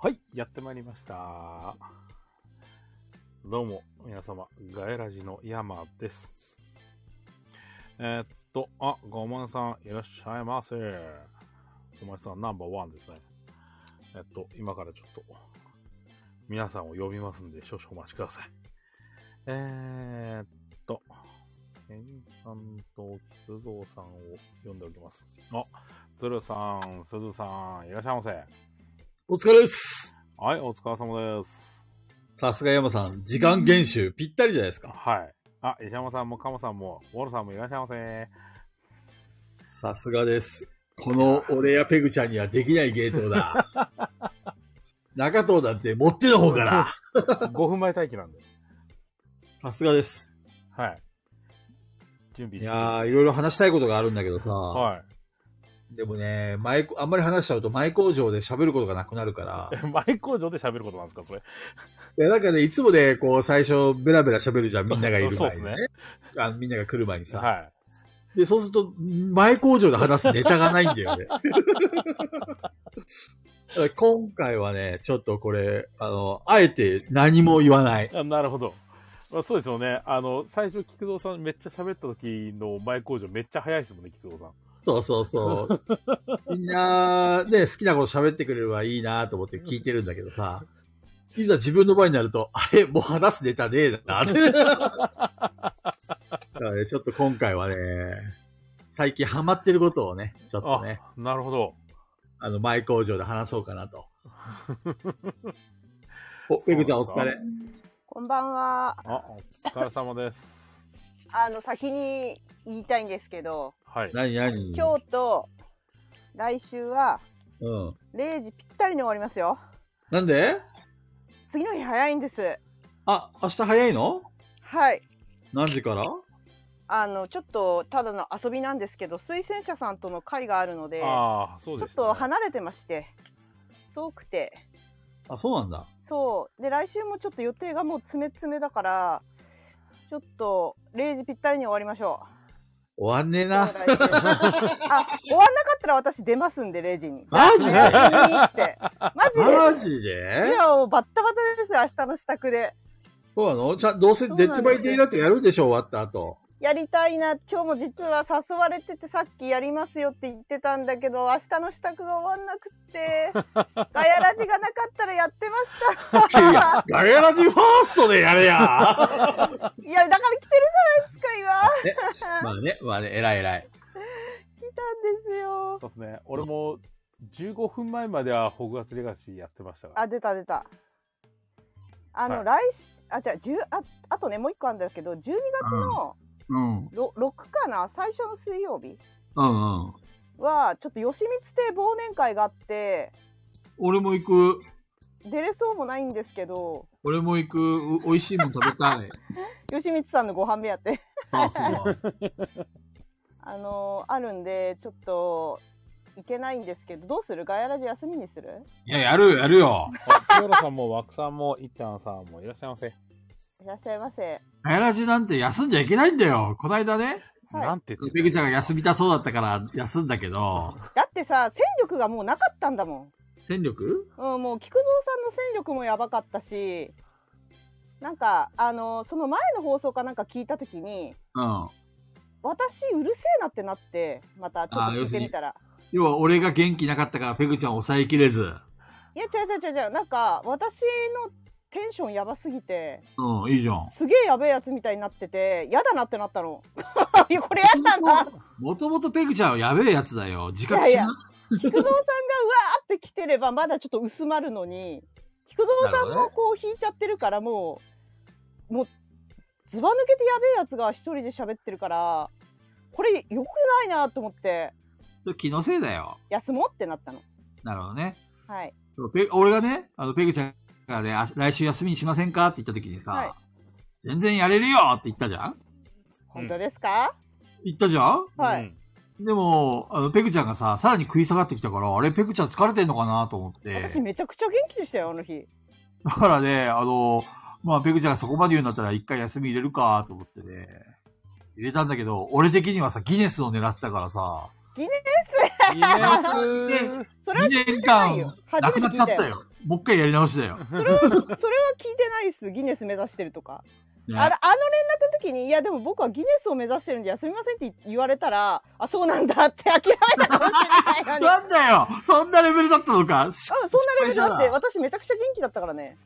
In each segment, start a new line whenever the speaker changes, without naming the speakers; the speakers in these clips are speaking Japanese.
はい、やってまいりました。どうも、皆様、ガエラジの山です。えーっと、あ、ごまんさん、いらっしゃいませ。ごまんさん、ナンバーワンですね。えっと、今からちょっと、皆さんを呼びますんで、少々お待ちください。えーっと、ケンさんと菊蔵さんを呼んでおきます。あ、鶴さん、鈴さん、いらっしゃいませ。
お疲れです。
はい、お疲れ様です。
さすが山さん、時間厳守ぴったりじゃないですか。
はい。あ、石山さんも、鴨さんも、ウォルさんもいらっしゃいませ。
さすがです。この俺やペグちゃんにはできない芸当だ。 中藤だって持っての方から。
5分前待機なんで。
さすがです。
はい。準備し
い
て。
やー、いろいろ話したいことがあるんだけどさ。
は
でもね、前、あんまり話しちゃうと前工場で喋ることがなくなるから。
い。前工場で喋ることなんですか、それ。
いや、なんかね、いつもね、こう、最初、ベラベラ喋るじゃん、みんながいる 前に、
そう
ね
っす。
あみんなが来る前にさ。
は
で、そうすると、前工場で話すネタがないんだ よね。だから今回はね、ちょっとこれ、あの、あえて何も言わない。
い。あなるほど。まあ、そうですよね。あの、最初、菊蔵さんめっちゃ喋った時の前工場めっちゃ早いですもんね、菊蔵さん。
そうそうそう。 みんな、ね、好きなこと喋ってくれればいいなと思って聞いてるんだけどさ、いざ自分の場合になると、あれ、もう話すネタねえなって。 だからね、ちょっと今回はね、最近ハマってることをね、ちょっとね、
あ、なるほど。
あの、前工場で話そうかなと。 お、ペグちゃんお疲れ。
こんばんは。
あ、お疲れ様 です。
あの先に言いたいんですけど、
はい。
何何
今日と来週は
うん。
0時ぴったりに終わりますよ。
なんで
次の日早いんです。
あ、明日早いの
はい。
何時から
あのちょっとただの遊びなんですけど、推薦者さんとの会があるので、
ああ、そう
ち
で
ょっ
す、ね。
と離れてまして、遠くて、
あ、そうなんだ。
そう。で来週もちょっと予定がもう詰め詰めだから、ちょっと0時ぴったりに終わりましょう。
終わんねえ
来
な。
週あ、終わんなかったら私出ますんで0時に。
マ
マ
ジ
ジ
で
でって。マジで
マジ
い
で
や、もうバッタバタですよ、明日の支度で。
そうなのちゃんどうせ
そうなん
デ
です
ッドバイデイライトやるんでしょ終わった後。
やりたいな、今日も実は誘われてて、さっきやりますよって言ってたんだけど、明日の支度が終わんなくって、ガヤラジがなかったらやってま
い
した
や。、ガレラジファーストでやれ や。
いや、だから来てるじゃないですか、今。
まあね、まあね、偉い偉い。
来たんですよ。
そうですね。俺も、15分前までは、ホグワーツレガシーやってましたが。
あ、出た出た。あの、来週、あ、じゃあ、10あ、あとね、もう一個あるんだけど、12月の
うん。うん
ろ6かな、最初の水曜日
うん。
は、ちょっと吉光亭忘年会があって、
俺も行く。
出れそうもないんですけど、
俺も行く。う美味しいもん食べたい。
吉光さんのご飯目当て
あ、 そう。
あのーあるんでちょっと行けないんですけどどうするガヤラジ休みにする
いや、やるよ、やるよ。
あ清原さんも、枠さんも、いっちゃんさんもいらっしゃいませ。
いらっしゃいませ
ガヤラジなんて休んじゃいけないんだよ。こないだね、
はい
なんて言って
ペグちゃんが休みたそうだったから休んだけど、
だってさ戦力がもうなかったんだも
戦力
ん、うん、もう菊蔵さんの戦力もやばかったしなんかあのーその前の放送かなんか聞いた時に
うん。
私うるせえなってなってまたちょっと聞いてみたら
要は俺が元気なかったからペグちゃんを抑えきれず。
いや違う違う違う違うなんか私のテンションやばすぎて
うん、いいじゃん。
すげえやべえやつみたいになってて嫌だなってなったの いやこれ嫌だな
もともとペグちゃんはやべえやつだよ。自覚し
いや
ない
や菊蔵さんがうわーって来てればまだちょっと薄まるのに菊蔵さん
なるほど
もこう引いちゃってるからもうもうずば抜けてやべえやつが一人で喋ってるからこれ良くないなと思って
それ気のせいだよ。
休もうってなったの
なるほどね。
はい
そうペ俺がね、あの、ペグちゃんがね、あ来週休みにしませんかって言った時にさ、
はい
全然やれるよって言ったじゃん
本当ですか、
言ったじゃん
はい、
うん
でも、あの、ペグちゃんがさ、さらに食い下がってきたから、あれ、ペグちゃん疲れてんのかなと思って。
私めちゃくちゃ元気でしたよあの日
だからね、あの、まあ、ペグちゃんがそこまで言うんだったら一回休み入れるかと思ってね、入れたんだけど、俺的にはさ、ギネスを狙ってたからさ、
いいね
いいね
それは
2年
ないよ
間、なくなっちゃったよ。もう一回やり直しだよ。
それは、それは聞いてないです。ギネス目指してるとか。
ね
あらあの連絡の時に、いや、でも僕はギネスを目指してるんで休みませんって言言われたら、あ、そうなんだって諦めたかもしれないのに。
なんだよそんなレベルだったのか
あそんなレベルだって、私めちゃくちゃ元気だったからね。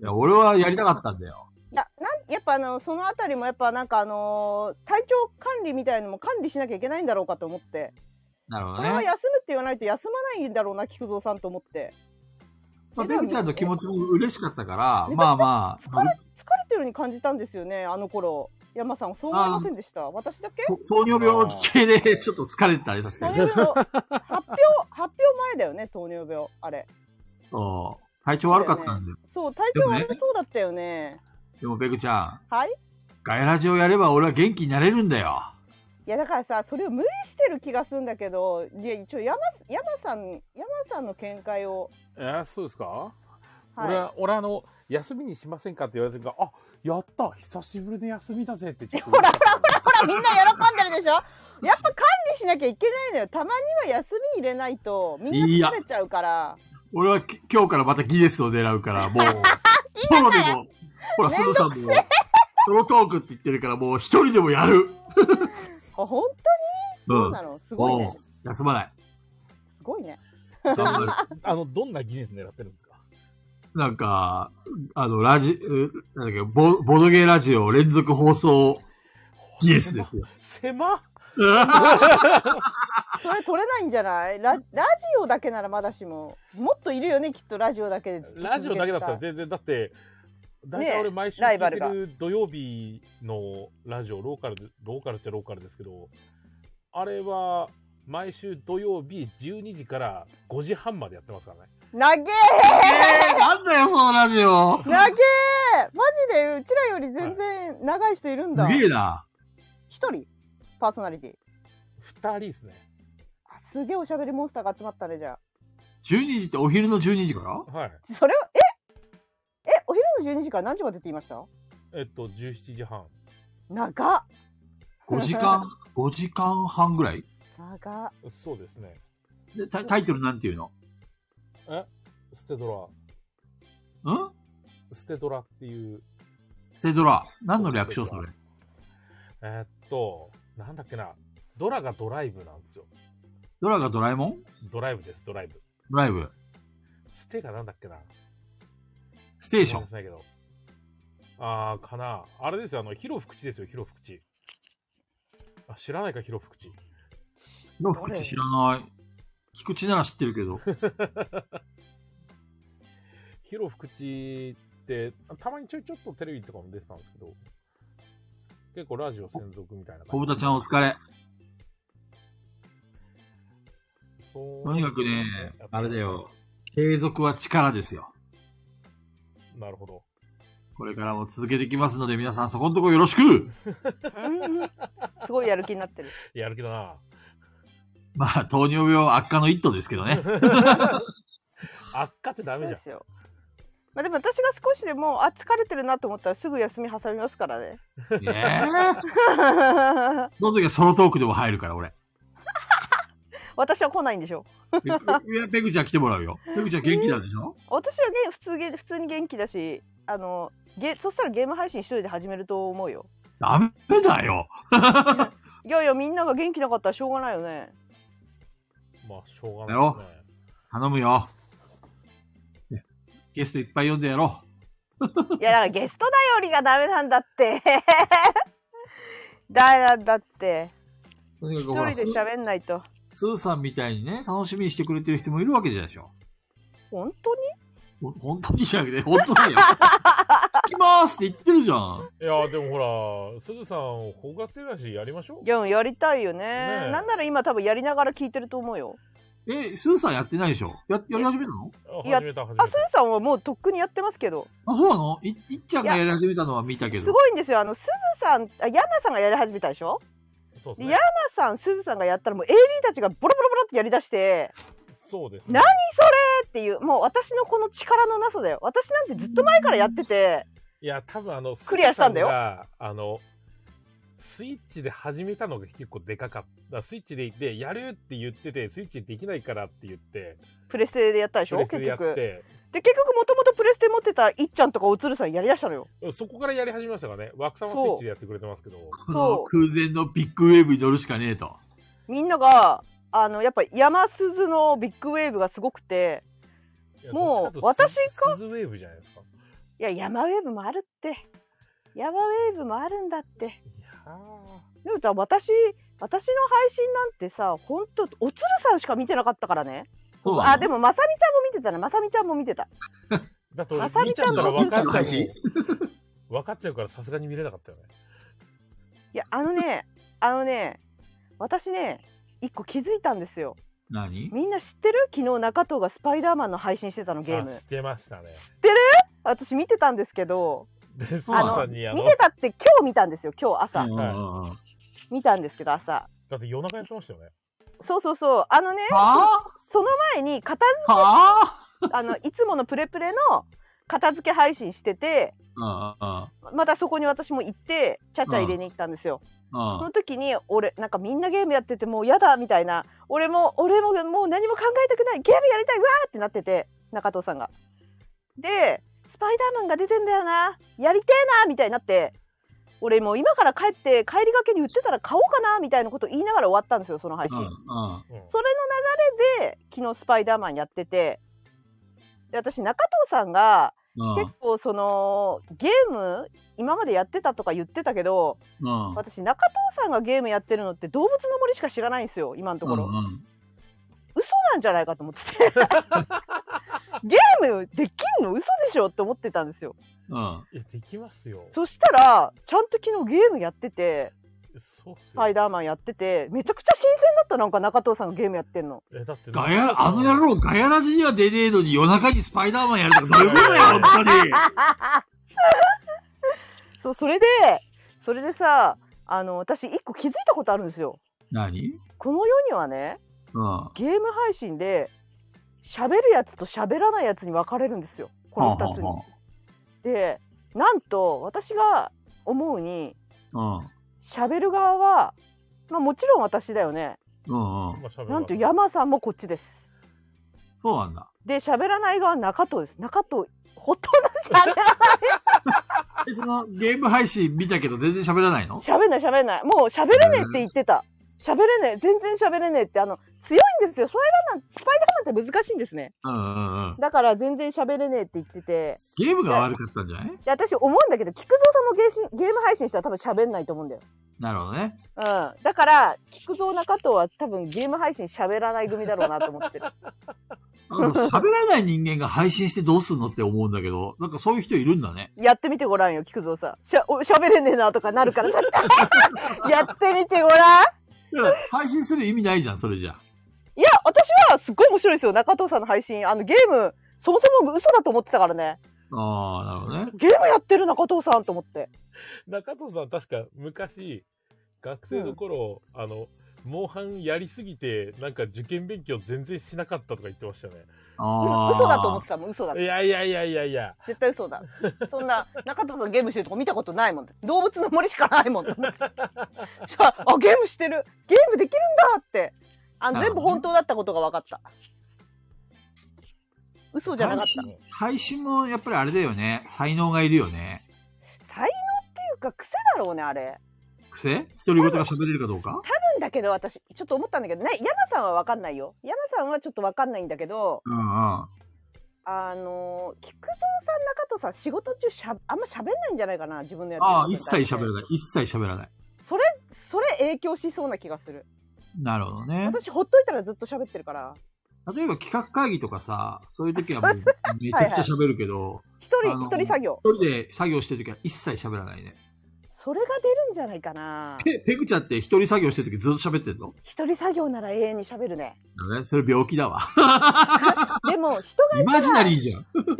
いや、俺はやりたかったんだよ。
いや、なん、やっぱあの、そのあたりもやっぱなんかあのー体調管理みたいのも管理しなきゃいけないんだろうかと思って。
なるほ
こ
ど
れは
ね。
休むって言わないと休まないんだろうな、菊蔵さんと思って。
まあ、ペグちゃんの気持ちも嬉しかったから、
え
まあまあ、
疲れ疲れてるように感じたんですよね、あの頃。山さん、そう思いませんでした。私だけ
と糖尿病系でちょっと疲れてたね、確
糖
かに。
尿病、発表、発表前だよね、糖尿病、あれ。
そう体調悪かったんだよ。
そう、体調悪そうだったよね。
でもペグちゃん、
はい。
ガイラジをやれば俺は元気になれるんだよ。
いや、だからさ、それを無理してる気がするんだけど、いや、一応山、山さん、山さんの見解を。
えーそうですか、俺
は
は俺あの休みにしませんかって言われてるからあやった久しぶりの休みだぜってちょっとほらほ
い。ほら、みんな喜んでるでしょやっぱ管理しなきゃいけないのよ。たまには休み入れないと、みんな疲れちゃうから。
俺はき今日からまたギネスを狙うから、 もう、ソロでも、ほら、
め
す
んど
ずさ
くせ
んも、ソロトークって言ってるから、もう一人でもやる。
あ、本
う
当
ん。
なのすごい
も
ね。
う、休まない。
すごいね。
頑張
あのどんなギネス狙ってるんですか
る。なんか、あの、ラジ、うなんだっけボ、ボドゲラジオ連続放送ギネスですよ。
狭っ
それ取れないんじゃないララジオだけならまだしも。もっといるよね、きっとラジオだけで。
ラジオだけだったら全然だって大体俺毎週
ラ
聞
イバル
いて
が
る土曜日のラジオローカルでローカルっちゃローカルですけどあれは毎週土曜日12時から5時半までやってますからね
投げ
えー、なんだよ、そのラジオ。
投げーマジでうちらより全然長い人いるんだ
すげえな。
一人パーソナリティ
2人ですね
あすげえおしゃべりモンスターが集まったねじゃ
12時ってお昼の12時から
はい
あそれはええお昼の12時から何時までって言いました
えっと17時半
長っ
?5 時 間、5時間半ぐらい
長っ
そうですね
でタイタイトルなんていうの
えステド
ん
ラステドラっていう
ステドラ。何の略称それ
えーっとなんだっけなドラがドライブなんですよ
ドラがドラえもん
ドライブですドライブ
ドライブ。
ステがなんだっけな
ステーショ
思い出。
ン
せないけどああかなあれですよあの広福地ですよ広福地あ知らないか広福地
の福知知らない。菊池なら知ってる けど。
広福地ってたまにちょいちょっとテレビとかも出てたんですけど結構ラジオ専属みたいな
小
感
豚
じ
ちゃんお疲れ。
そう
とにかくね
やっ、ぱ
あれだよ。継続は力ですよ。
なるほど
これからも続けていきますので、皆さんそこのとこよろし く
うんすごいやる気になってる
やる気だな
まあ、糖尿病悪化の一途ですけ どね。
悪化ってダ
そう
メじゃん
で すよまあでも私が少しでもあ疲れてるなと思ったらすぐ休み挟みますからね
ねえ。その時はソロトークでも入るから、俺。
私は来ないんでしょ
ペグいやペグちゃん来てもらうよ。ペグちゃん元気なんでしょ
私はげ普通げ普通に元気だしあのゲそしたらゲーム配信一人で始めると思うよ
ダメだよ。
いやいやみんなが元気なかったらしょうがないよね
まあしょうがないですね
頼むよ。ねゲストいっぱい呼んでやろ
いやだからゲスト頼りがダメなんだって ダメなんだって
う。とにかく
一
ほら
人で喋んないと
スーさんみたいにね、楽しみにしてくれてる人もいるわけじゃないでしょ。
本当に
ほ本当にじゃなくて、本当だよ。聞きますって言ってるじゃん。
いやでもほらすずさん高月らしやりましょう
いややりたいよね
ねえ
なんなら今多分やりながら聞いてると思うよ
え、スーさんやってないでしょや、やり始めたの
あ
いや
始めた始め
あす
た
ずさんはもうとっくにやってますけど
あ、そうなのい、いっちゃんがやり始めたのは見たけど。
すごいんですよあのすずさんあ山さんがやり始めたでしょ
そうです
山
ね
さんすずさんがやったらもう AD たちがボロボロボロってやりだして
そうです
何っていうもう私のこの力のなさだよ私なんてずっと前からやってて
いや、多分あの、
クリアしたんだよ
スーさがあの、
スイッチで始めたのが結構でかかった。スイッチでいて、やるって言ってて、スイッチできないからって言って、
プレステでやったでし
プ
ょ
レ
結
ステ
局
でやって、
で結局もともとプレステ持ってたいっちゃんとかおつるさんやりだしたのよ
そこからやり始めましたからね。枠さんはスイッチでやってくれてますけど。
この空前のビッグウェーブに乗るしかねえと。
みんながあのやっぱ山鈴のビッグウェーブがすごくて
いや
もう
どっちかというとス
私が
スズウェーブじゃないですか。
いや山ウェーブもあるって山ウェーブもあるんだって
いやー
でもさ私私の配信なんてさ本当おつるさんしか見てなかったからね
そうなの
あでもまさみちゃんも見てたねまさみちゃんも見てた
だって
ハサ
俺
ミ
見
ち
ち
ゃ
ゃ
ん
っ
と
た
から
分かっ
僕の配信
ちゃう。分かっちゃうからさすがに見れなかったよね。
いやあのねあのね私ね一個気づいたんですよ
何
みんな知ってる昨日中藤がスパイダーマンの配信してたのゲーム
あ
知っ
してましたね。
てる私見てたんですけど
で、スー
あの
さんにあの
見、てたって今日見たんですよ今日朝、
うんうんうん
見たんですけど朝
だって夜中やってましたよね。
そうそうそうあのね
は
その前に片付
あは
あのいつものプレプレの片付け配信してて
あ
またそこに私も行ってちゃちゃ入れに行ったんですよ、
うんうん
そうの
ん。
時に俺なんかみんなゲームやっててもうやだみたいな俺も俺ももう何も考えたくないゲームやりたいうわーってなってて中藤さんが。でスパイダーマンが出てんだよなやりてえなみたいになって俺もう今から帰って帰りがけに売ってたら買おうかなみたいなこと言いながら終わったんですよその配
う
信。
んうん。
うん
それの流れで昨日スパイダーマンやっててで私中藤さんが
うん
結構そのゲーム今までやってたとか言ってたけど
うん。
私中藤さんがゲームやってるのって動物の森しか知らないんですよ今のところ、
うんうん
嘘なんじゃないかと思っててゲームできんの嘘でしょって思ってたんですよ
うん。
いや、できますよ。
そしたらちゃんと昨日ゲームやってて
そうっすよ。
スパイダーマンやっててめちゃくちゃ新鮮だったなんか中藤さんがゲームやって んの
え、だって、
ガヤ、あの野郎、ガヤラジには出ねえのに夜中にスパイダーマンやるとかどういうことだよ、本当に。
そうそれでそれでさあの私一個気づいたことあるんですよ
何
この世にはね
うん。
ゲーム配信で喋るやつと喋らないやつに分かれるんですよこの2つに。でなんと私が思うに
うん。
喋る側は、まあ、もちろん私だよね
うんうん。
まあ喋るわ
なんと山さんもこっちです。
そうなんだ。
で喋らない側は中藤です中藤ほとんど喋らない
えそのゲーム配信見たけど全然喋らないの
喋んない喋んないもう喋れねえって言ってた喋れねえ全然喋れねえってあの強いんですよスパイダーマンスパイダーマンって難しいんですね
うんうんうん。
だから全然喋れねえって言ってて
ゲームが悪かったんじゃない
で私思うんだけど菊蔵さんもゲーシンゲーム配信したら多分喋んないと思うんだよ
なるほどね。
うんだから菊蔵中藤は多分ゲーム配信喋らない組だろうなと思ってる
あの喋らない人間が配信してどうすんのって思うんだけど、なんかそういう人いるんだね。
やってみてごらんよ菊蔵さんしゃお喋れねえなとかなるから やってみてごらん
だから配信する意味ないじゃん、それじゃ。
いや私はすっごい面白いですよ中藤さんの配信あのゲームそもそも嘘だと思ってたからね
ああ、なるほどね。
ゲームやってる中藤さんと思って
中藤さん確か昔学生の頃、あのモンハンやりすぎてなんか受験勉強全然しなかったとか言ってましたね
ああ。
嘘だと思ってたもん嘘だ
いやいやいやいやいや
絶対嘘だそんな中藤さんゲームしてるとこ見たことないもん動物の森しかないもんと思ってさあゲームしてるゲームできるんだってあの全部本当だったことが分かった嘘じゃなか
配
った
信配信もやっぱりあれだよね。才能がいるよね。
才能っていうか癖だろうねあれ
癖独り言が喋れるかどうか
多分だけど私ちょっと思ったんだけどね山さんは分かんないよ山さんはちょっと分かんないんだけど
うんうん。
あのー菊蔵さん中藤さん仕事中しゃあんま喋んないんじゃないかな自分のやってる
ああ、
ことに
一切
対して
喋らない。一切喋らない。
それそれ影響しそうな気がする
なるほどね。
私ほっといたらずっと喋ってるから
例えば企画会議とかさ、そういう時はも うめちゃくちゃ喋るけど、
一
あ
人
の
一人作業
一人で作業してる時は一切喋らないね。
それが出るんじゃないかな
ペ、ペグちゃんって一人作業してる時ずっと喋ってんの
一人作業なら永遠に喋るね
だね。それ病気だ わ。
でも人が
イマジナリーじゃん。
人がい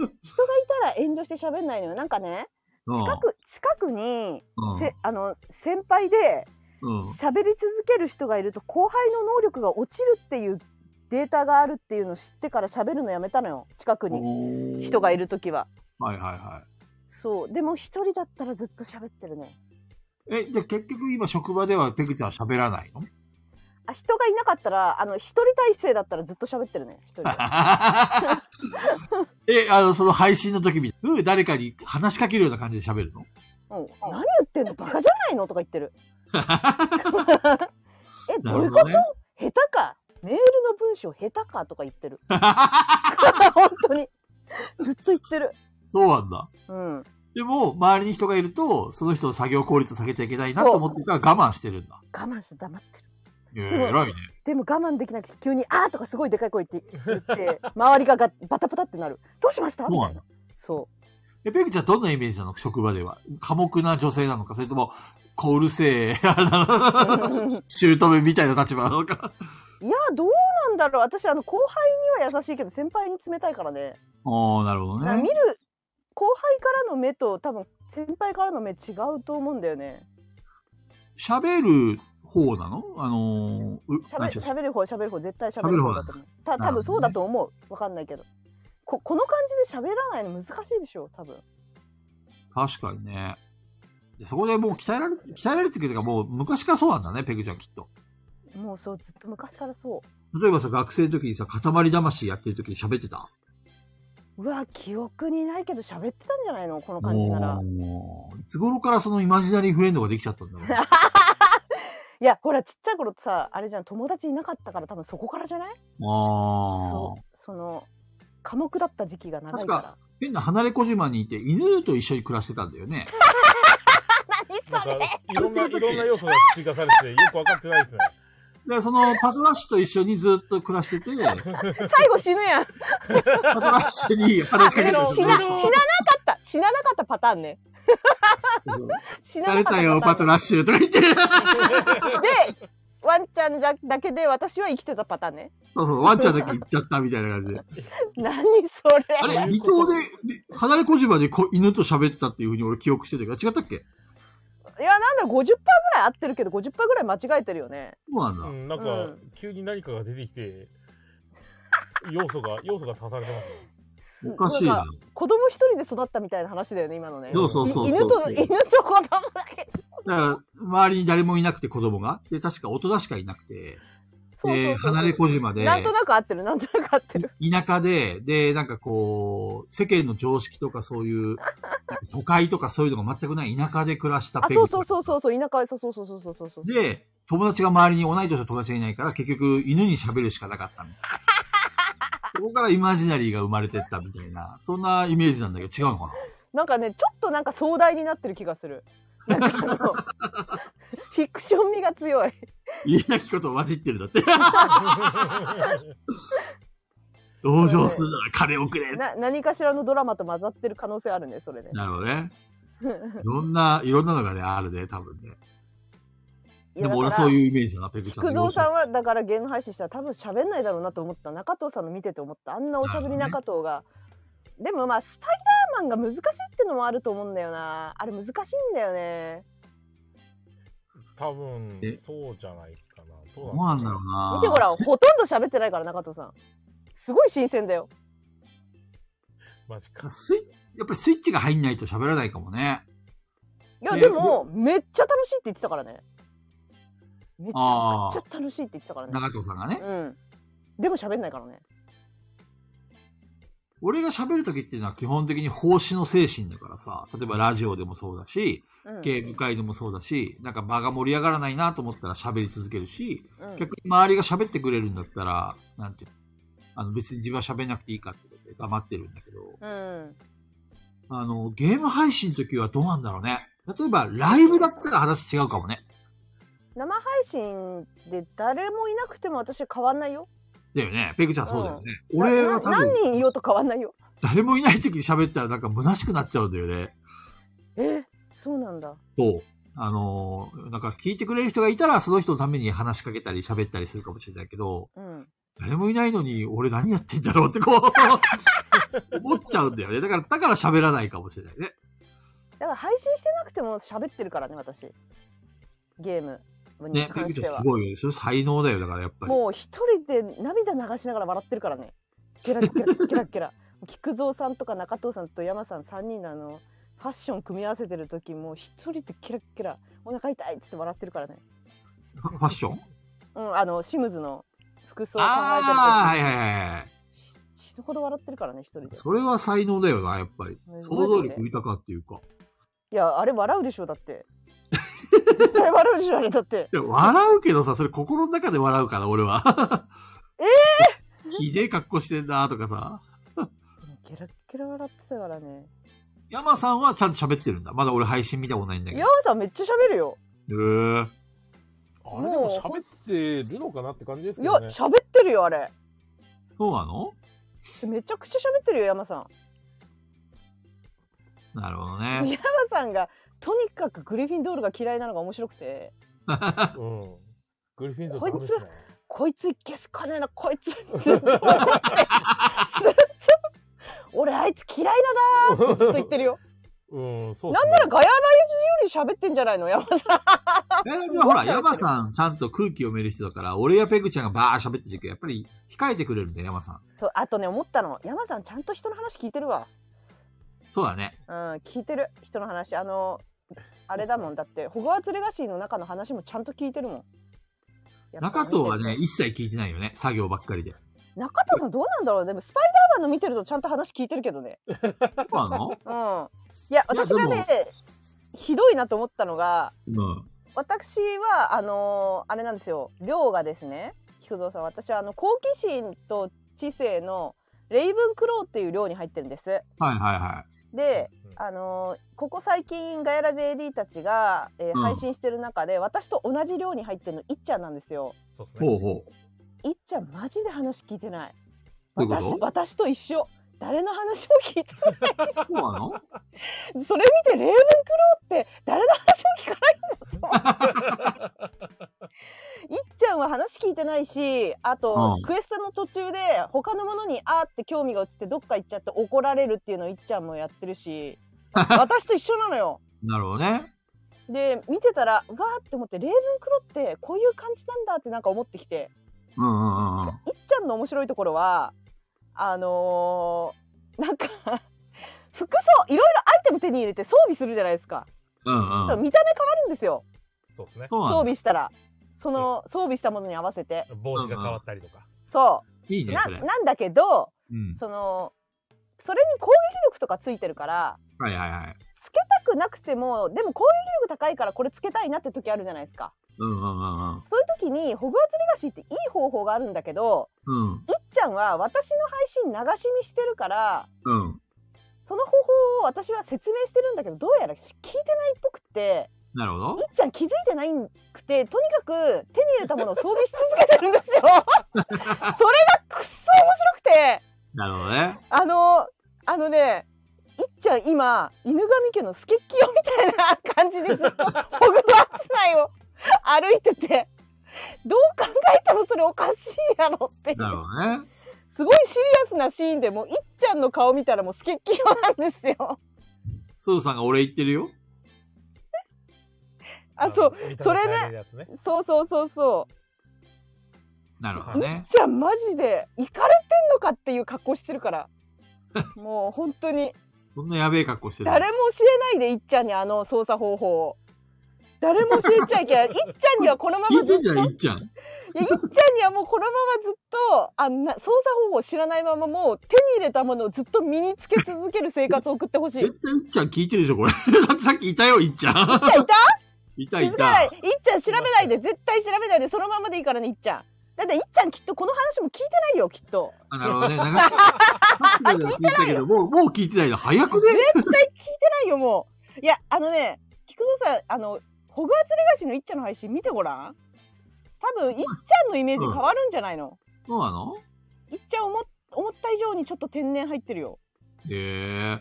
たら遠慮して喋んないのよなんかね
うん。
近く近くにせあの先輩で
うん。うん。
喋り続ける人がいると後輩の能力が落ちるっていうデータがあるっていうのを知ってから喋るのやめたのよ近くに
おー
人がい。る時は
はいはいは
そうでも一人だったらずっと喋ってるね
い。え、じゃあ結局今職場ではペグちゃんは喋らない の
あ人がいなかったらあの一人体制だったらずっと喋ってるね一人で
え、あの、その配信の時みたいに、誰かに話しかけるような感じで喋るの
うん、何言ってんのバカじゃないのとか言っ てる。え、どういうこと、
なる
下手かメールの文章下手かとか言っ てる。本当に。ずっと言ってる。
そうなんだ。
うん。
でも、周りに人がいると、その人の作業効率を下げちゃいけないなと思ってるから我慢してるんだ。
我慢して黙ってる。
えー、偉いね。
でも我慢できなくて急に「あー」とかすごいでかい声って言って周りががバタバタってなる「どうしました?」
そうなんだ。
そ
え、ペグちゃんどんなイメージなの職場では。寡黙な女性なのか、それとも、こううるせえ、
うい
姑みたいな立場なの か。
やどうなんだろう私あの後輩には優しいけど先輩に冷たいからね
おー、なるほど
あ見
ね。
る後輩からの目と多分先輩からの目違うと思うんだよね
喋る方なのあのー、う
しゃべ
何で
る
し
し
ょう
ゃべる方しゃべる方絶対しゃべる方だと思うた
な
多
るほどね
分そうだと思うわかんないけどここの感じで喋らないの難しいでしょ多分
確かにね。でそこでもう鍛えられ、鍛えられてくるというか、もう昔からそうなんだね、ペグちゃんきっと。
もうそうずっと昔からそ
例えばさ、学生の時にさ、塊魂やってる時に喋ってた
ううわ記憶にないけど喋ってたんじゃないのこの感じなら
もういつ頃からそのイマジナリーフレンドができちゃったんだろう。
いやほらちっちゃい頃ってさあれじゃん友達いなかったから多分そこからじゃない
あ
そうその寡黙だった時期が長いから
あ。変な離れ小島にいて、犬と一緒に暮らしてたんだよね。
なんかいろん
そ
な
れ
いろんな要素が追加されててよく分かってないですね。
で、そのパトラッシュと一緒にずっと暮らしてて、
最後死ぬやん
パトラッシュに話しかけてたん
死
で
な死ななかった死ななかったパターンね死な
疲
な
れ
かった
たよ、パ
パタ
ト
ーン
ラッシュとか言って。
でワンちゃんだだけで私は生きてたパターンね
そうそう、ワンちゃんだけ行っちゃったみたいな感じで。
何それ
あれ、
どうい
離
うこと
島で、離れ小島でこ犬と喋ってたっていうふうに俺記憶してたけど、違ったっけ
いやなんだろう50%ぐらい合ってるけど50%ぐらい間違えてるよね
そうなんだ。
うん、なん
う
か急に何かが出てきて、要素が要素が足されてますね。
おかしいな。
子供一人で育ったみたいな話だよね今のね
そうそうそうそう
い犬と犬と子供だけ
だから、周りに誰もいなくて子供が。で、確か大人しかいなくて。
そうそう
で、
そう
離れ小島で、
なんとなく合ってるなんとなく合ってる
田舎で、で、なんかこう、世間の常識とかそういう、都会とかそういうのが全くない田舎で暮らした
あ
ペ
そ
グ
うそうそうそうそう田舎へそうそうそうそうそうそうそう
で、友達が周りに同い年の友達がいないから、結局犬に喋るしかなかったみたい な。そこからイマジナリーが生まれてったみたいな、そんなイメージなんだけど違うのかな
なんかねちょっとなんか壮大になってる気がするなんかあ のフィクション味が強い
言えなきことを混じってるんだ って。同情するなら金をくれ。
な何かしらのドラマと混ざってる可能性あるねそれね
なるほど ね。いろんな、いろんなのがね、あるね、多分ね。でも俺そう
う
いうイメージだな、ペグちゃん
工
の
藤さんはだからゲーム配信したら多分喋んないだろうなと思った中藤さんの見てて思ったあんなおしゃべり中藤が、でもまあスパイダーマンが難しいってのもあると思うんだよなあれ難しいんだよね
多分
え
そうじゃないかな。ど
ど
う
うなん
で
だ
す
ろ
か
うな。
見てほらほとんど喋ってないから中藤さんすごい新鮮だよ
マジか。
スイやっぱりスイッチが入んないと喋らないかもね。
いや
ね
でもめっちゃ楽しいって言ってたからねめちゃ
あー
くちゃ楽しいって言ってたからね
長藤さんがね。
うんでも喋んないからね
俺が喋るときっていうのは基本的に奉仕の精神だからさ、例えばラジオでもそうだし、
うん
ゲーム会でもそうだし、なんか場が盛り上がらないなと思ったら喋り続けるし、
うん
逆に周りが喋ってくれるんだったら、なんていうのあの別に自分は喋んなくていいかってことで黙ってるんだけど、
うん
あの、ゲーム配信の時はどうなんだろうね。例えばライブだったら話違うかもね。
生配信で誰もいなくても私は変わんないよ
だよね。ペグちゃんそうだよね。俺は多
な
分
何人いようと変わんないよ
誰もいない時に喋ったらなんか虚しくなっちゃうんだよね。
えそうなんだ
そう。あのーなんか聞いてくれる人がいたら、その人のために話しかけたり喋ったりするかもしれないけど、
うん
誰もいないのに、俺何やってんだろうってこう、思っちゃうん だよね。だから、だから喋らないかもしれないね。
だから配信してなくても喋ってるからね私ゲームに
ね、ペ
関
グ
し
ち
て
ゃん
は、
すごいよね。それ才能だよ、だからやっぱり。
もう一人で涙流しながら笑ってるか らねケラケラケラケラケラ菊蔵さんとか中藤さんと山さん3人のあのファッション組み合わせてる時もう一人でキラッキラお腹痛いっつって笑ってるからね
ファッション
うんあのシムズの服装考えてる
ああ、はい
時
はいはいはい。
し死ぬほど笑ってるからね一人で
それは才能だよな、やっぱり
う。ん
想像力豊かっていうか。
いやあれ笑うでしょだって 絶対笑うでしょあれだって
いや、笑うけどさ、それ心の中で笑うから、俺は。
え
えひでえ格好してんなとかさ。
キラッキラ笑ってたからね
山さんはちゃんと喋ってるんだ。まだ俺配信見たことないんだけど
岩。尾さんめっちゃ喋るよ
へー
あれでも喋ってるのかなって感じです
い
け
や
どね。
喋ってるよあれ
そうなの
めちゃくちゃ喋ってるよ山さん
なるほど
い
ね。
や山さんがとにかくグリフィンドールが嫌いなのが面白くて
うん。グリフィンドールダメですね。
こいついけすかねえなこいつずっと怒って ずっと俺あいつ嫌いだなーってずっと言ってるよ
うん、そうっ
なんならガヤラジより喋ってんじゃないの山さん
ガヤラジはほら、山さんちゃんと空気読める人だから、俺やペグちゃんがバー喋ってるけど、やっぱり控えてくれるんだよ、山さん。
そうあとね思ったの山さんちゃんと人の話聞いてるわ
そうだね。
うん聞いてる人の話あのあれだもんだってホグワーツレガシーの中の話もちゃんと聞いてるもんやっ
中
ぱ
藤はね、一切聞いてないよね。作業ばっかりで。
中藤さんどうなんだろうでもスパイダーマンの見てるとちゃんと話聞いてるけどね
そうなの
うんいや
いや
私がねひどいなと思ったのが
うん。
私はあのーあれなんですよ亮がですね菊蔵さん私はあの好奇心と知性のレイブンクローっていう寮に入ってるんです
はいはいは
であのーここ最近ガヤラ JD たちが、えー
うん
配信してる中で、私と同じ寮に入ってるのいっちゃんなんですよ
そうです
い。ほ
ね。
うほ
いっちゃんマジで話聞いてない
どういうこ
私
と
私と一緒誰の話も聞いて
う。そうなの
それ見てレイブンクローって誰の話も聞かないのいっちゃんは話聞いてないしあと、
うん
クエストの途中で他のものにあーって興味が移ってどっか行っちゃって怒られるっていうのをいっちゃんもやって るし私と一緒なのよ。
なるほどね。
で見てたらうわーって思ってレイブンクロってこういう感じなんだってなんか思ってきて
うんうんうんうん。
いっちゃんの面白いところはあのーなんか服装いろいろアイテム手に入れて装備するじゃないですか。
うん
そう
うん。
見た目変わるんですよ
そうですね。
そう
装
なの
備したらその装備したものに合わせて
帽子が変わったりとか。
そ
いいうね、
な
それ。
なんだけど
うん。
そのそれに攻撃力とかついてるから
はいはいはい。
つけたくなくてもでも攻撃力高いからこれつけたいなって時あるじゃないですか
うんうんうんうん。
そういう時にホグワーツレガシーっていい方法があるんだけど
うん。
いっちゃんは私の配信流し見してるから
うん。
その方法を私は説明してるんだけどどうやら聞いてないっぽくって
なるほ
い
ど。
っちゃん気づいてないくてとにかく手に入れたものを装備し続けてるんですよそれがくっそ面白くて
なるほどね。
あのあのねいっちゃん今犬神家のスケッキよみたいな感じですホグワーツ内を歩いててどう考えてもそれおかしいやろっていう
なるほどね。
すごいシリアスなシーンでもういっちゃんの顔見たらもうスケッキよなんで すよ
ソウさんが俺言ってるよ。
あそう
う
それね。そうそうそうそう
なるほど
むっ
ね。
ちゃんマジでイカれてんのかっていう格好してるから もう本当に
そんなやべえ格好してる。
誰も教えないでいっちゃんにあの操作方法を誰も教えちゃい けないいっちゃんにはこのま
聞
ま
い
ず
て
っ
ん
と
じゃ
い
ん、
やいっ
いっちゃん。
ちゃんにはもうこのままずっとあんな操作方法を知らないままもう手に入れたものをずっと身につけ続ける生活を送ってほしいいっ
絶対いっちゃん聞いてるでしょ、これ。 だってさっきいたよ、いっちゃん。
ちゃんいた
いたい
気づかないい
た
っ。ちゃん調べないで絶対調べないでそのままでいいからねいっちゃんだっていっちゃんきっとこの話も聞いてないよきっと
あ、なるほどね。流しさっきまでは聞いたけど、もう、もう聞いてないの。早くね。
絶対聞いてないよもういやあのね菊蔵さんあのホグワーツレガシーのいっちゃんの配信見てごらん多分いっちゃんのイメージ変わるんじゃないの、
そうなの
いっちゃん思っ思った以上にちょっと天然入ってるよ
へえ。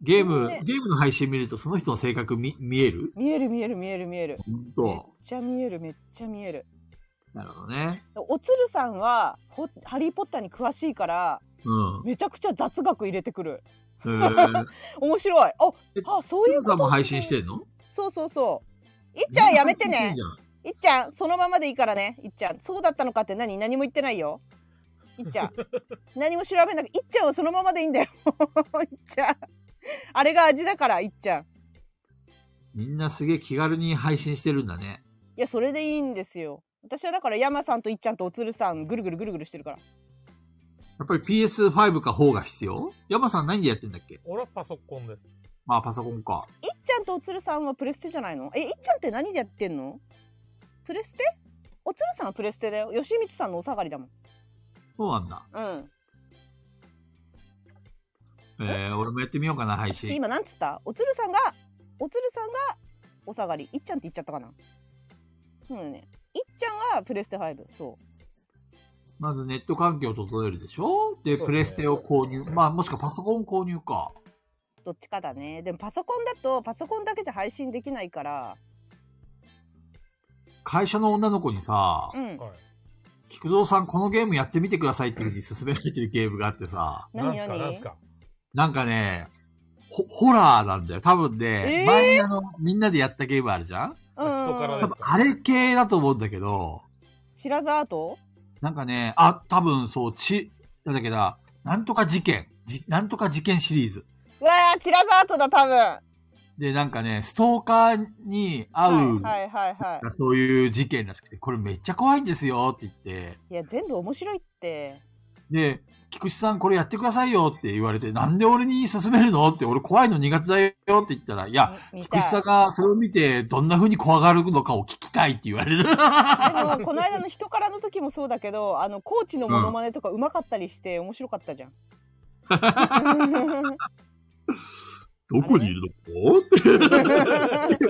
ゲーム
ね、
ゲームの配信見ると、その人の性格見、見える
見える見える見える見える
ほん
めっ
と。
ちゃ見えるめっちゃ見える
なるほどね。
おつるさんはほハリー・ポッターに詳しいから
うん。
めちゃくちゃ雑学入れてくる
へえ。
面白いあ
え
あそういう
ソウ
こと
さんも配信してんの
そうそうそういっちゃんやめてね
じゃん
いっちゃんそのままでいいからねいっちゃんそうだったのかって何何も言ってないよ いっちゃん何も調べなくいっちゃんはそのままでいいんだよいっちゃんあれが味だからいっちゃん
みんなすげえ気軽に配信してるんだね。
いやそれでいいんですよ私はだから山さんといっちゃんとおつるさんぐるぐるぐるぐるしてるから
やっぱり PS5 か4が必要山さん何でやってんだっけ
俺はパソコンです。
まあパソコンか。
いっちゃんとおつるさんはプレステじゃないのえいっちゃんって何でやってんのプレステおつるさんはプレステだよ吉光さんのお下がりだもん
そうなんだ。
うん
えー、俺もやってみようかな、配
私
信。
今なんつったおつるさんがおつるさんがお下がりいっちゃんって言っちゃったかなそうだねいっちゃんがプレステ5そ
まずネット環境を整えるでしょ
そうで
で、
すね
プレステを購入。まあもしくはパソコン購入か。
うどっちかだねでもパソコンだとパソコンだけじゃ配信できないから
会社の女の子にさ
う、ん
はい。
菊蔵さんこのゲームやってみてくださいっていうふうに勧められてるゲームがあってさ、
なん
何
すかなんす
何
か
なんかね、ほホラーなんだよ。多分ね、
えー
前にあの、みんなでやったゲームあるじゃん
う
人から
多
ね
ん
分あれ系だと思うんだけど、
白沢と
なんかね、あ、多分そう、ち、なんだっけな、なんとか事件、じなんとか事件シリーズ。
うわー白沢とだ多分は
で、なんかね、ストーカーに会う、
いはいはいはい
そういう事件らしくて、これめっちゃ怖いんですよって言って、
いや全部面白いって
で、菊池さんこれやってくださいよって言われて、なんで俺に勧めるのって、俺怖いの苦手だよって言ったら、いや、
み見
菊
たい
池さんがそれを見て、どんな風に怖がるのかを聞きたいって言われる。
でもこの間の人からの時もそうだけどあのコーチのモノマネとかうまかったりして面白かった じゃん。
どこにいるのって。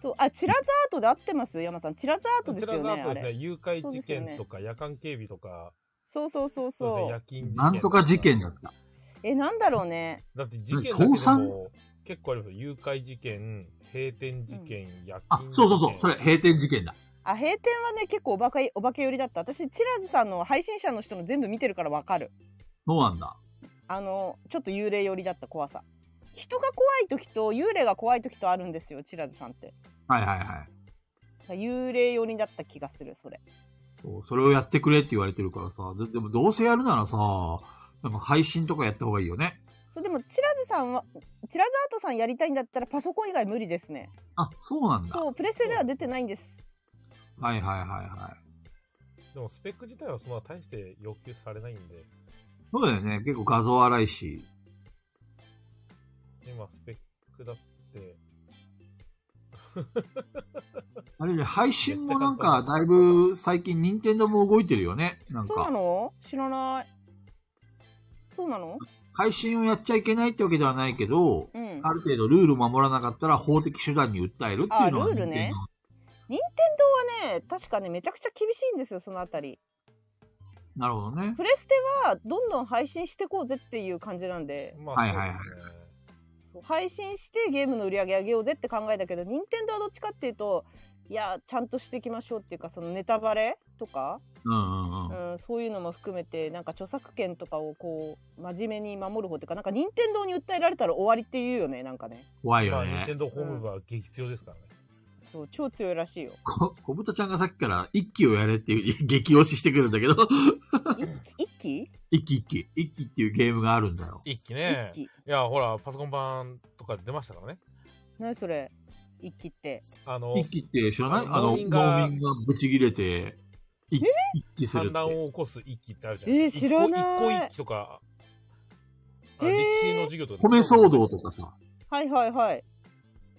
そうあチラザートで合ってます山さんチラザート
こち
です
ら
よね
の後
あ
ですね、
れ
誘拐事件とか、夜間警備とか、
そうそうそ
そう
う
ですね
そ
夜
う
勤事件
なんとか事件だった。
えなんだろうね
だって事件だけ
倒
で
産
も結構ありますよ誘拐事件、閉店事件、夜
あ
勤、事件。
そうそうそう、それ、閉店事件だ。
あ閉店はね結構おばかいお化け寄りだった私チラズさんの配信者の人の全部見てるからわかる
そうなんだ。
あのちょっと幽霊寄りだった怖さ人が怖い時と幽霊が怖い時とあるんですよチラズさんって
はいはいはい。
幽霊寄りだった気がするそれ
そうそれをやってくれって言われてるからさ、ででもどうせやるならさ、なんか配信とかやった方がいいよね。
そうでもチラズさんはチラズアートさんやりたいんだったらパソコン以外無理ですね
あ、そうなんだ。
そうプレステでは出てないんです
はいはいはいはい。
でもスペック自体はそんな大して要求されないんで、
そうだよね。結構画像荒いし。
今スペックだって、
あれね、配信もなんか、だいぶ最近、任天堂も動いてるよね。なん
そうな
か、
の知らないそうなの
配信をやっちゃいけないってわけではないけど、
うん
ある程度ルール守らなかったら法的手段に訴えるっていうのは
あルールね
任
任天堂はね確かねめちゃくちゃ厳しいんですよそのあたり
天堂なるほどね。
プレステはどんどん配信してこうぜっていう感じなんで
ま
はいはいはい
そうですね
そう配信してゲームの売り上げ上げようぜって考えだけど任天堂はどっちかっていうといやちゃんとしていきましょうっていうかそのネタバレとか
うんうんうん。
うん、そういうのも含めてなんか著作権とかをこう真面目に守る方っていうかなんか任天堂に訴えられたら終わりっていうよねなんかね
怖い
ま
よ
あ、任
ね
天。堂ホームは激強ですからね。
そう超強いらし いよ
こ、小豚ちゃんがさっきから、一期をやれっていう激推ししてくるんだけど、
一期
一期一期、一期っていうゲームがあるんだよ。
一気
一
ね。い
期
や、ほら、パソコン版とか出ましたからね。
何それ一期って
あの、
一期って知らない
あ
あの、
農
農
民
民
が
がぶち切れて、一一期するっ
反
て。
乱を起こす一揆ってあるじゃないですか。
えー知らない
一個一揆とか、あ
えー
歴史の授業とか。
米騒動とか。さ。
はいはいはい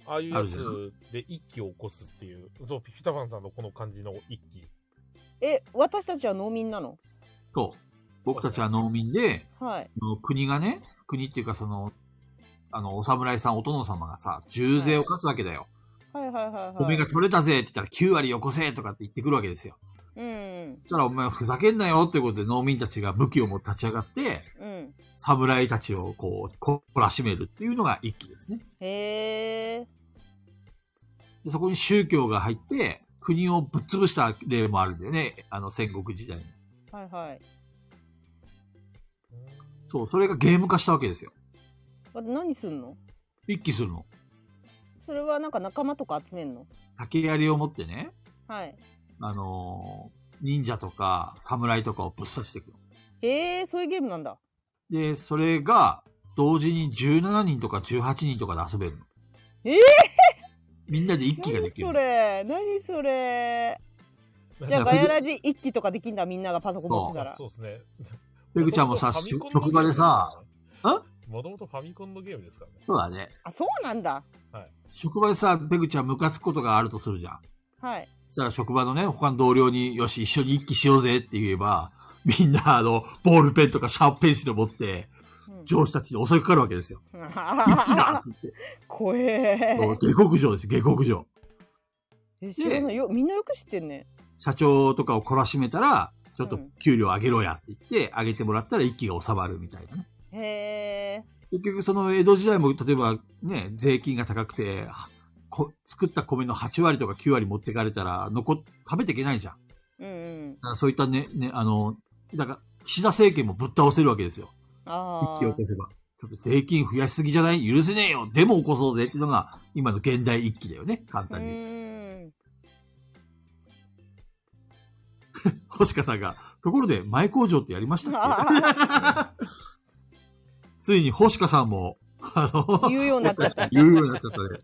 ああいう
あ
や
るじゃん
つで一揆を起こすっていう。そう、ピピタパンさんのこの感じの一揆。
え私たちは農民なの
そう。僕たちは農民で、
はい
あの国がね、国っていうかその、あの、お侍さん、お殿様がさ、重税を課すわけだよ。
はいはいはいはい
米が取れたぜって言ったら9割よこせとかって言ってくるわけですよ。
うん
そしたらお前ふざけんなよってことで農民たちが武器を持って立ち上がって、
うん
侍たちをこう、こ懲らしめるっていうのが一揆ですね。
へえ
でそこに宗教が入って、国をぶっ潰した例もあるんだよね。あの戦国時代に。
はいはい
そう、それがゲーム化したわけですよ。
わ何すんの
一揆するの。
それはなんか仲間とか集めんの
竹槍を持ってね、
はい
あのー忍者とか侍とかをぶっ刺していくの。
へえそういうゲームなんだ
で、それが、同時に17人とか18人とかで遊べるの。
ええ
みんなで一気ができ
そ
る。
れ何それじゃあ
だから
ガヤラジ一期とかできんだみんながパソコン持ってたら
そうですね。
ペグちゃんもさ
元々
職場でさ、
もともとファミコンのゲームですからね。
そうだね。
あそうなんだ
職場でさ、ペグちゃんムカつくことがあるとするじゃん。
はい
そしたら職場のね、他の同僚に、よし、一緒に一気しようぜって言えば、みんなあの、ボールペンとかシャープペンシルを持って、
うん
上司たちに襲いかかるわけですよ。一気だって言って。
怖え
もう下克上ですよ、下克上。
え知らないよみんなよく知ってんね
社長とかを懲らしめたら、ちょっ
う
と
ん
給料上げろやって言って、上げてもらったら一気が収まるみたいなね。
へえ
結局その江戸時代も、例えばね、税金が高くて、はこ作った米の8割とか9割持ってかれたら、残っ、食べていけないじゃん。
うんうん
だからそういったね、ね、あの、だから、岸田政権もぶっ倒せるわけですよ。
あ
一気を
あ
起こせば。ちょっと税金増やしすぎじゃない許せねえよでも起こそうぜっていうのが、今の現代一気だよね。簡
う
単に。
ん
星香さんが、ところで、前工場ってやりました っけついに星香さんも、あの、
言うようになっちゃった
言うようになっちゃったね。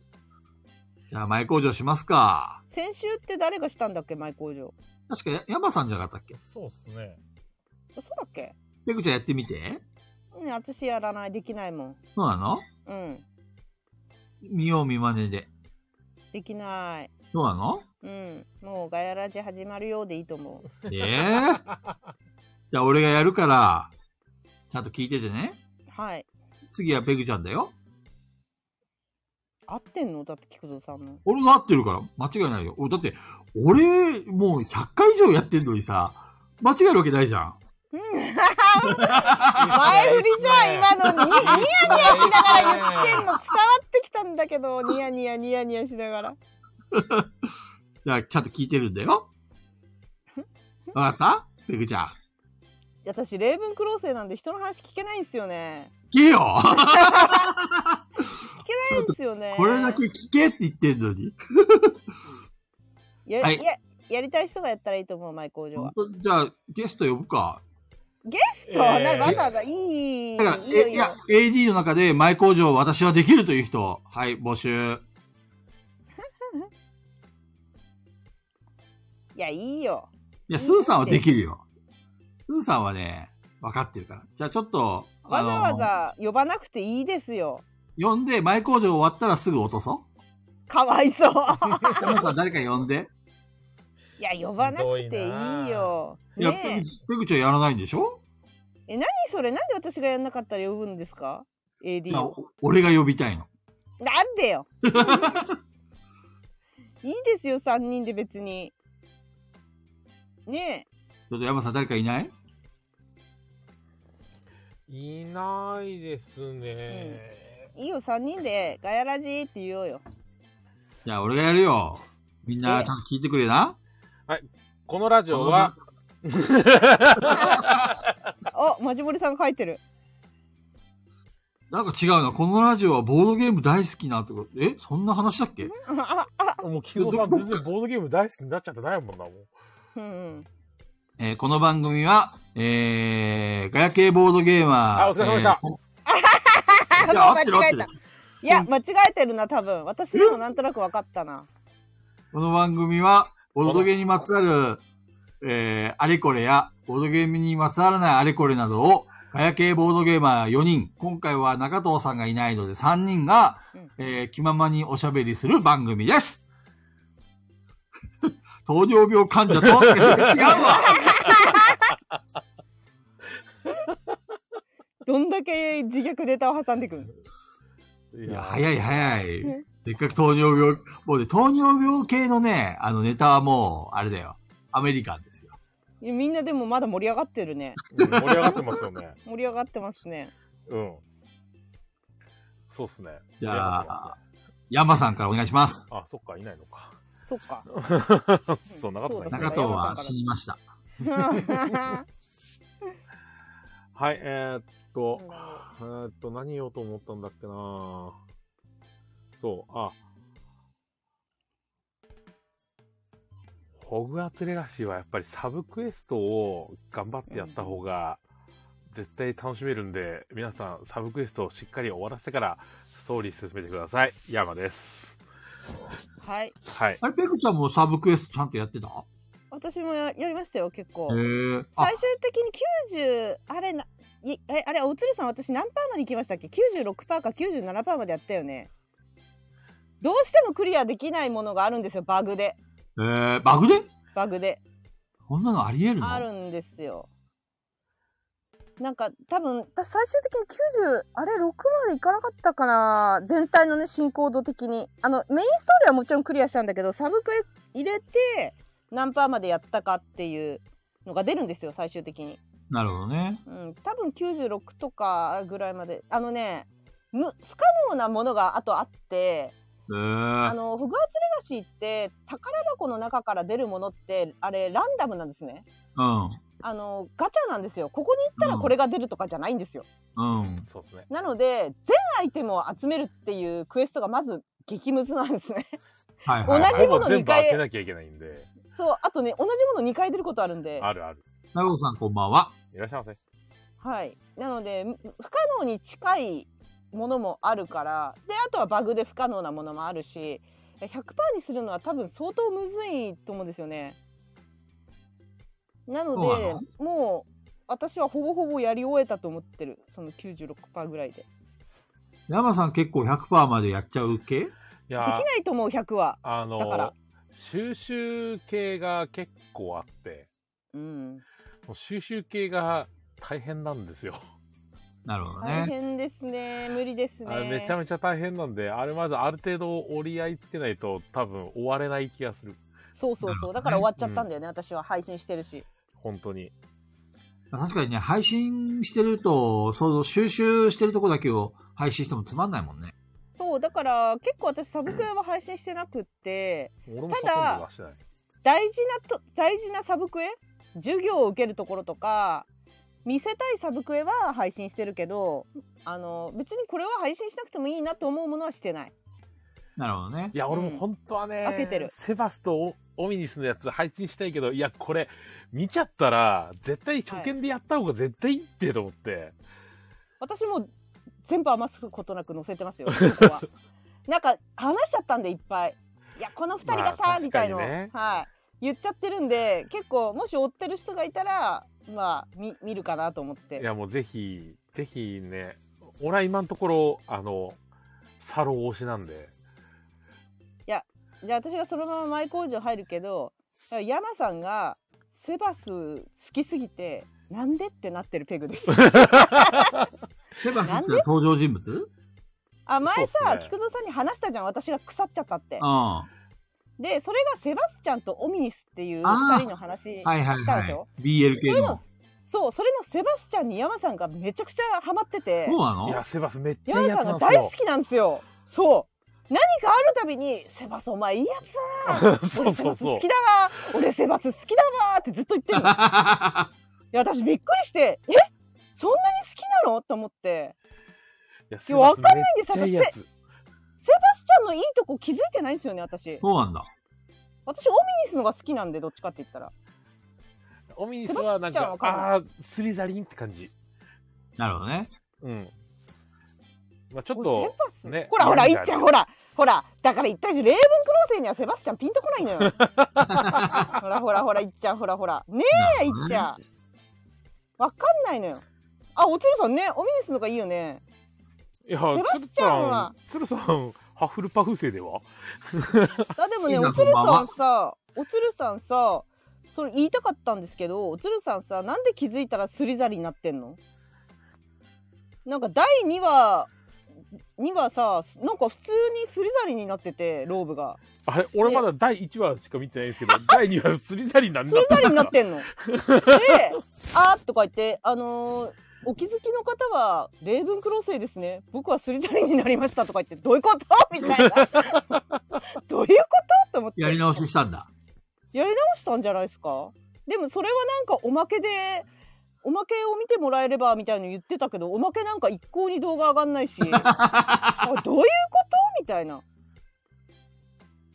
じゃあ、前工場しますか。
先週って誰がしたんだっけ前工場
確かや、山さんじゃなかったっけ
そうですね。
そうだっけ
ペグちゃんやってみて。
うん私やらないできないもん
そうなの
うん
見よう見まねで。
できない
そうなの
うんもうガヤラジ始まるようでいいと思う
ええ じゃあ、俺がやるから、ちゃんと聞いててね。
はい
次はペグちゃんだよ。
合ってんのだって菊蔵さんも
俺が合ってるから、間違いないよ。俺だって、俺、もう100回以上やってんのにさ、間違えるわけないじゃん。
うん前振りじゃん今の にニヤニヤしながら言ってんの伝わってきたんだけどニヤニヤニヤニヤしながら
じゃあ、ちゃんと聞いてるんだ よ。わかったペグちゃん。
私レイブンクローセなんで人の話聞けないんですよね
聞けよ
聞けないんですよね
これだけ聞けって言ってんのに。
や,、
はい
ややりたい人がやったらいいと思う前工場は
じゃあ、ゲスト呼ぶか。
ゲス
え
ト、
ー
なわざわざいいいい
だから、
いいよ
え
いい
い
よ
や、AD の中で、前工場私はできるという人、はい、募集。
いやいいよ
いや、スーさんはできるよ。スーさんはね、分かってるから。じゃあ、ちょっと、
わざ
あ
わ
の
ざ呼ばなくていいですよ
呼んで、前工場終わったらすぐ落とそう。
かわい そう
皆さん誰か呼んで。
いや呼ばなくていいよ
いや、
ね
ペグちゃんやらないんでしょ
ええ何それなんで私がやんなかったら呼ぶんですか AD
いや
を
お俺が呼びたいの。
なん でよいいですよ3人で別にね
ちょっと山さん誰かいない
いないですね。
えいいよ3人でガヤラジーって言おうよ
じゃあ俺がやるよ。みんな
え
ちゃんと聞いてくれな。
このラジオは、
あマジモリさんが書いてる
なんか違うな。このラジオはボードゲーム大好きなってこと。えそんな話だっけ
あああ
もう、木戸さん全然ボードゲーム大好きになっちゃってないもんな、もう。
うんうん
えーこの番組は、えー、ガヤ系ボードゲーマー。
あお疲れ様でした
えー
あ
じゃあ合ってる
間違え
合
た
っ
いや間違えてるな多分私でもなんとなく分かったな
この番組は、ボードゲームにまつわる、えー、あれこれや、ボードゲームにまつわらないあれこれなどを、ガヤ系ボードゲーマー4人、今回は中藤さんがいないので3人が、
うん
えー気ままにおしゃべりする番組です。 糖尿病患者と、違うわ
どんだけ自虐ネタを挟んでくる
い
い
ー
や、早い早い
ね。
せっかく糖尿病、もうね、糖尿病系のね、あのネタはもう、あれだよ。アメリカンですよ。
いやみんなでもまだ盛り上がってるね
うん盛り上がってますよね。
盛り上がってますね
うん。そうっすね。
じゃあ、山さんからお願いします。
あ、そっか、いないのか。
そっか
そう、中藤さんいない
中藤は死にました。
はい、えーっと
なん、だ
えーっと、何言おうと思ったんだっけなそう、あ。ホグワーツレガシーはやっぱりサブクエストを頑張ってやった方が、
絶対楽しめるんで、皆さん、サブクエストをしっかり終わらせてから、ストーリー進めてください。山です。
はい。
はい。
あれ、ペグちゃんもサブクエストちゃんとやってた
私もややりましたよ、結構。
へえ。あ
最、終的に90、あれな、いえ、あれ、おつりさん、私何パーまで行きましたっけ ?96 パーか97パーまでやったよね。どうしてもクリアできないものがあるんですよ、バグで。
えー、バグで
バグで。
こんなのありえるの
あるんですよ。なんか多分私最終的に90あれ6までいかなかったかな全体のね進行度的にあのメインストーリーはもちろんクリアしたんだけどサブクエ入れて何パーまでやったかっていうのが出るんですよ最終的に、
なるほどね。
うん、多分96とかぐらいまであのねむ不可能なものがあとあって
え
あ
ー、
のホグワーツレガシーって宝箱の中から出るものってあれランダムなんですね
うん。
あのガチャなんですよここに行ったらこれが出るとかじゃないんですよ、
うん。
そうですね。
なので全アイテムを集めるっていうクエストがまず激ムズなんです ね
はいはい、はい。
同じ
ほ
も
ぼ
の
全部
二
開
回
けなきゃいけないんで、
そうあとね同じもの2回出ることあるんで
あるある。
ナゴさんこんばんは。
いらっしゃいませ。
はいなのでむ不可能に近いものもあるからであとはバグで不可能なものもあるし100%にするのは多分相当むずいと思うんですよねなの
そう
で
なの
もう私はほぼほぼやり終えたと思ってるその96%ぐらいでで
山さん結構100%までやっちゃう系
い
き
やー
ないと思う100は
あ
だか
の
ら、
収集系が結構あって、
うん
もう収集系が大変なんですよ。
なるほどね。
大変ですね。無理ですね。
あれめちゃめちゃ大変なんで、あれまずある程度折り合いつけないと多分終われない気がする。
そうそうそう。だから終わっちゃったんだよね。私は配信してるし。
本当に。
確かにね、配信してると、そう、収集してるとこだけを配信してもつまんないもんね。
そう、だから結構私サブクエは配信してなくって、
俺も
た
ほ
だ
とんど出してない。
大事なと、大事なサブクエ授業を受けるところとか、見せたいサブクエは配信してるけど、あの、別にこれは配信しなくてもいいなと思うものはしてない。
なるほどね
い。や、俺も本当はね、
開けてる
セバスとオオミニスのやつ配信したいけど、いや、これ、見ちゃったら、絶対初見でやった方が絶対いいってと思って。
私も全部余すことなく載せ てますよ。ここはなんか話しちゃったんでいっぱい。いやこの二人がさ、
まあ
みたいの、
確かにね
はい言っちゃってるんで結構もし追ってる人がいたらまあ見見るかなと思っ
い、
て。
や、もうぜひ、ぜひね、俺は今のところ、あの、サロー推しなんで、
じゃあ私がそのまま前工場入るけど山さんがセバス好きすぎてなんでってなってるペグ です。
セバスって登場人物うん。
あ前
そう
さ、
っすね
菊蔵さんに話したじゃん私が腐っちゃったって。
は
でそれがセバスチャンとオミニスっていう二人の話
いはい
したで
は
し
い
ょ。
BL 系
そういう
の
の。そう、それのセバスチャンに山さんがめちゃくちゃハマってて
そ、うない
や、
の
セバスめっちゃいい
山
や
さ
つ
ん
な
が
んです
大好
よ。
きなんですよ。そう。何かあるたびに、セバスお前いいやつだ
そうそうそ
俺セバス好
う
き。だわ俺セバス好きだわってずっと言っ てるの。いや、私びっくりして、えそんなに好きなのと思って、
いや、セ
や
バ
わ
ス
かん
め
ないんで
っ
す
ち
よ
ゃいいやつ。
セバスチャンのいいとこ気づいてないんですよね、私。
そうなんだ。
私、オミニスのが好きなんで、どっちかって言ったら。
オミニスはなんか
セバス、チャンわかんない
あー、スリザリンって感じ。
なるほどね。
うん。まあちょっ
俺セ
と、
バス、
ね
ほらほら、い
闇
っ
がある
ちゃん、ほら、ほら、だから言ったでしょ、レーブンクローセにはセバスチャンピンとこ ないのよ。ほらほらほら、いっちゃん、ほらほら。ねえ、いっちゃん。わかんないのよ。あ、おつるさんね、オミニスのがいいよね。
いや、
セバ
つ
ス
る
チ
さ
ャンは
ん、つるさん、ハッフルパフ生では
あ、で も
い
ね、
いな
おつる
こんば
さ
んは
んさ、おつるさんさ、それ言いたかったんですけど、おつるさんさ、なんで気づいたらスリザリになってんのなんか第2話、2話さ、なんか普通にスリザリになってて、ローブが。
あれ、俺まだ第1話しか見てないんですけど、第2話すりざりなん
そ
だ
れ
っ
なり
た
になっ てんの。で、あーとか言って、あのーお気づきの方は、レーブンクローセイですね。僕はスリザリンになりましたとか言って、どういうこと みたいな。どういうことと思って。
やり直ししたんだ。
やり直したんじゃないですかでもそれはなんかおまけで、おまけを見てもらえればみたいの言ってたけど、おまけなんか一向に動画上が んないし、あどういうことみたいな。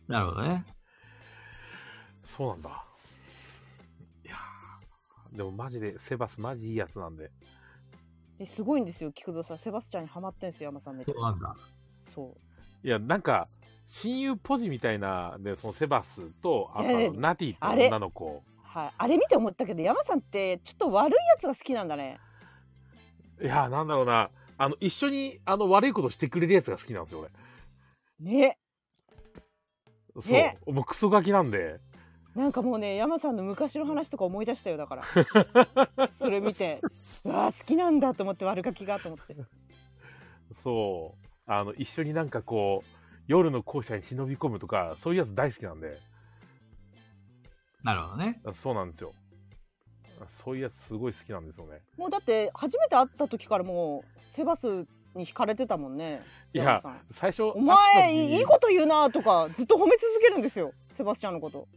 なるほどね。
そうなんだ。いやーでもマジで、セバスマジいいやつなんで。
ですごいんですよ、菊蔵さん。セバスチャンにハマってんすよ、山さんめっち
そ
ゃ
う。なんだ。
そう。
いや、なんか、親友ポジみたいな、で、そのセバスと、あ
いやいや
と、ナティって
あれ
女の子。
はい、あれ見て思ったけど、山さんってちょっと悪いやつが好きなんだね。
いや、なんだろうな。あの、一緒に、あの、悪いことしてくれるやつが好きなんですよ、俺。
ね。ね
そう。もうクソガキなんで。
なんかもうね、山さんの昔の話とか思い出したよ、だから。 それ見て、うわあ、好きなんだと思って、悪ガキがと思って。
そう。あの、一緒になんかこう、夜の校舎に忍び込むとか、そういうやつ大好きなんで。
なるほどね。
そうなんですよ。そういうやつすごい好きなんですよね。
もうだって、初めて会った時からもう、セバスに惹かれてたもんね。
いや
山さん
最初、
お
会った
前、
時
いいいこと言うなとか、ずっと褒め続けるんですよ、セバスチャンのこと。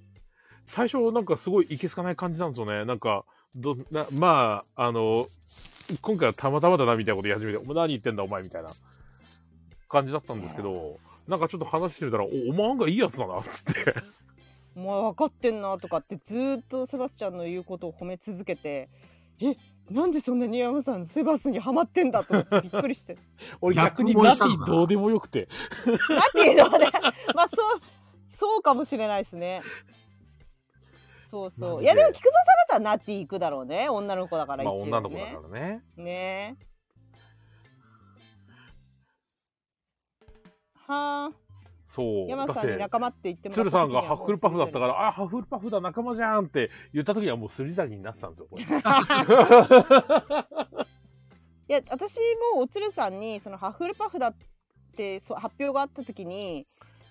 最初なんかすごいいけすかない感じなんですよね。なんか、ど、な、まあ、あの、今回はたまたまだなみたいなこと言い始めて、お前何言ってんだお前みたいな感じだったんですけど、なんかちょっと話してみたら、お、お前案外いいやつだな、つって。
お前分かってんなとかってずーっとセバスチャンの言うことを褒め続けてえなんでそんなに山さんセバスにハマってんだと思ってびっくりして
俺逆に
逆も
ナ
い
テ
たんだ
ィどうでもよくて。
なんていうのねまあそうそうかもしれないですねそうそ
マジ
う
で
いやでも菊蔵さんだったらナティ行くだろうね女の子だから一
まあ
応、ね
女の子だからね。
ねえはあ
そう。
山
だ
さ
っ
んに
て、
仲間って言ってもら
鶴さんがハッフルパフだったからら、あ、ハッフルパフだ、仲間じゃんって言った時にはもうスリザリンになってたんです よ、これ。
いや私もおつるさんにそのハッフルパフだってそう発表があった時に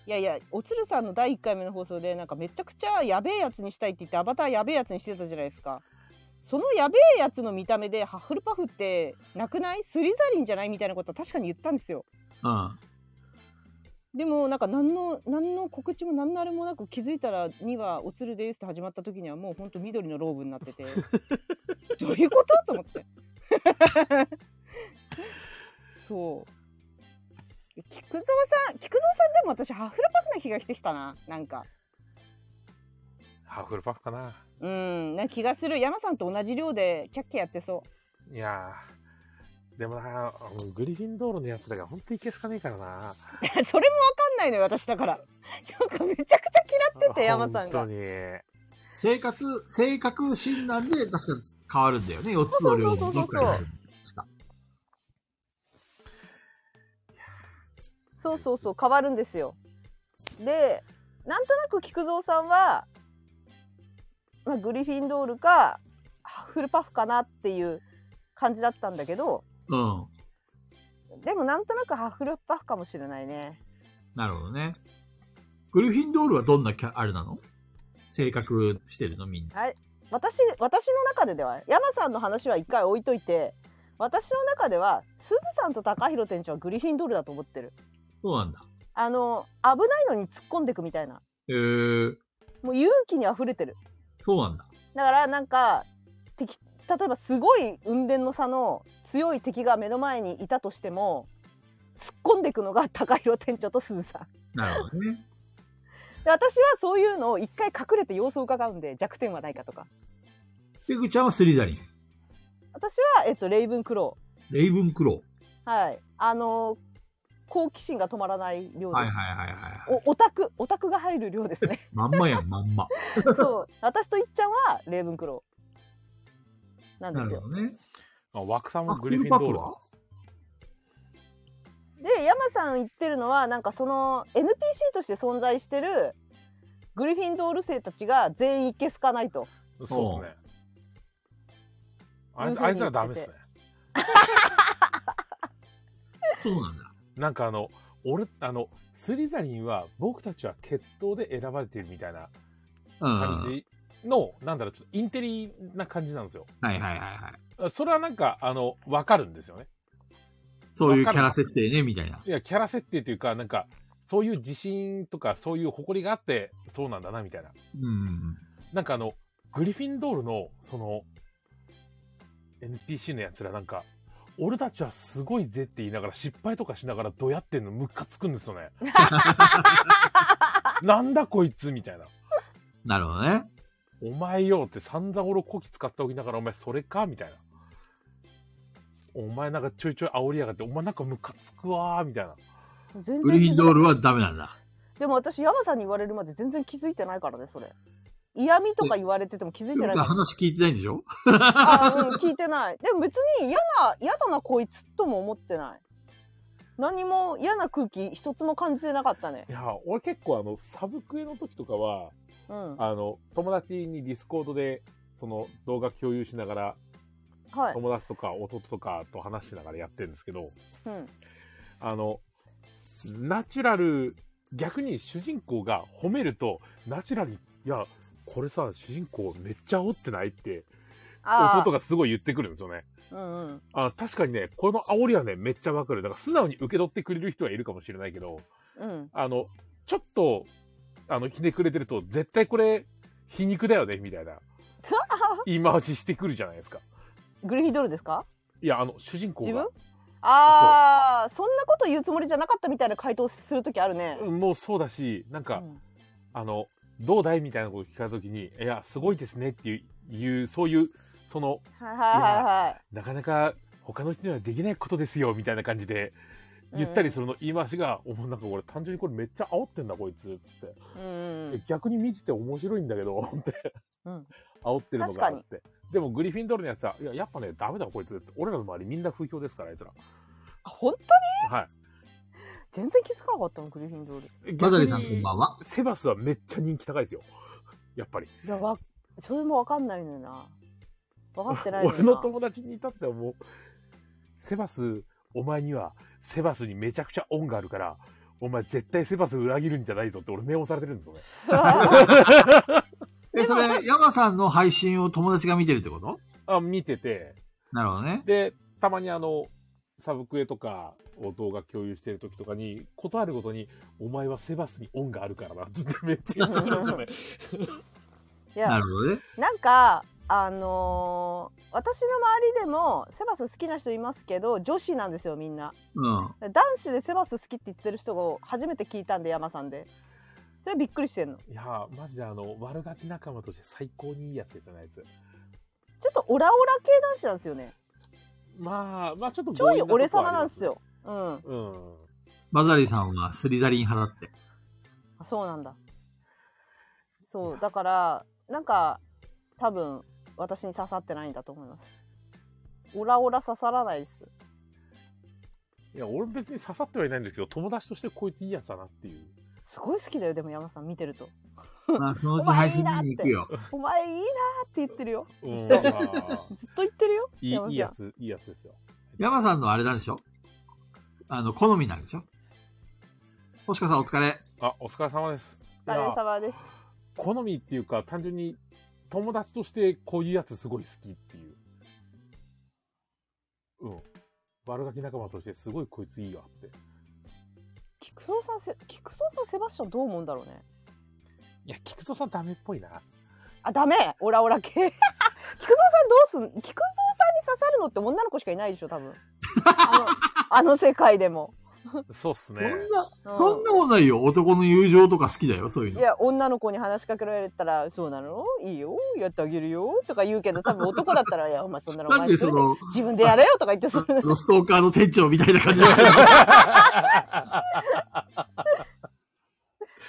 いやいやおつるさんの第1回目の放送でなんかめちゃくちゃやべえやつにしたいって言ってアバターやべえやつにしてたじゃないですかそのやべえやつの見た目でハッフルパフってなくないスリザリンじゃないみたいなことは確かに言ったんですよ
うん。
でもなんか何の何の告知も何のあれもなく気づいたらにはおつるですって始まった時にはもうほんと緑のローブになっ ててどういうことと思ってそう菊蔵さん菊蔵さんでも私ハフルパフな気がしてきたななんか
ハッフルパフかな。
うんなんか気がする山さんと同じ量でキャッキャやってそう
いやー、でもな、グリフィンドールのやつらが本当にいけすかねえからな。
それもわかんないのよ私だからなんかめちゃくちゃ嫌ってて山さんが
本当に。
生活、性格診断で確かに変わるんだよね。4つの量
そう
に
そうそうそう
いくらになるか。
そうそうそう変わるんですよでなんとなく菊蔵さんは、まあ、グリフィンドールかハッフルパフかなっていう感じだったんだけど
うん。
でもなんとなくハッフルパフかもしれないね
なるほどね。グリフィンドールはどんなキャ、あれなの性格してるのみんな。
私私の中ででは山さんの話は一回置いといて私の中ではすずさんと高弘店長はグリフィンドールだと思ってる
そうなんだ。
あの危ないのに突っ込んでくみたいな
へえー、
もう勇気にあふれてる
そうなんだ。
だからなんか敵例えばすごい運転の差の強い敵が目の前にいたとしても突っ込んでいくのが高弘店長と鈴さん
なるほどね。
で私はそういうのを一回隠れて様子を伺うんで弱点はないかとか
ペグちゃんはスリザリン。
私は、えっと、レイブンクロ
レイブンクロ
ーはいあのー好奇心が止まらない量
ー。
です、
はいはいはいはいはい。
おオタクオタクが入る量で すね
まんまやん、まんま。
そう私といっちゃんはレイブンクローなんで
な
す
る
よ
ほどね。
あ枠さん
あ、
も
フ
グリ
ル
フィン
パ
ド
フ
ール。
は
で山さん言ってるのはなんかその NPC として存在してるグリフィンドール生たちが全員いけすかないと
そうですね。あい
うん
つあいつらダメですね。
そうなんだ。
なんかあの、俺、あの、スリザリンは僕たちは決闘で選ばれてるみたいな
うん。
感
はい
じの、なんだろう、ちょっとインテリな感じなんですよ。
はいはいはい。
それはなんか、あの、わかるんですよね。
そういうキャラ設定ね、みたいな。
いや、キャラ設定というか、なんか、そういう自信とか、そういう誇りがあって、そうなんだな、みたいな。
うん。
なんかあの、グリフィンドールの、その、NPC のやつらなんか、俺たちはすごいぜって言いながら失敗とかしながらどうやってんのムカつくんですよ ね。なんだこいつみたいな。
なるほどね。
お前よって散々俺をこき使っておきながらお前それかみたいな。お前なんかちょいちょい煽りやがって、お前なんかムカつくわー、みたいな。
全
グリフィンドー
ル
ルはダメなんだ。
でも私山さんに言われるまで全然気づいてないからねそれ嫌味とか言われてても気づいてないから
話聞いてないんでしょ
あうん、聞いてない。でも別に嫌な、嫌だなこいつとも思ってない。何も嫌な空気一つも感じてなかったね
い。や、俺結構あの、サブクエの時とかは、
うん。は
あの、友達にディスコードで、その動画共有しながら、
い。
友達とか弟とかと話しながらやってるんですけど、
うん。
あの、ナチュラル、逆に主人公が褒めると、ナチュラルに、いや、これさ、主人公めっちゃ煽ってないって、
あ
弟がすごい言ってくるんですよね。
あ。うんうん。
あ確かにね、この煽りはね、めっちゃわかる。だから素直に受け取ってくれる人はいるかもしれないけど、
うん。
あの、ちょっと、あの、ひねくれてると、絶対これ、皮肉だよね、みたいな、言い回ししてくるじゃないですか。
グリフィンドールですか
いや、あの、主人公
自
が
分、ああ、そんなこと言うつもりじゃなかったみたいな回答するときあるね。
うんもうそうだし、なん
う
か、
ん
あの、どうだいみたいなことを聞かれたときに、いや、すごいですねっていう、いうそういう、その、
はいはいはいはい。
なかなか他の人にはできないことですよ、みたいな感じで、言ったりするの言い回しが、お前なんか俺単純にこれめっちゃ煽ってんだ、こいつ、つって。
うん
え逆に見てて面白いんだけど、 って。
うん
煽ってるの
確
が
か
あ
に
って。でも、グリフィンドールのやつは、いや、やっぱね、ダメだ、こいつ。俺らの周りみんな風評ですから、あいつら。
あほんと
はい。
全然気づかなかったの、グリフィンドール。
マダリさんこんばんは。
セバスはめっちゃ人気高いですよ。 やっぱり。
いや、わ、それもわかんないのよな。わかってないの よ
俺
な。
の友達に至ってはもう、セバス、お前には、セバスにめちゃくちゃ恩があるから、お前絶対セバス裏切るんじゃないぞって俺念をされてるんですよね。
え、それ、ヤマさんの配信を友達が見てるってこと
あ、見てて。
なるほどね。
で、たまにあの、サブクエとかを動画共有してる時とかに、ことあるごとに、お前はセバスに恩があるからな、ずっとめっちゃ言ってく るんです よね。
いや
なるほどね。
なんかあのー私の周りでもセバス好きな人いますけど女子なんですよみんな
うん。
男子でセバス好きって言ってる人を初めて聞いたんで山さんでそれびっくりしてんのち
いやー、マジであの、悪ガキ仲間として最高にいいやつですよね、あいつ。
ょっとオラオラ系男子なんですよね
まあ、まあちょっと
ちょ
強
い
引なとこ
俺
は
様
あ
な
り
ん
ま
です。ようん
うん。
マダリさんはスリザリン派だって。
あそうなんだそうだからなんか多分私に刺さってないんだと思いますオラオラ刺さらないです
いや、俺別に刺さってはいないんですけど、友達としてこいついいやつだなっていう。
すごい好きだよでも山さん見てると
まあ、そのうち配信見に行くよ。
お前いいなーって言ってるよ
うん、まあ、
ずっと言ってるよ
いい
山さん
いいやつ、いいやつですよ。
ヤマさんのあれなんでしょあの、好みなんでしょ星川さんお疲れ。
あ、お疲れ様です。
お疲
い
れ
や
様です
好みっていうか、単純に友達としてこういうやつすごい好きっていう。うん。悪ガキ仲間としてすごいこいついいわって。
菊蔵さんせ菊蔵さんセバスチャンどう思うんだろうね
いや、菊蔵さんダメっぽいな。
あダメオラオラ系 菊蔵さんどうすん菊蔵さんに刺さるのって女の子しかいないでしょ多分あのあの世界でも、
そうっすね
そ。んな、
う
そんなことないよ。男の友情とか好きだよ、そういう
い
の。
や女の子に話しかけられたら「そうなのいいよやってあげるよ」とか言うけど多分男だったら「いやお前そんなのお
なん
前
で
そ
そ
れで
の、
自分でやれよ」とか言ってそれで
あのストーカーの店長みたいな感じ になっちゃう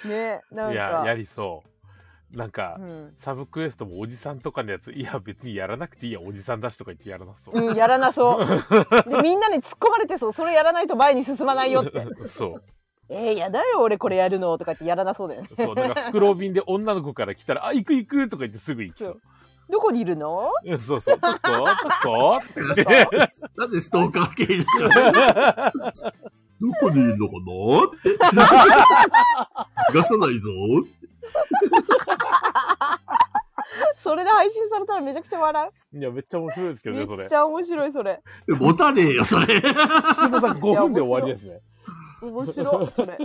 ねなんか
いや、やりそう。なんか、
うん
サブクエストもおじさんとかのやつ、いや、別にやらなくていいや、おじさんだしとか言ってやらなそう。
うん、やらなそうでみんなに突っ込まれてそうそれやらないと前に進ま ないよって
そう。
「えー、やだよ俺これやるの」とかってやらなそうだよね
そう、なんか、袋瓶で女の子から来たら、あ、行く行くとか言ってすぐ行きそう。
どこにいるの
そうそう、パッコパッコって言って。
なんでストーカー系になっちゃう どこにいるのか なって。逃がさないぞ。
それで配信されたらめちゃくちゃ笑
いや、めっちゃ面白いですけ
う。
どね、そ
め
れ
っち。ゃ面白いそれ。
え持たねえよ、それ。
菊蔵さん5分で終わりですね。
面 白いそれ。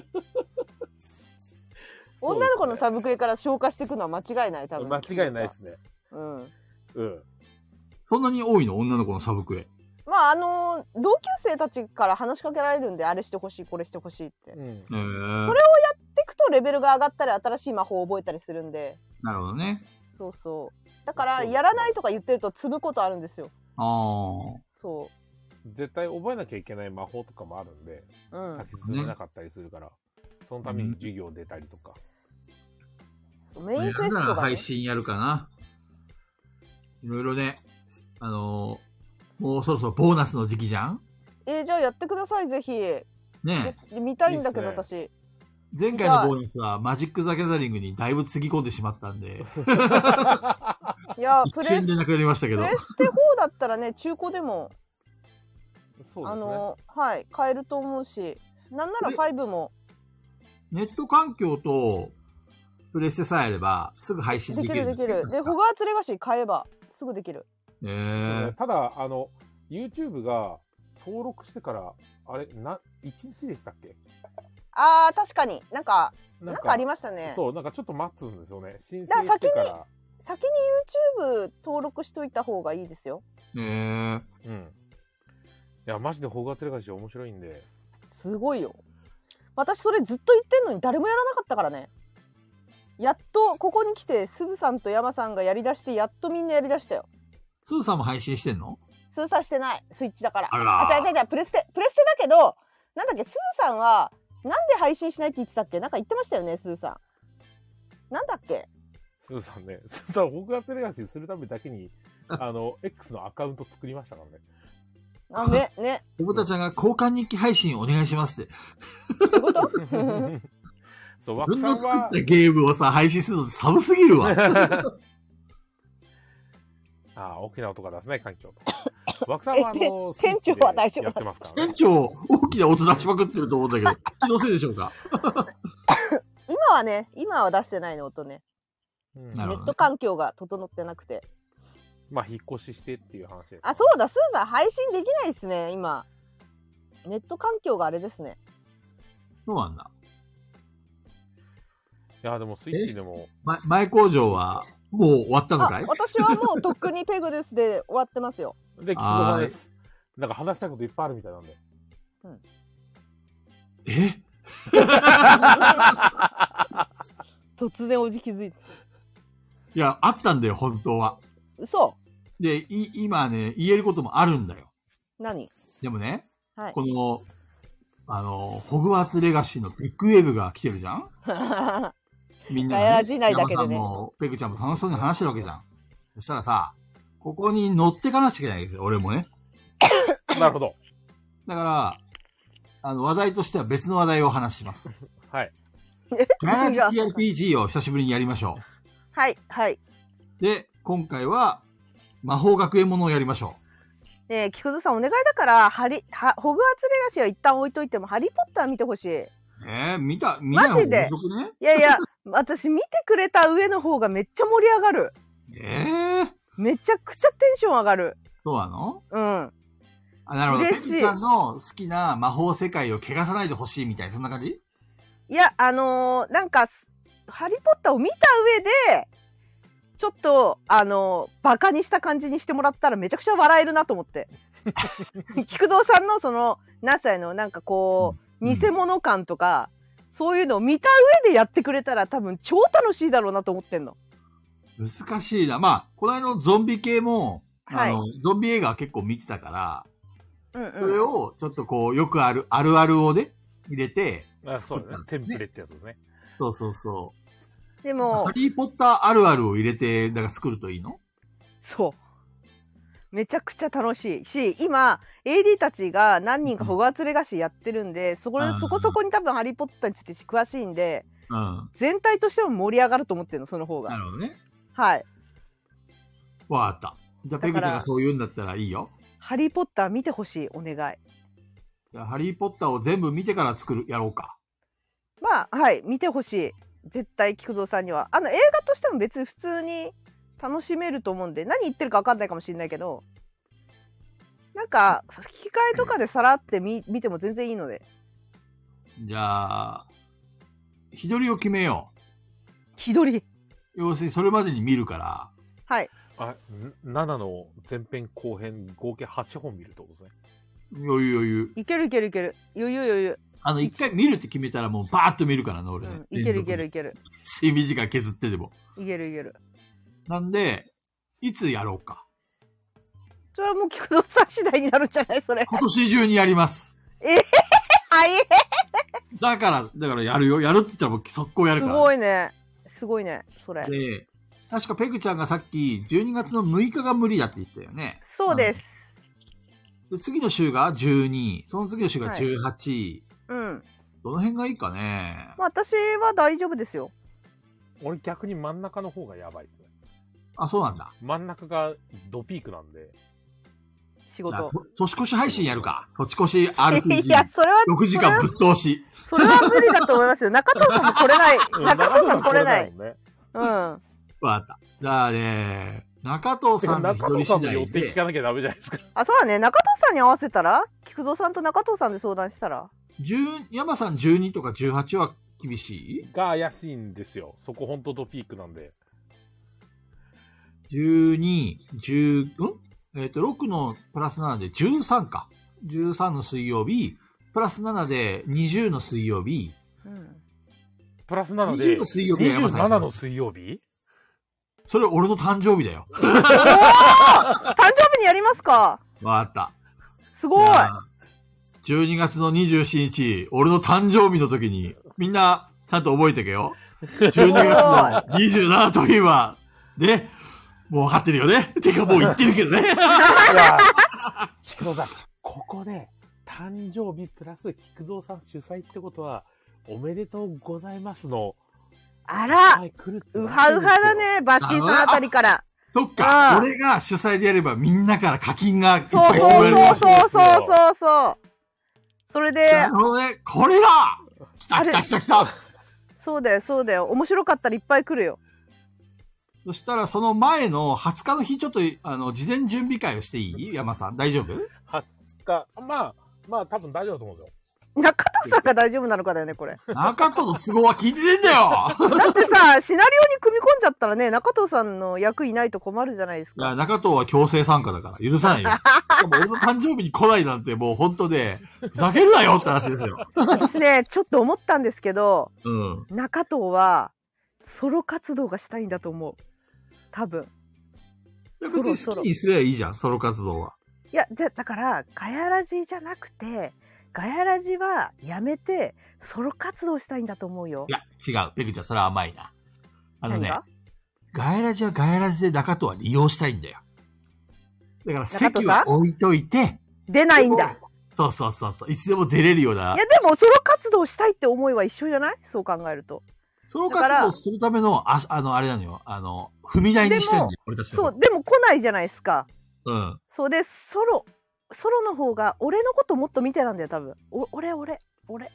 女の子のサブクエから消化していくのは間違いない多分。
間違いないですね。
うん。
うん。
そんなに多いの女の子のサブクエ。
まああのー同級生たちから話しかけられるんであれしてほしいこれしてほしいって。
うん。
えー
それでいくとレベルが上がったり新しい魔法を覚えたりするんで。
なるほどね。
そうそう。だからやらないとか言ってると積むことあるんですよ。
ああ。
そう。
絶対覚えなきゃいけない魔法とかもあるんで、
うん
先進めなかったりするから、そのために授業出たりとか。
そうメイ
や
ンクエ
る
スト
なら
が、ね
配、信やるかな。いろいろね、あのーもうそろそろボーナスの時期じゃん
えーじゃあやってくださいぜひ
ね
で見たいんだけど
いいっ
私
え前回のボーナスはマジック・ザ・ギャザリングにだいぶつぎ込んでしまったん で、
いやプ
一
レ
瞬
ス
でなくなりましたけ
プ
ど
レ。ステ4だったらね中古でも
そうです
あ
ね。
のはい買えると思うしなんなら
ね
5も
ネット環境とプレステさえあればすぐ配信
で
で
き
きる
る
んだ
で
っ
き
け。
るで
確
ホ
か
ガーツレガシー買えばすぐできる
ね
そう
え
ねただ、あの、YouTube が登録してから、あれ、な、1日でしたっけ
あー確かになんか
な
なんかありましたね
そう、なんかちょっと待つんですよね。申
だか
請
ら
してから。
先に YouTube 登録しといた方がいいですよ
ね
うん。いや、マジで邦画テレガシ面白いんで。
すごいよ私それずっと言ってんのに誰もやらなかったからねやっとここに来てすずさんと山さんがやりだしてやっとみんなやりだしたよ
スーさんも配信してんの
スーさんしてないスイッチだから
あら
違う違う違うプレステプレステだけどなんだっけスーさんはなんで配信しないって言ってたっけなんか言ってましたよねスーさんなんだっけ
すずさんね、すずさん、邦画テレガシするためだけ に、あの、X のアカウント作りましたからね。
あねね
小豚ちゃんが交換日記配信お願いしますって。
ってこと
そう、枠
自分
さん
の作っ
は
た、ゲームをさ、配信するのって寒すぎる わ。
ああ、大きな音が出せない環境 と。枠さんは、あの、
店店長は大丈夫
やってますから
店
ね。
長、大きな音出しまくってると思うん だけど、気のせいでしょうか。
今はね今は出してないの音ね
うん
なるほ
ネ
ど
ット環境が整ってなくて
まあ、引っ越ししてっていう話です。
あそうだスーさん配信できないですね今ネット環境があれですね
そうなんだ。
いや、でも、スイッチでも、
ま、前工場は、もう終わったのか
あ
い
私はもうとっくにペグですで終わってま すよ
で、聞く
は
側
ーい
です。なんか話したいこといっぱいあるみたいなんで。
え
突然おじ気づいて
いや、あったんだよ、本当は。
嘘
で、い、今ね、言えることもあるんだよ。
何
でもね、
はい
この、あの、ホグワーツレガシーのビッグウェーブが来てるじゃん みんな、
ガヤラジ内だけでね
山さんも、ペグちゃんも楽しそうに話してるわけじゃん。そしたらさ、ここに乗ってかなきゃいけないんですよ、俺もね。
なるほど。
だから、あの、話題としては別の話題をお話しし ます。
はい。
ガヤラジ TRPG を久しぶりにやりましょ
はいはいね
う。で、今回は、魔法学園ものをやりましょ。
え菊蔵さんお願いだからハリハホグワーツレガシーは一旦置いといても「ハリー・ポッター」見てほしいう
えー、見た、見ない方が
マジで
遅くね
いやい や私見てくれた上の方がめっちゃ盛り上がる
えー、
めちゃくちゃテンション上がる
そうなの
うん
あ、なるほど。ペ
嬉しい
グちゃんの好きな魔法世界を汚さないでほしいみたいな、そんな感じ
いやあのーなんかす「ハリー・ポッター」を見た上でちょっとあのーバカにした感じにしてもらったらめちゃくちゃ笑えるなと思って 菊蔵さんのその何歳のなんかこう
うん
偽物感とか、そういうのを見た上でやってくれたら多分超楽しいだろうなと思ってんの。
難しいな。まあ、この間のゾンビ系も、
はい
あの、ゾンビ映画は結構見てたから、
うんうん
それをちょっとこう、よくある、あるあるをね、入れて、
あそうだね。テンプレってやつですね。
そうそうそ
で
う。
も
ハリーポッターあるあるを入れて、だから作るといいの
そうめちゃくちゃ楽しいし今 AD たちが何人かホグワーツレガシーやってるんでそこ
うん
そこそこに多分「ハリー・ポッター」について詳しいんで。
うん。
全体としても盛り上がると思ってるのその方
な
が
るほどね。
はい
わかった。じゃあ、ペグちゃんがそう言うんだったらいいよ。
「ハリー・ポッター」見てほしいお願い
じゃあ、ハリーポッターを全部見てから作る、やろうか。
まあはい見てほしい絶対菊蔵さんにはあの映画としても別に普通に楽しめると思うんで何言ってるか分かんないかもしれないけどなんか吹き替えとかでさらって見見ても全然いいので
じゃあ、日取りを決めよ
日取り
う。要するに、それまでに見るから、
はい
あ、7の前編後編合計8本見るってことですね。
余裕余裕。
いけるいけるいける余裕余裕、
あの、一回見るって決めたらもうバーッと見るからな、
う
俺ね
ん、。いけるいけるいける
睡眠時間削ってでも。
いけるいける
なんで、いつやろうか。
それはもう菊蔵さん次第になるんじゃないそれ。
今年中にやります。
はいえ
だから、だからやるよ。やるって言ったらもう速攻や
ー
る
す
から。
ごいね。すごいね。それ。
で、確かペグちゃんがさっき12月の6日が無理だって言ったよね。
そうです。
で次の週が12、その次の週が
はい
18、
うん。
どの辺がいいかね。
まあ私は大丈夫ですよ。
俺逆に真ん中の方がやばいですね。
あ、そうなんだ。
真ん中がドピークなん で。
じ
仕
ゃあ
事。
と年越し配信やるか。年越し
い
RPG。
や、それは、
6時間ぶっ通し。
それは無理だと思いますよ。中藤さんも来れない。中藤さん来れない。
もんね。
うん。
わかった。じゃあね、中藤
てか
さんの一
中
人
野さん
次
も寄
第
って聞
で、
かなきゃダメじゃないですか。
あ、そうだね。中藤さんに合わせたら菊蔵さんと中藤さんで相談したら。
10山さん12とか18は厳し
が怪しいんですよ。そこ本当ドピークなんで。
い ?12、10、うんえっ、と、6のプラス7で13か。13の水曜日、プラス7で20の水曜日、
うん。
プラスなので、
20の水曜日は山さ
27
ん。
の水曜日
それ俺の誕生日だよ。
誕生日にやりますか
わかった。
すごい。
じゃあ12月の27日、俺の誕生日の時に、みんな、ちゃんと覚えてけ よ。12月の27といえば、ね、もう分かってるよね。てかもう言ってるけど ね。
いや、菊蔵さん、ここで、誕生日プラス菊蔵さん主催ってことは、おめでとうございますの、
あら、
はい、来るって
ウ
な
ハ
ってる
ウ
んですよ
ハだ。ね、バシーさんあたりから。
そっか
あ、あ
俺が主催でやればみんなから課金がいっ
そう
ぱいしてもらえる
そう
かもしれない
そうそうそうそうそう。それで
なる、ほどね。これだ来た来た来た来た
そうだよそうだよ。面白かったらいっぱい来るよ。
そしたらその前の20日の日、ちょっと、あの、事前準備会をしていい山さん、大丈夫
20日、まあ、まあ多分大丈夫だと思うんですよ。
中藤さんが大丈夫なのかだよね、これ。
中戸の都合は聞いてねえんだよ
だってさ、シナリオに組み込んじゃったらね、中藤さんの役いないと困るじゃないです
い
か。
や、中藤は強制参加だから、許さないよ。でも俺の誕生日に来ないなんて、もう本当で、ふざけるなよって話ですよ。
私ね、ちょっと思ったんですけど、
うん。
中藤はソロ活動がしたいんだと思う。多分。
別
ろ
に
そ
好
ろ
きにすればいいじゃん、ソロ活動は。
いや、じゃ、だから、ガヤラジじゃなくて、ガヤラジはやめて、ソロ活動したいんだと思うよ
い。や、違う。ペグちゃん、それは甘いな。あの
何
ね、
が
ガヤラジはガヤラジで中藤は利用したいんだよ。だから
中
席
藤さん
は置いといて、
出ないんだ。
そうそうそうそう、いつでも出れるようない
や、、でもソロ活動したいって思いは一緒じゃないそう考えると。
ソロ
だか
活
ら
動するための、ああの、あれなのよ、あの、踏み台にしてんだよ
で、
俺たちの
そ
こ
う、でも来ないじゃないですか。
と。うん。
そうで、ソロ、ソロの方が俺のこともっと見てたんだよ、多分。お俺、俺、俺。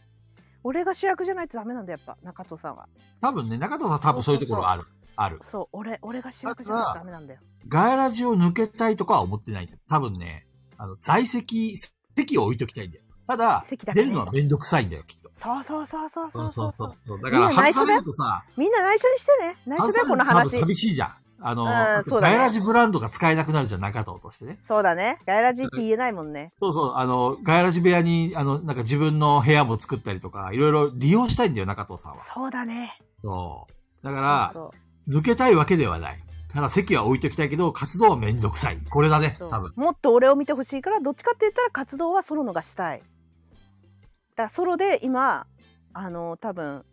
俺が主役じゃないとダメなんだよ、やっぱ、中藤さんは。
多分ね、中藤さん多分そういうところがある。ある。
そう、俺、俺が主役じゃないとダメなんだよ。
ガヤラジを抜けたいとかは思ってない。多分ね、あの、在籍、席を置いときたいんだよ。ただ、
席だけ
出
ね
るのはめんどくさいんだよ、きっと。
そうそうそうそうそうそうそう。
そう。だから、
みんな
外
内緒
さ
だ
れ
よ
るとさ、
みんな内緒にしてね。内緒
外
だ
さ
よ、
れ
こ
ると
の
多分
話。
寂しいじゃん。あの、
うんそうだ
ガ
ね
ヤラジブランドが使えなくなるじゃん、中藤としてね。
そうだね。ガイラジって言えないもんね。
そうそう、あの、ガヤラジ部屋に、あの、なんか自分の部屋も作ったりとか、いろいろ利用したいんだよ、中藤さんは。
そうだね。
そう。だから、
そう
抜けたいわけではない。ただ、席は置いときたいけど、活動はめんどくさい。これだね、
そう
多分。
もっと俺を見てほしいから、どっちかって言ったら活動はソロのがしたい。だからソロで今、あの、多分、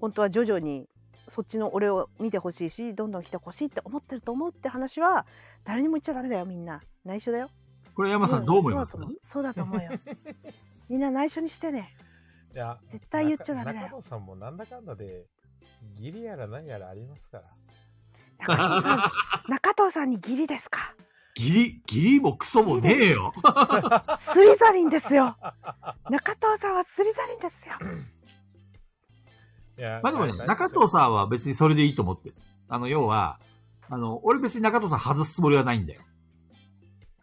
本当は徐々にそっちの俺を見てほしいし、どんどん来てほしいって思ってると思うって話は、誰にも言っちゃダメだよ、みんな。内緒だよ。
これ山さんどう思います
そうだと思うそうだと思うよ。 みんな内緒にしてね。
いや、
絶対言っちゃダメだよ
中野さんもなんだかんだで、ギリやら何やらありますから。
中藤さん中藤さんに義理ですか。
ギリ、ギリもクソもねえよ。
スリザリンですよ。中藤さんはスリザリンですよ。
いや
まあでもね、中藤さんは別にそれでいいと思ってる。あの、要は、あの、俺別に中藤さん外すつもりはないんだよ。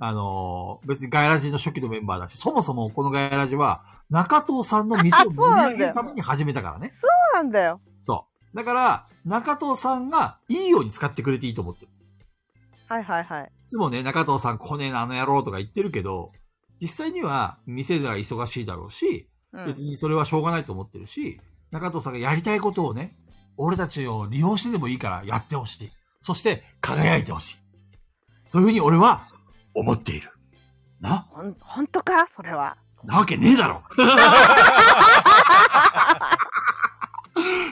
あのー別にガヤラジの初期のメンバーだし、そもそもこのガヤラジは、中藤さんの店を盛り上げるために始めたからね。
そうなんだよ。
そう。だから、中藤さんがいいように使ってくれていいと思ってる。
はいはいはい。
いつもね、中藤さん来ねえな、あの野郎とか言ってるけど、実際には店では忙しいだろうし、
う
別
ん、
にそれはしょうがないと思ってるし、中藤さんがやりたいことをね、俺たちを利用してでもいいからやってほしい。そして輝いてほしい。そういうふうに俺は思っている。な、
ほん、本当かそれは。
なわけねえだ ろ。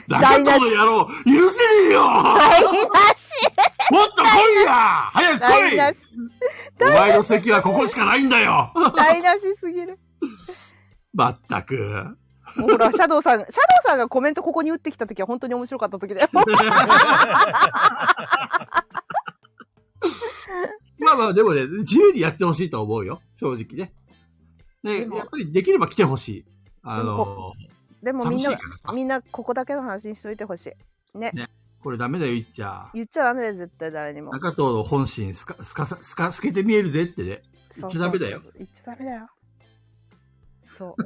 中藤の野郎、許せねえよ
台無し
もっと来いや早く
台
来い
無し
お前の席はここしかないんだよ
台無しすぎる。
まったく。
もうほら、シャドウさん、シャドウさんがコメントここに打ってきた時は本当に面白かった 時だよ。
まあまあ、でもね、自由にやってほしいと思うよ。正直ね。
で
ね、
も
やっぱりできれば来てほしい。あの、
でも
寂
みん
しい
な、
からさ。
みんなここだけの話にしといてほしい。
これダメだよ、いっちゃ。
言っちゃダメだよ、絶対誰にも。
中藤の本心すか、すかさ、すか、透けて見えるぜって ね。言っちゃダメだよ
そうそうそう。言っちゃダメだよ。そ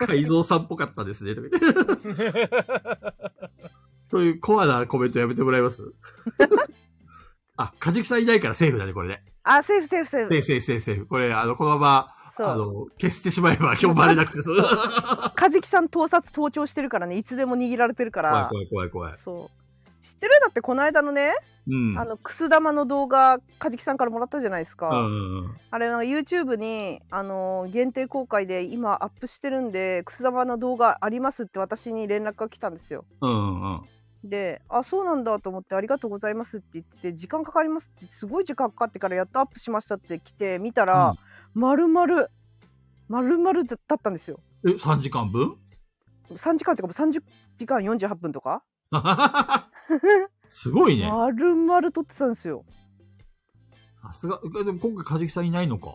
う。
改造さんっぽかったですね、とか言って そういうコアなコメントやめてもらえます あ、カジキさんいないからセーフだね、これね。
あ、セーフセーフセー
セー
フ。
フセーフセーフセーフ。これ、あの、このまま、
そう
あの、消してしまえば今日バレなくて、そう
カジキさん盗撮盗聴してるからね、いつでも握られてるか
怖い
ら。
怖い怖い怖い。
そう。知ってるだってこの間のね、
うん。
あの、くす玉の動画、カジキさんからもらったじゃないですか。
うんうんうん。
あれ、なんか YouTube に、あのー限定公開で今アップしてるんで、くす玉の動画ありますって私に連絡が来たんですよ。
うんうんうん。
で、あ、そうなんだと思って、ありがとうございますって言ってて、時間かかりますって、すごい時間かかってからやっとアップしましたって来て、見たら、丸々、丸々だったんですよ。
え、3時間分
3時間っていうか、もう30時間48分とか、
すごいね。
丸々撮ってたんですよ。
さすが、えでも今回カジキさんいないのか。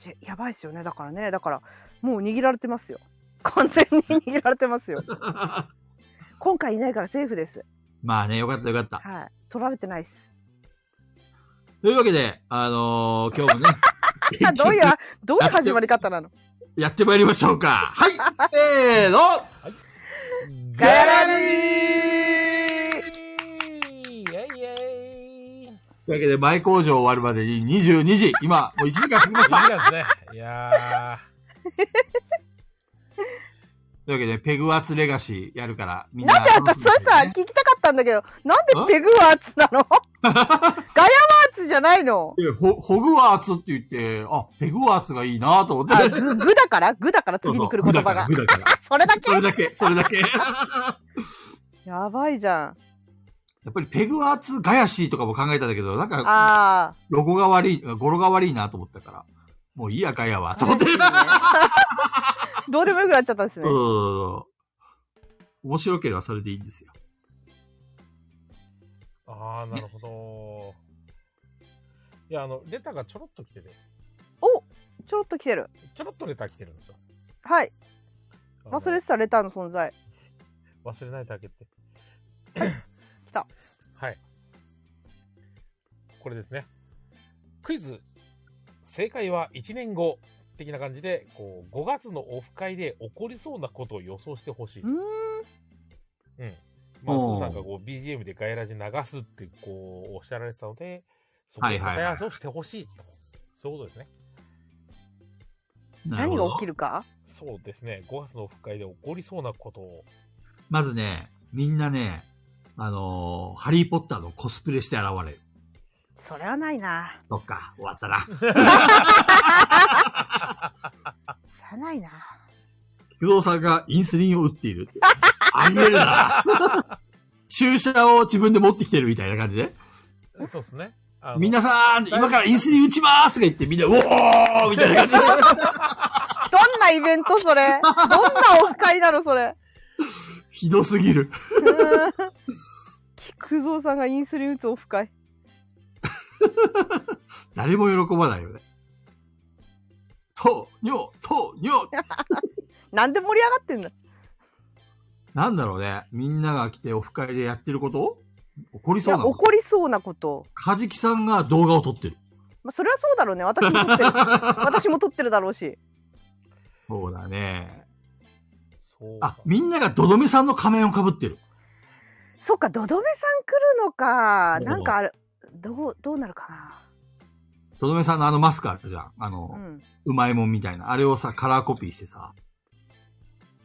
ちぇやばいっすよね。だからね、だから、もう握られてますよ。完全に握られてま すよ。今回いないからセーフです。
まあね、よかったよかった。
はい。取られてないっす。
というわけで、あのー今日 もね
あ、どういう、どういう始まり方なの
やってまいりましょうか。はい、せーの
ガヤラジ
イェイイェイ
というわけで、前工場終わるまでに22時、今、もう1時間過ぎまし
い い
た。
ですね。いや
というわけで、ペグアーツレガシーやるから、みんな。
なんで私それさ、聞きたかったんだけど、なんでペグワーツな のガヤワーツじゃないの
えホホグワーツって言って、あ、ペグワーツがいいなと思って。
あ、 ぐ、ぐだからぐだから次に来る言葉が
そう。そうグだから、グだか
それだ
ら。それ
け
だけ、それだけ。や
やばいじゃん。
っぱりペグアーツガヤシーとかも考えたんだけど、なんか、
あ
ロゴが悪い、語呂が悪いなと思ったから、もういいや、ガヤは、と思って。
ー。どうでもよくなっちゃったんですね
そう。そうそう面白ければそれでいいんですよ。
ー。ああ、なるほど。いや、あの、レターがちょろっと来てて、
ちょろっと来てる。
ちょろっとレター来てるんですよ。
はい。
あの
忘れてたレターの存在。
忘れないだけって。来
た。
はい。これですね。クイズ、正解は1年後的な感じで、こう、5月のオフ会で起こりそうなことを予想してほしい。
うーん。
まあ、ス
おー
ーさんがこう、BGM でガイラジ流すって、こう、おっしゃられてたので、そこ
は
で
いはいはい
答え合わせをしてほしい。そういうことですね。
なる
何
ほ
が
ど
起きるか
そうですね。5月のオフ会で起こりそうなことを。
まずね、みんなね、あのーハリーポッターのコスプレして現れる。
それはないな。
そっか、終わった な。
それはないな。
菊蔵さんがインスリンを打っている。ありえるな。注射を自分で持ってきてるみたいな感じで。
そうですね。あの
みなさん、今からインスリン打ちますとか言ってみんな、おーみたいな感
どんなイベントそれどんなオフ会なのそれ。
じ。ひどすぎる。
うーん菊蔵さんがインスリン打つオフ会。
誰も喜ばないよね。と、にょ、と、にょ。
なんで盛り上がってんだ
なんだろうね。みんなが来てオフ会でやってること起こり
い
そう
や
なの
怒りそうなこと、
カジキさんが動画を撮ってる。
まあ、それはそうだろうね私も 撮ってる私も撮ってるだろうし
そうだね。
そう
あ
か、
みんながドドメさんの仮面をかぶってる。
そっかどどめさん来るのか
どうも
なんかあるどうどうなるか
ドドメさんのあのマスクあるじゃん。あの
な、う、ん、
うまいもんみたいな。あれをさ、カラーコピーしてさ。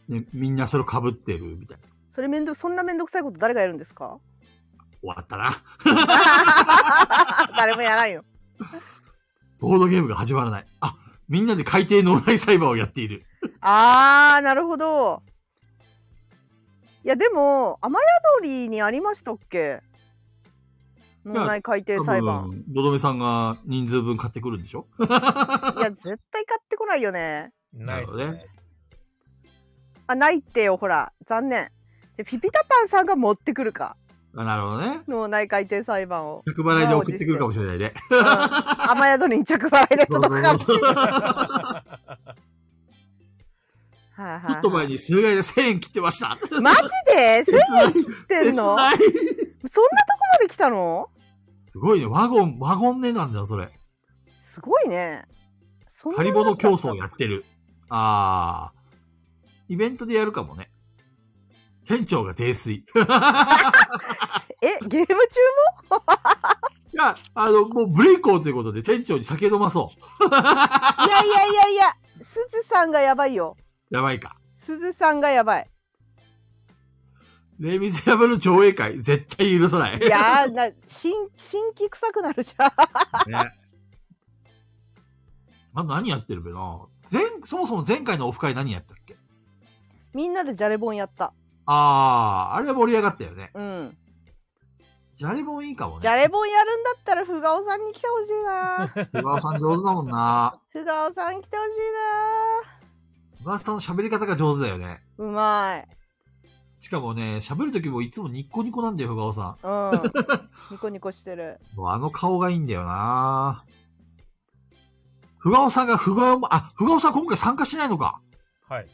ね、みんなそれを被ってるみたいな。
それめんどそんな面倒くさいこと誰がやるんですか
終わったな。
誰もやらんよ
ボードゲームが始まらない。あ、みんなで海底脳内サイバーをやっている。
あー、なるほど。いや、でも、雨宿りにありましたっけ脳内改定裁判。
多分のどめさんが人数分買ってくるんでしょ
いや、絶対買ってこないよね。
なるほどね
ないっすね
あ、ないってよ、ほら。残念。じゃ、ピピタパンさんが持ってくるか。
あなるほどね。
脳内改定裁判を。
100払いで送ってくるかもしれないね。
うん、雨宿りに着払いで届くかもし れない。はいはいはい
ちょっと前に数回で1000円切ってま した。
マジ で1000円切ってんのそんな
切ない
とこまで来たの
すごいね。ワゴン、ワゴン値なんだ、それ。
すごいね。そんな
カリボド競争やってる。あー。イベントでやるかもね。店長が泥酔。い
え、ゲーム中も
や、あの、もうブレイクをということで店長に酒飲まそ
いやいやいやいや、すずさんがやばいよ。
う。やばいか。
すずさんがや ばい。
レイミゼラブル上映会、絶対許さない。
い やー、な、新、新規臭くなるじゃん。
あと何やってるべな前、そもそも前回のオフ会何やったっけ
みんなでじゃれぼんやった。
あー、あれは盛り上がったよね。
うん。
じゃれもいいかもね。
じゃれぼんやるんだったら、ふがおさんに来てほしい なー。
小川さん上手だもんな。
ふがおさん来てほしい
小川さんの喋り方が上手だよね。
なー。うまい。
しかもね、喋るときもいつもニッコニコなんだよ、小川さ
うん。ニコニコしてる。
ん。もうあの顔がいいんだよな。ふがおさんがふがおも、あ、ふがおさん今回参加しないのか。
はい。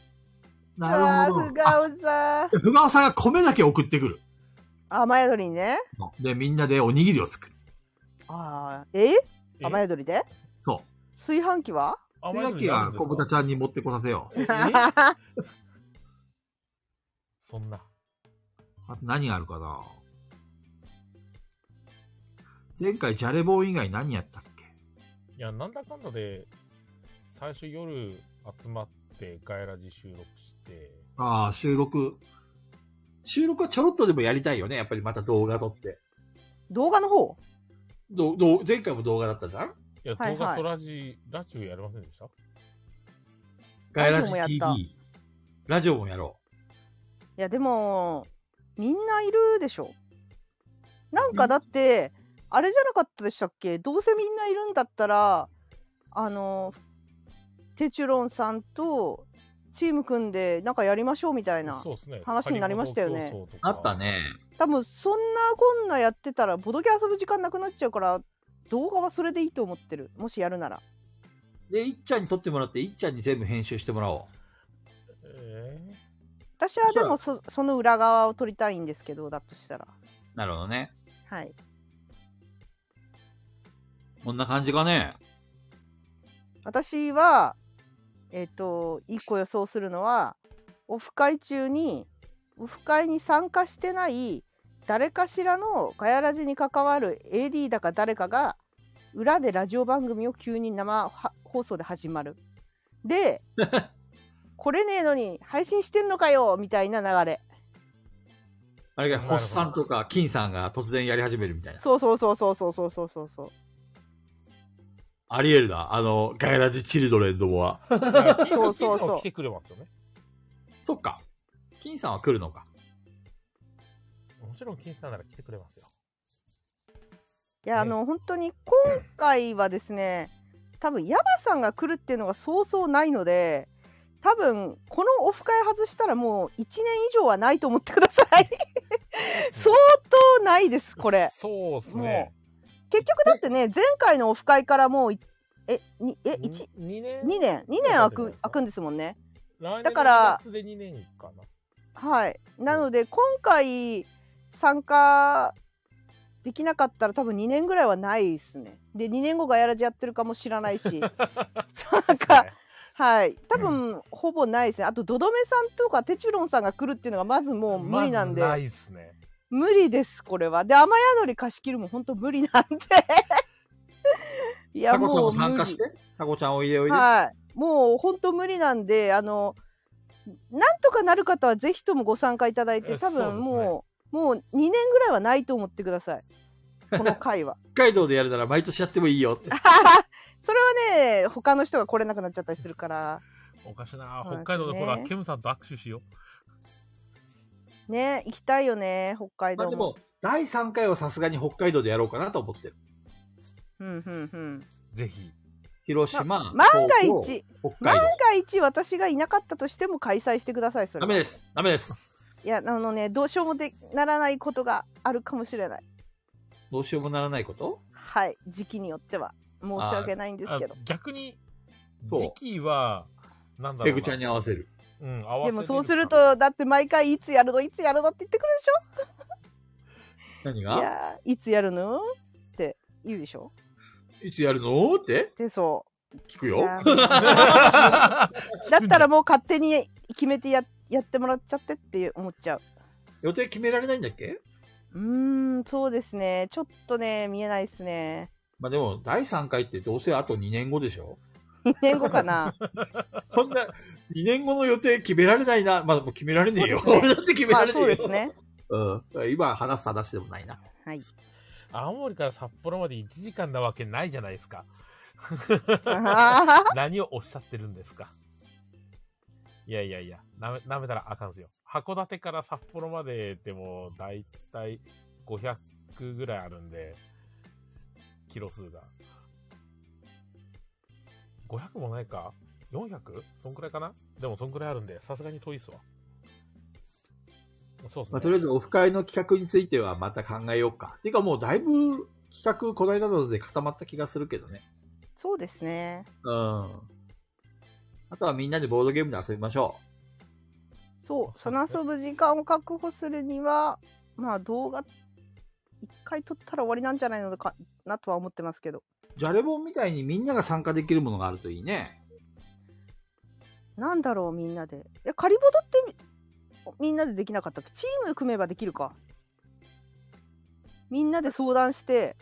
なる
あー
ほ
ふ
ど。あ
がおさん。
ふがおさんが米だけ送ってくる。
雨宿りにね。
で、みんなでおにぎりを作る。
ああ。え
え
雨宿りで
そ
炊飯器は
う。
甘
手
い
書
の
き
にある
は
んです
小
か
豚ちゃんに持ってこさせよう。
そんな。
あと何があるかな前回じゃれぼう以外何やったっけ
いや、なんだかんだで、最初夜集まって、ガイラジ収録して、
ああ、収録。収録はちょろっとでもやりたいよね。やっぱりまた動画撮って。
動画の方
どど前回も動画だったじゃん
いや、
はいはい
動画とラジ、ラジオやりませんでした
ガイ
ラ
ラ
ジオ
ジ
もやった
TV。ラジオもやろ
いやでもみんないるでしょなんかだってあれじゃなかったでしたっけどうせみんないるんだったらあのテチュロンさんとチーム組んでなんかやりましょうみたいな
そうですね。
話になりましたよね
ハリボー競争と
う。あ
か
った。ね。
多分そんなこんなやってたらボドゲ遊ぶ時間なくなっちゃうから動画はそれでいいと思ってるもしやるなら
で、いっちゃんに撮ってもらって、いっちゃんに全部編集してもらお
えー
私はでもそその裏側を撮りたいんですけどだとしたら
う。なるほどね。
はい
こんな感じかね。
私はえっ、と一個予想するのはオフ会中にオフ会に参加してない誰かしらのガヤラジに関わる AD だか誰かが裏でラジオ番組を急に生は放送で始まるで来れねえのに配信してんのかよみたいな流れ
あれが、
なるほど
ホッさんとか、金さんが突然やり始めるみたいな。
そうそうそうそうそうそうそうそうそう
ありえるな。あの、ガイラジチルドレンどもは。
だから金さん
そうそうそう
金さんは来てくれますよね。
そっか。金さんは来るのか。
もちろん金さんなら来てくれますよ。
いや、
ね
あの本当に今回はですね、多分ヤバさんが来るっていうのがそうそうないので、多分このオフ会外したらもう1年以上はないと思ってください。相当ないです、これ。
そうですね。
結局だってね、前回のオフ会からもうい、え、にえ
に
1、
二年
2年、2年
そ
空
うだよ
く
ね
空くんですもんね。
来年
だから
の夏で2年かな。
はい。なので、今回参加できなかったら多分2年ぐらいはないですね。で、2年後がやらじやってるかも知らないし。なんか、はい。多分、ほぼないですね。あと、ドドメさんとかテチュロンさんが来るっていうのがまずもう無理なんで。
まずないっすね。
無理です、これは。で、雨宿り貸し切るも本当無理なんで。いや、
タコちゃん
も
も
う無
参加
理
し。て。タコちゃんおいでおいで。
はい。もう本当無理なんで、あの、なんとかなる方はぜひともご参加いただいて、
え
多
そうです
分
ね
もう、もう2年ぐらいはないと思ってください。この回は。
北海道でやるなら毎年やってもいいよって。
それはね、他の人が来れなくなっちゃったりするから、
おかしいな、
そうで
北
すね
海道の頃はケムさんと握手しよ
ね、行きたいよね、北海
まあ
道
で
も。
も、第3回はさすがに北海道でやろうかなと思ってる。
うんうんうん。
う。ぜひ。
広島、
万が
東京、
一、
北海道。
万が一私がいなかったとしても開催してください、それ
ダ
は。
メ
い
です。ダメです。
や、あのね、どうしようもでならないことがあるかもしれない。
どうしようもならないこと
はい、時期によっては。申し訳ないんです
あ
けど。
逆に、
そう
時期は、なんだろうな。
ペグちゃんに合わせる。
うん、合わ
で
せれ
も
か
そうする、と、だって毎回いつやるの、いつやるのって言ってくるでし
何
ょい
が
やー、いつやるのって言うでしょ
いつやるのって
で、そう。
聞く
い
よ。
やだったらもう勝手に決めてややってもらっちゃってって思っちゃう。
予定決められないんだっけ
うーん、そうですね。ちょっとね、見えないですね。
まあでも、第3回ってどうせあと2年後でしょ
2年後 かな。
そんな、2年 後の予定決められないな。まあ、もう決められねえよ。
そうです ね
俺だって決めら
まあ
れね
そう
え
です
よ。
ね。
うん。だから今話す話でもないな。
はい。
青森から札幌まで1時間なわけないじゃないですか。
あ
何をおっしゃってるんですか。いやいやいや、なめなめたらあかんすよ。函館から札幌まででも、だいたい500ぐらいあるんで、キロ数が。500もないか ?400? そんくらいかなでもそんくらいあるんで、さすがに遠いっすわ。そうっすね。
まあ、とりあえずオフ会の企画についてはまた考えようか。ていうかもうだいぶ企画この間などで固まった気がするけどね。
そうですね。
うん。あとはみんなでボードゲームで遊びましょ
そう、その遊ぶ時間を確保するには、まあ動画、一回撮ったら終わりなんじゃないのかなとは思ってますけど。
う。じゃれ本みたいにみんなが参加できるものがあるといいね。
なんだろう、みんなで。え、カリボドってみみんなでできなかったっけチーム組めばできるか。みんなで相談して、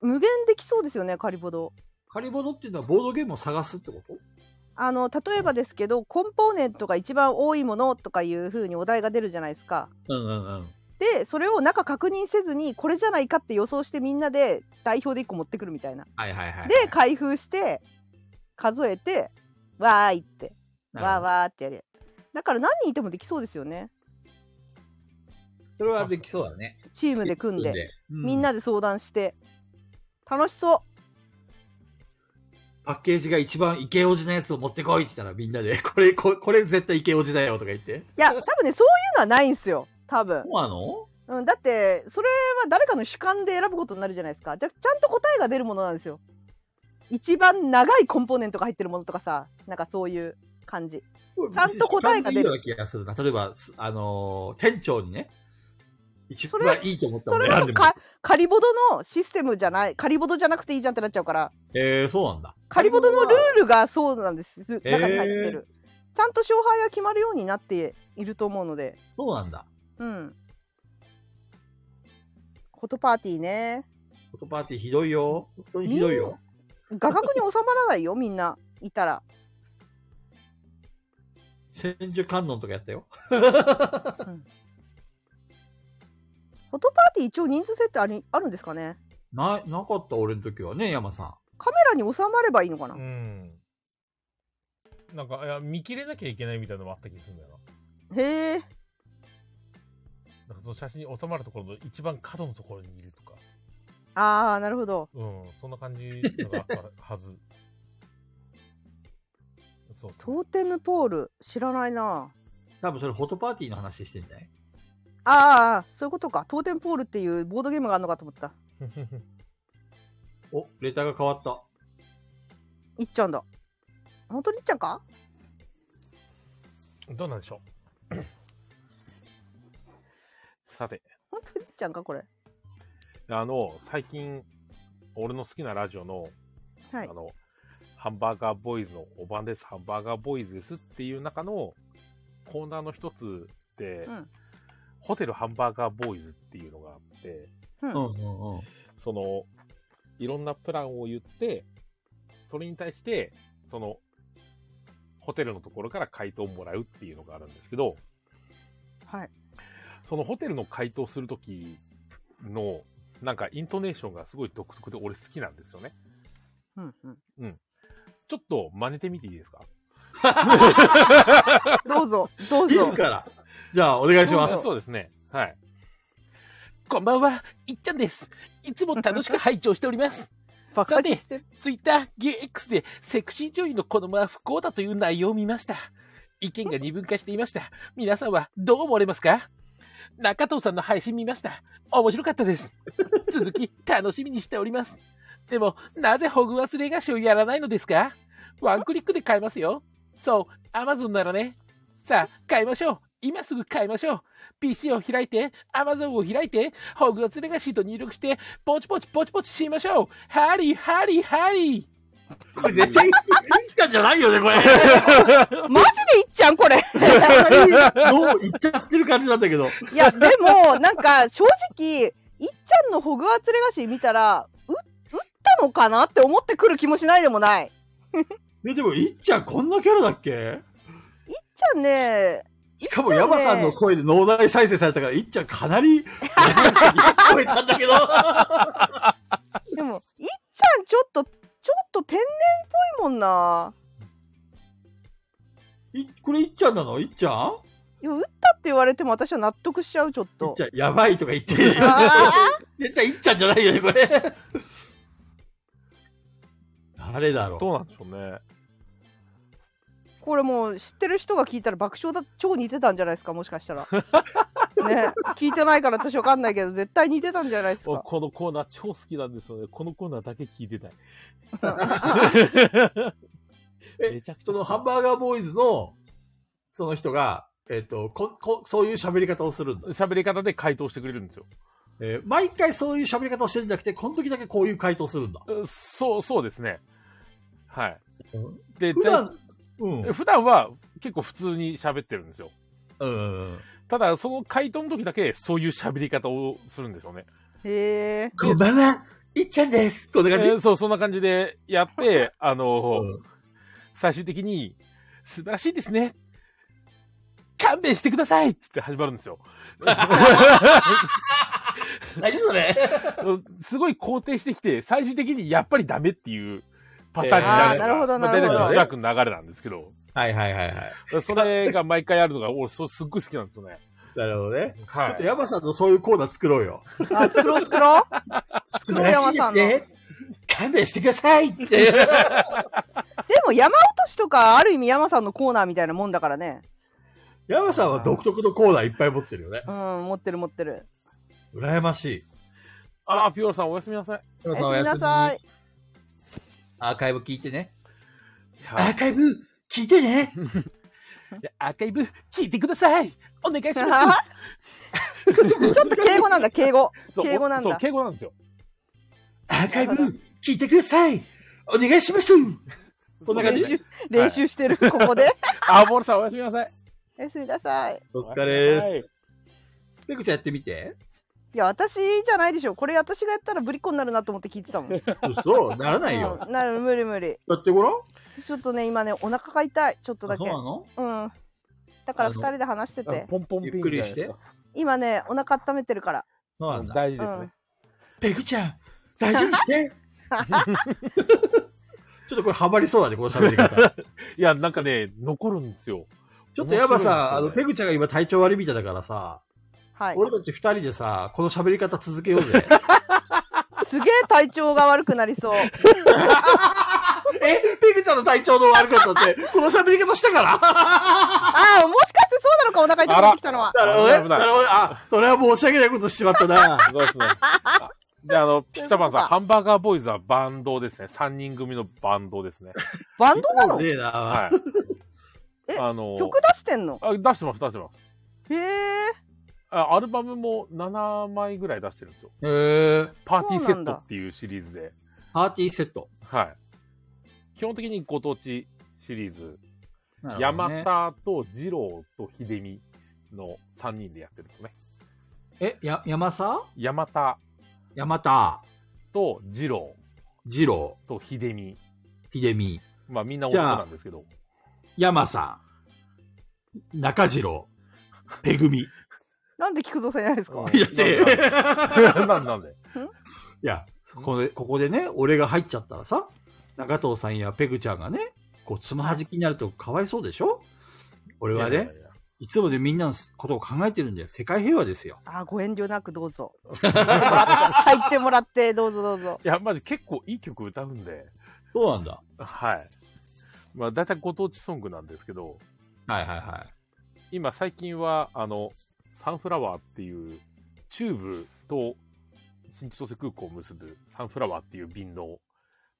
無限できそうですよね、カリボド。
カリボドっていうのはボードゲームを探すってこと
あの例えばですけど、コンポーネントが一番多いものとかいうふうにお題が出るじゃないですか。
うんうんうん。
で、それを中確認せずに、これじゃないかって予想してみんなで代表で1個持ってくるみたいな。
はいはいはい。
で、開封して、数えて、わーいって、わー
わ。
わーってやる。だから何人いてもできそうですよね。
それはできそうだね。
チームで組んで、
う
みんなで相談して。楽しそ
パッケージが一番イケオジなやつを持ってこいって言ったらみんなで、これ、ここれ絶対イケオジだよとか言って。
う。いや、 多分ね、そういうのはないんですよ。多分
そ。うなの
うん、だって、それは誰かの主観で選ぶことになるじゃないですか。じゃ、ちゃんと答えが出るものなんですよ。一番長いコンポーネントが入ってるものとかさ、なんかそういう感じ。ちゃんと答えが出る
ちゃんといいような気がするな。例えば、すあのー店長にね、一
それ
番いいと思ったも
そ
の
れ
選ん
だ
で
と
もらう
かカリボドのシステムじゃない、カリボドじゃなくていいじゃんってなっちゃうから、
えー、そうなんだ。
カリボドのル
ー
ールがそうなんです。中に入ってる。ちゃんと勝敗が決まるようになっていると思うので。
そうなんだ。
うん。ことパーティーね。
フォトパーティーひどいよ。本当にひどいよ。
画角に収まらないよ、みんな。いたら。
千手観音とかやったよ。
フォトパーティー一応人数設定ありあるんですかね
な、なかった俺の時はね、山さん。
カメラに収まればいいのかな、
うん。なんか、いや、見切れなきゃいけないみたいなのもあった気がするんだよな。
へえ
なんかその写真に収まるところの一番角のところにいるとか、
ああなるほど
うん、そんな感じのがあったはず。そう
ト
そう
ーテムポール知らないな
多分それフォトパーティーの話してんじゃない
ああそういうことかトーテムポールっていうボードゲームがあるのかと思った
お、レターが変わった。
いっちゃんだ本当にいっちゃんか
どうなんでしょ
さて、
本当にいっちゃんかこれ
あの、最近、俺の好きなラジオの、
はい
あの、ハンバーガーボーイズのおばんです、ハンバーガーボーイズですっていう中のコーナーの一つで、
うん
ホテルハンバーガーボーイズっていうのがあって、
うん、
うんうんうん。
その、いろんなプランを言って、それに対して、その、ホテルのところから回答をもらうっていうのがあるんですけど、
はい
そのホテルの回答するときの、
なんかイントネーションがすごい独特で俺好きなんですよね。
うんうん。
ちょっと真似てみていいですか
どうぞ、どう
いい
ぞ。
から。じゃあ、お願いしま
あ
す。
そうですね。はい。
こんばんは、いっちゃんです。いつも楽しく拝聴しております。
バカにしてる。
ツイッター、GX でセクシー女優の子供は不幸だという内容を見ました。意見が二分化していました。皆さんはどう思われますか中藤さんの配信見ました。面白かったです。続き、楽しみにしております。でも、なぜホグワーツレガシーをやらないのですかワンクリックで買えますよ。そう、アマゾンならね。さあ、買いましょう。今すぐ買いましょう。PC を開いて、Amazon を開いて、ホグワーツレガシーと入力して、ポチポチポチポチしましょう。ハリー、ハリー、ハリー。
これ絶対、いっかじゃないよね、これ。
マジでいっちゃん、こ れ。
もういっちゃってる感じだったけど。
いや、でも、なんか、正直、いっちゃんのホグワーツレガシー見たら、う、打ったのかなって思ってくる気もしないでもない。いっ
え、でも、いっちゃんこんなキャラだっけ
ちゃんね、
しかも、ヤマさんの声で脳内再生されたから、いっちゃんかなり、いい声なんだけど。
でも、いっちゃんちょっと、ちょっと天然っぽいもんな。
いこれいっちゃんなのいっちゃん
いや、打ったって言われても私は納得しちゃう、ちょっ
いっ
と
ち。ゃん、やばいとか言ってる。
あ
絶対いっちゃんじゃないよね、これ。誰だろう
どうなんでしょうね。
ーこれもう知ってる人が聞いたら爆笑だ超似てたんじゃないですかもしかしたらね聞いてないから私わかんないけど絶対似てたんじゃないです
お
か
このコーナー超好きなんですよね。このコーナーだけ聞い てたい。
え
めちゃくちゃ好
そ
き
のハンバーガーボーイズの、その人が、えっ、とここ、そういう喋り方をするんだ。
喋り方で回答してくれるんですよ。
えー毎回そういう喋り方をしてるんじゃなくて、この時だけこういう回答するんだ。
うそう、そうですね。はい。で、
普
だ
段、うん。
い普段は結構普通に喋ってるんですよ。
うん。
ただ、その回答の時だけそういう喋り方をするんですよね。
へえ
こんばんは、いっちゃんです。こんな
え
感じ。
ーそう、そんな感じでやって、あの、
うん
最終的に、素晴らしいですね勘弁してくださいっつって始まるん ですよ。
何それ
すごい肯定してきて、最終的にやっぱりダメっていうパターンになるのが、
えーあーなるほど
まあ
なる
大
ほど
体女子学の流れなんですけど、
はいはいはいはい。
それが毎回あるのが、 俺、そうすっごい好きなんですよね。
なるほどね。
は
ちょっと
い。
ヤマさんのそういうコーナー作ろうよ。
あ作ろう作ろう
素晴らしいですね。勘弁してくださいって。
でも山落としとかある意味山さんのコーナーみたいなもんだからね。
ヤマさんは独特のコーナーいっぱい持ってるよね。
うん、持ってる持ってる。
羨ましい。
あら、ピオラさんおやすみなさい。
お
おやすみなさい。
アーカイブ聞いてね。
は
ア
い
ーカイブ聞いてね。
アーカイブ聞いてくださいお願いし
ちょ
ます
っ と敬語なんだ敬語。
そう
敬語なん
そう、
だ。
敬語なんですよ。
アーカイブ聞いてください。お願いします。こんな感じ。
練習練習してる、ここで。
あ、ボールさんおやすみなさい。
おやすみなさい。
お
疲
疲
れ
れ
っ
です
す。
ペグちゃんやってみて。
いや私じゃないでしょ。これ私がやったらぶりっ子になるなと思って聞いてたもん。
そう、ならないよ。
うん、なる無理無理。
やってごらん。
ちょっとね今ねお腹が痛いちょっとだけ。
そうなの
うん。だから二人で話してて
ポンポンピン
ゆっくりして。
今ねお腹温めてるから。
そうなんだ。
大事
う
ですね
ん。。
ペグちゃん、大事にして。 ちょっとこれハマりそうだね、この喋り 方。
いや、なんかね、残るんですよ。
ちょっとやばさ、
面白いです
あ
よね
の、ペグちゃんが今体調悪いみたいだからさ、
はい。
俺たち二人でさ、この喋り方続けようぜ。
すげえ体調が悪くなりそう。
え、ペグちゃんの体調の悪かったって、この喋り方したから
ああもしかしてそうなのかお腹痛くなってきたのは。
なるほど
危
ね。
ない
なるほど。あ、それは申し訳ないことしちまったな。
そうですね。あで、あの、ピッチャーマンさん、
そういうことか
ハンバーガーボーイズはバンドですね。3人組のバンドですね。
バンドなの
そうねえな。
はい。
え
あの
曲出してんの
あ、出してます、出してます。
へえ
あアルバムも7枚ぐらい出してるんですよ。
へー。
パーティーセ
そうな
ッ
ん
ト
だ
っていうシリーズで。
パーティーセット。
はい。基本的にご当地シリーズ。
なるほど
山
ね
田と二郎と秀美の3人でやってるんですね。
え、や、山さ
山田
山田、
と二郎
二郎、
と秀美。
秀美、
まあみんな男なんですけど。
山さん、中次郎、ペグミ。
なんで菊蔵さんいないですか、
うん
やって
なんでなんでなんで
いや、これここでね、俺が入っちゃったらさ、中藤さんやペグちゃんがね、こう、つまはじきになるとかわいそうでしょ俺はね、いつもでみんなのことを考えてるんだよ。世界平和ですよ。
あーご遠慮なくどうぞ入ってもらってどうぞどうぞ
いや、マジ結構いい曲歌うんで、
そうなんだ。
はい。まあ、大体ご当地ソングなんですけど、
はいはいは
今最近は、あの、サンフラワーっていう、中部と新千歳空港を結ぶサンフラワーっていう便の、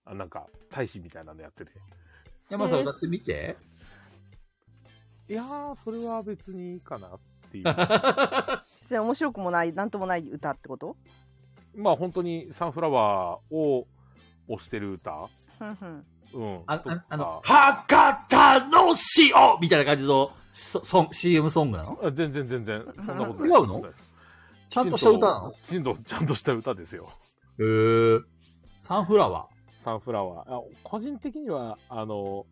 あなんか、大使みたいなのやってて。
い。山さん歌ってみて。
いやー、それは別にいいかなって いう。
別に面白くもないなんともない歌ってこと
まあ、本当にサンフラワーを押してる歌。
ふんふん
うん。
あ
と
あ
か
あの、博多の塩みたいな感じのそソン CM ソングなの
あ全然全然、そんなことない。
違うのちゃんとした歌なの
ちんとちゃんとした歌ですよ。
へー。サンフラワ
サンフラワー。あ個人的には、あの、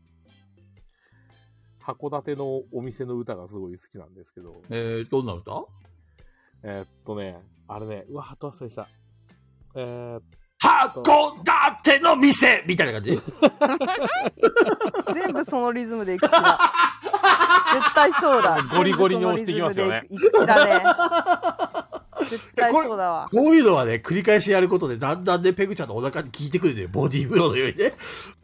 函館のお店の歌がすごい好きなんですけど、
ー。えー、どんな歌
えーっとね、あれね、うわ、後忘れした。えー、
函館の店みたいな感じ
全部そのリズムでいく気だ絶対そうだ
ゴリゴリに押してきますよね
全部そのリズムでいく気だね絶対そうだわ
こういうのはね、繰り返しやることで、だんだんね、ペグちゃんのお腹に効いてくるね、ボディーブローのようにね。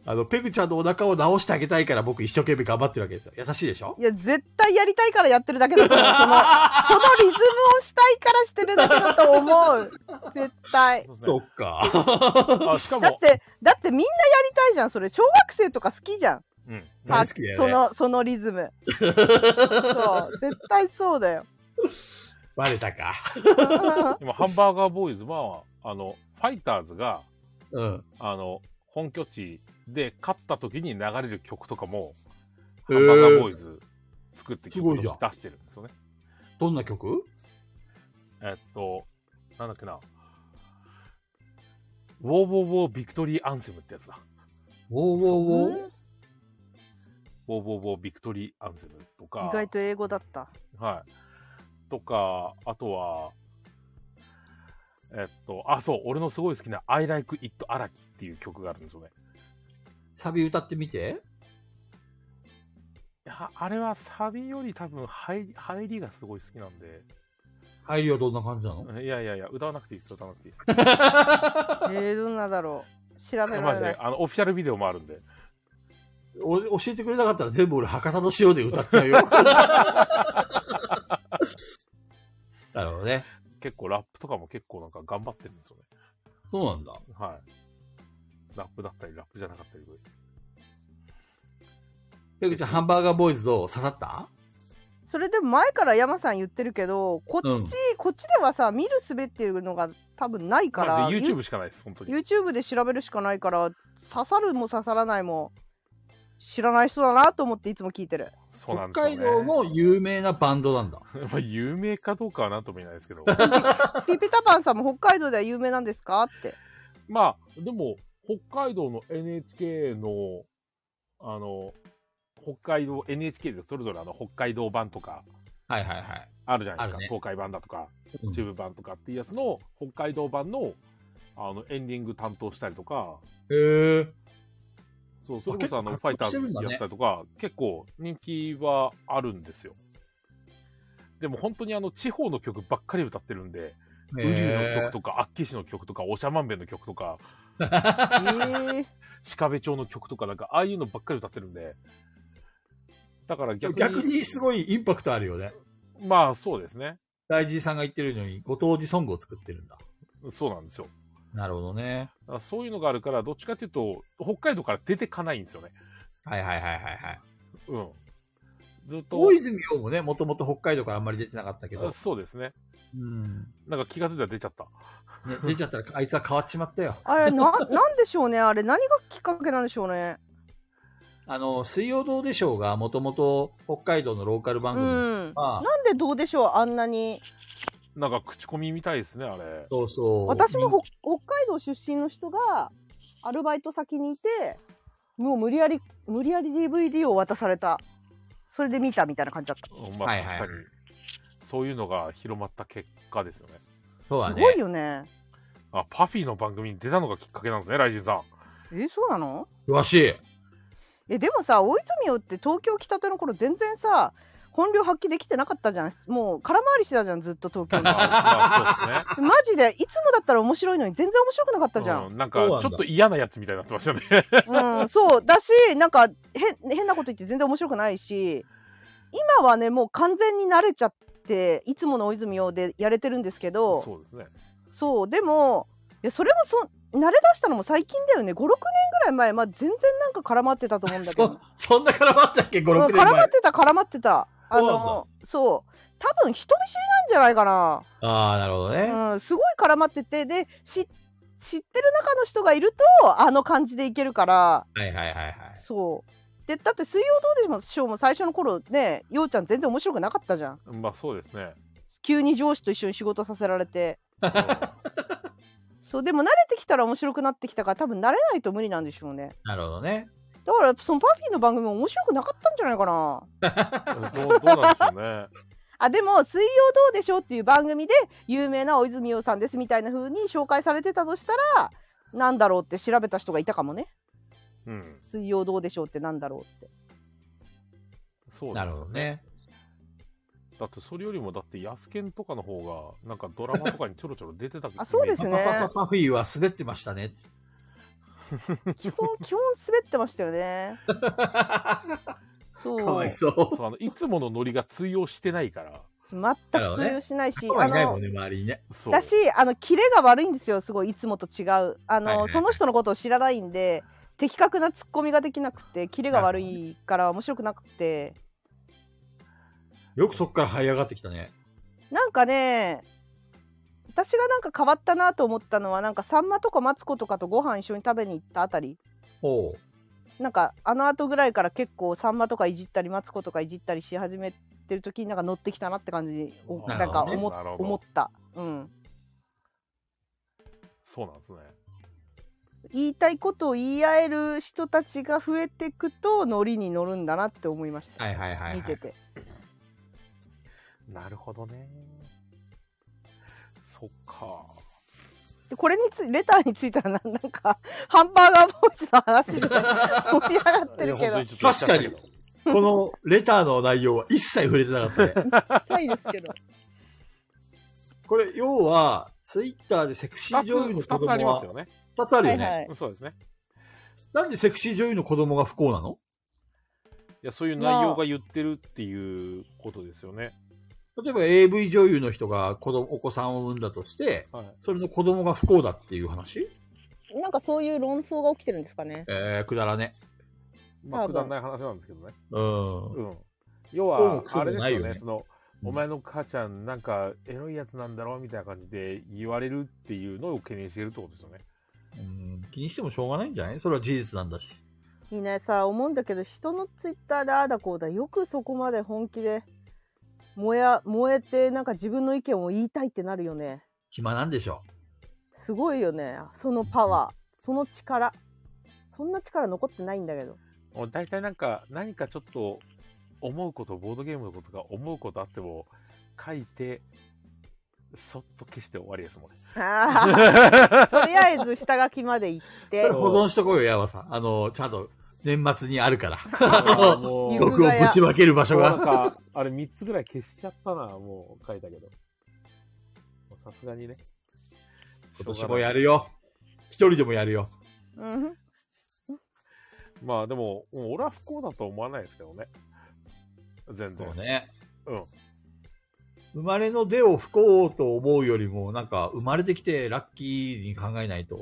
あの、ペグちゃんのお腹を治してあげたいから僕一生懸命頑張ってるわけですよ。優しいでしょ
いや絶対やりたいからやってるだけだと思うそのそのリズムをしたいからしてるだけだと思う絶対
そうです
そ
ね
っか。
あしか
だっ
も、
てだってみんなやりたいじゃんそれ小学生とか好きじゃん
うん、
大好きだよ
そ
ね。
のそのリ ズムそう絶対そうだよ
バレたか。
今、ハンバーガーボーイズは、あの、ファイターズが、
うん。
あの、本拠地で勝った時に流れる曲とかも、
へ
ハ
ー
ンバーガーボーイズ作って
すご
曲
い
と
じゃん
して出してるんですよね。
どんな曲
えっと、なんだっけな。ウォーウォーウォービクトリーアンセムってやつだ。
おーおーおー。
ウォーウォーウォービクトリーアンセムとか。
意外と英語だった
はい。とか、あとは、えっと、あ、そう、俺のすごい好きな I like it 荒木っていう曲があるんですよね。
サビ歌ってみて。
いやあれはサビより多分入り入りがすごい好きなんで。
入りはどんな感じなの
いやいやいや、歌わなくていいです、歌わなくていいで
えー、どんなだろう調べ
す。
ら
マ
れ
ジ
な
で、
い
あの、オフィシャルビデオもあるんで。
お教えてくれなかったら全部俺博多の塩で歌っちゃう よ。なるほどね。
結構ラップとかも結構なんか頑張ってるんですよね。
そうなんだ。
はい。ラップだったり、ラップじゃなかったり。
ペグちゃん、ハンバーガーボーイズどう刺さった
それでも前から山さん言ってるけどこっち、
うん
こっちではさ見る術っていうのが多分ないか
マ
ら、
ジで YouTube しかないです、本当に。
YouTube で調べるしかないから刺さるも刺さらないも知らない人だなと思っていつも聞いてる
そうな
北
んですよ、ね。
海 道の有名なバンドなんだ。
まあ、有名かどうかはなんとも言えないですけ ど。
ピピタパンさんも北海道では有名なんです かって
まあ、でも、北海道の NHK の、あの、北海道 NHK でそれぞれあの、北海道版とか、
はいはいはい。
あるじゃないですか。
あるね
東海版だとか、
うん
中部版とかっていうやつの、北海道版の、あの、エンディング担当したりとか、
へえ。
そう、それこそあの、
あ
フ
結構
ァイターズ
活動してるんだね
やったりとか、結構人気はあるんですよ。でも本当にあの、地方の曲ばっかり歌ってるんで、ウリュウの曲とか、アッキーシの曲とか、おしゃまんべの曲とか、
えー、
鹿部町の曲とか、なんか、ああいうのばっかり歌ってるんで、だから逆に、
逆にすごいインパクトあるよね。
まあそうですね。
大地さんが言ってるのに、ご当地ソングを作ってるんだ。
そうなんですよ。
なるほどね。
だからそういうのがあるから、どっちかっていうと、北海道から出てかないんですよね。
はいはいはいはいはい。
うん。ずっと、
大泉洋もね、もともと北海道からあんまり出てなかったけ
あ
ど。
そうですね。
うん。
なんか気がついたら出ちゃった。
ね、出ちゃったら、あいつは変わっちまったよ。
あれな なんでしょうねあれ何がきっかけなんでしょうね
あの、水曜どうでしょうが、もともと北海道のローカル番
う
組、
ん
まあ、
なんでどうでしょうあんなに
なんか口コミみたいですね、あれ。
そうそう。
私もほ北海道出身の人がアルバイト先にいてもう無理やり無理やり DVD を渡されたそれで見たみたいな感じだった、
うんま
は
あ
いはい
確かに、そういうのが広まった結果ですよね。
そうだ
す
ね
ごいよね
あ、パフィーの番組に出たのがきっかけなんですね、ライジンさん。
えそうなの
詳しい。
えでもさ大泉洋って東京来たての頃全然さ本領発揮できてなかったじゃんもう空回りしてたじゃんずっ と東京に
あまあ、そう
マジでいつもだったら面白いのに全然面白くなかった
ですね。
じゃん、
うん、なん
そ
か
うなんだ
ちょっと嫌なやつみたいになってましたね。
うんそうだしなんか変変なこと言って全然面白くないし今はねもう完全に慣れちゃっていつもの大泉洋でやれてるんですけどそう
そうですね。
でもいやそれもそ慣れだしたのも最近だよね56年ぐらい前、まあ、全然なんか絡まってたと思うんだけど
そ、そんな絡まったっけ ?5、6
う
年
ん絡まっ
前。
てた絡まってたあ
そうなんだ
のそう多分人見知りなんじゃないかな
ああ、なるほどね。
うん、すごい絡まっててでし知ってる中の人がいるとあの感じでいけるから
はいはいはいはい。
そうでだって「水曜どうでしょう」も最初の頃ねようちゃん全然面白くなかったじゃん
まあそうですね。
急に上司と一緒に仕事させられてそうでも慣れてきたら面白くなってきたから多分慣れないと無理なんでしょうね
なるほどね。
だからそのパフィーの番組も面白くなかったんじゃないかな
どうどうなんでしょうね。
あでも「水曜どうでしょう」っていう番組で有名な大泉洋さんですみたいな風に紹介されてたとしたらなんだろうって調べた人がいたかもね
うん。
「水曜どうでしょう」ってなんだろうって
そうで
な
す
るほど。ね。
だってそれよりもだってヤスケンとかの方がなんかドラマとかにちょろちょろ出てた
あそうです
パ
ね
パパパパフィーは滑ってましたね。
基本 基本滑ってましたよねそう
かわいそう。
そうあのいつものノリが通用してないから。
全く通用しないし、
人はいない
あ
も
の
んね、周りにね。
そう。
だしあのキレが悪いんですよすごいいつもと違うあの、
はいはいはい
その人のことを知らないんで的確なツッコミができなくてキレが悪いから面白くなくて
よくそっから這い上がってきたね。
なんかね私がなんか変わったなと思ったのはなんかさんまとかマツコとかとご飯一緒に食べに行ったあたり
おう。
なんかあの後ぐらいから結構さんまとかいじったりマツコとかいじったりし始めてる時になんか乗ってきたなって感じを
な
な
るほ
んか
ど
ね
思,、
なるほど
思った、うん、
そうなんですね。
言いたいことを言い合える人たちが増えてくとノリに乗るんだなって思いました、
はいはいはい、はい。
見てて
なるほどね。そっか。
でこれについレターについてはななんか ハンバーガーボーイズの話で盛り上がってるけど
いや本当にちょっと言っちゃったけど
確このレターの内容は一切触れてなかった ね。
ないですけど
これ、要は、ツイッターでセクシー女優
二
の
つ
子
二つあり
供
ます
は、
よね。
二つある
は
よ
い
ね、
はい
そうですね。
なんでセクシー女優の子供が不幸なの
いや、そういう内容が言ってるっていうことですよね。
例えば AV 女優の人が子供、お子さんを産んだとして、
はい。
それの子供が不幸だっていう話
なんかそういう論争が起きてるんですかね
えー、くだらね。
まあ、
多
く
分
だらない話なんですけどね。
うん。
うん。要
どうも
は
く、そ
あ
も
れです
ない
よ
よね
ね。その、
うん
お前の母ちゃん、なんか、エロいやつなんだろうみたいな感じで言われるっていうのを懸念してるってことですよね。
うん気にしてもしょうがないんじゃないそれは事実なんだし。
いいねさ思うんだけど人のツイッターでああだこうだよくそこまで本気で燃や燃えてなんか自分の意見を言いたいってなるよね
暇なんでしょ
すごいよねそのパワーその力そんな力残ってないんだけど
もう大体なんか、何かちょっと、思うこと、ボードゲームのことが思うことあっても、書いて、そっと消して終わりです もんね。
あーとりあえず下書きまで行っ
そ
て
れ保存しとこうよ、ヤマさん。あの、ちゃんと年末にあるから。
も
う
毒をぶちまける場所
なん
が。
か、あれ3つぐらい消しちゃったな、もう書いたけど。もうさすがにね。
今年もやるよ。一人でもやるよ。
うん
まあでも、うん俺は不幸だとは思わないですけどね。全然。
そうね。
うん。
生まれの出を不幸と思うよりも、なんか、生まれてきてラッキーに考えないと。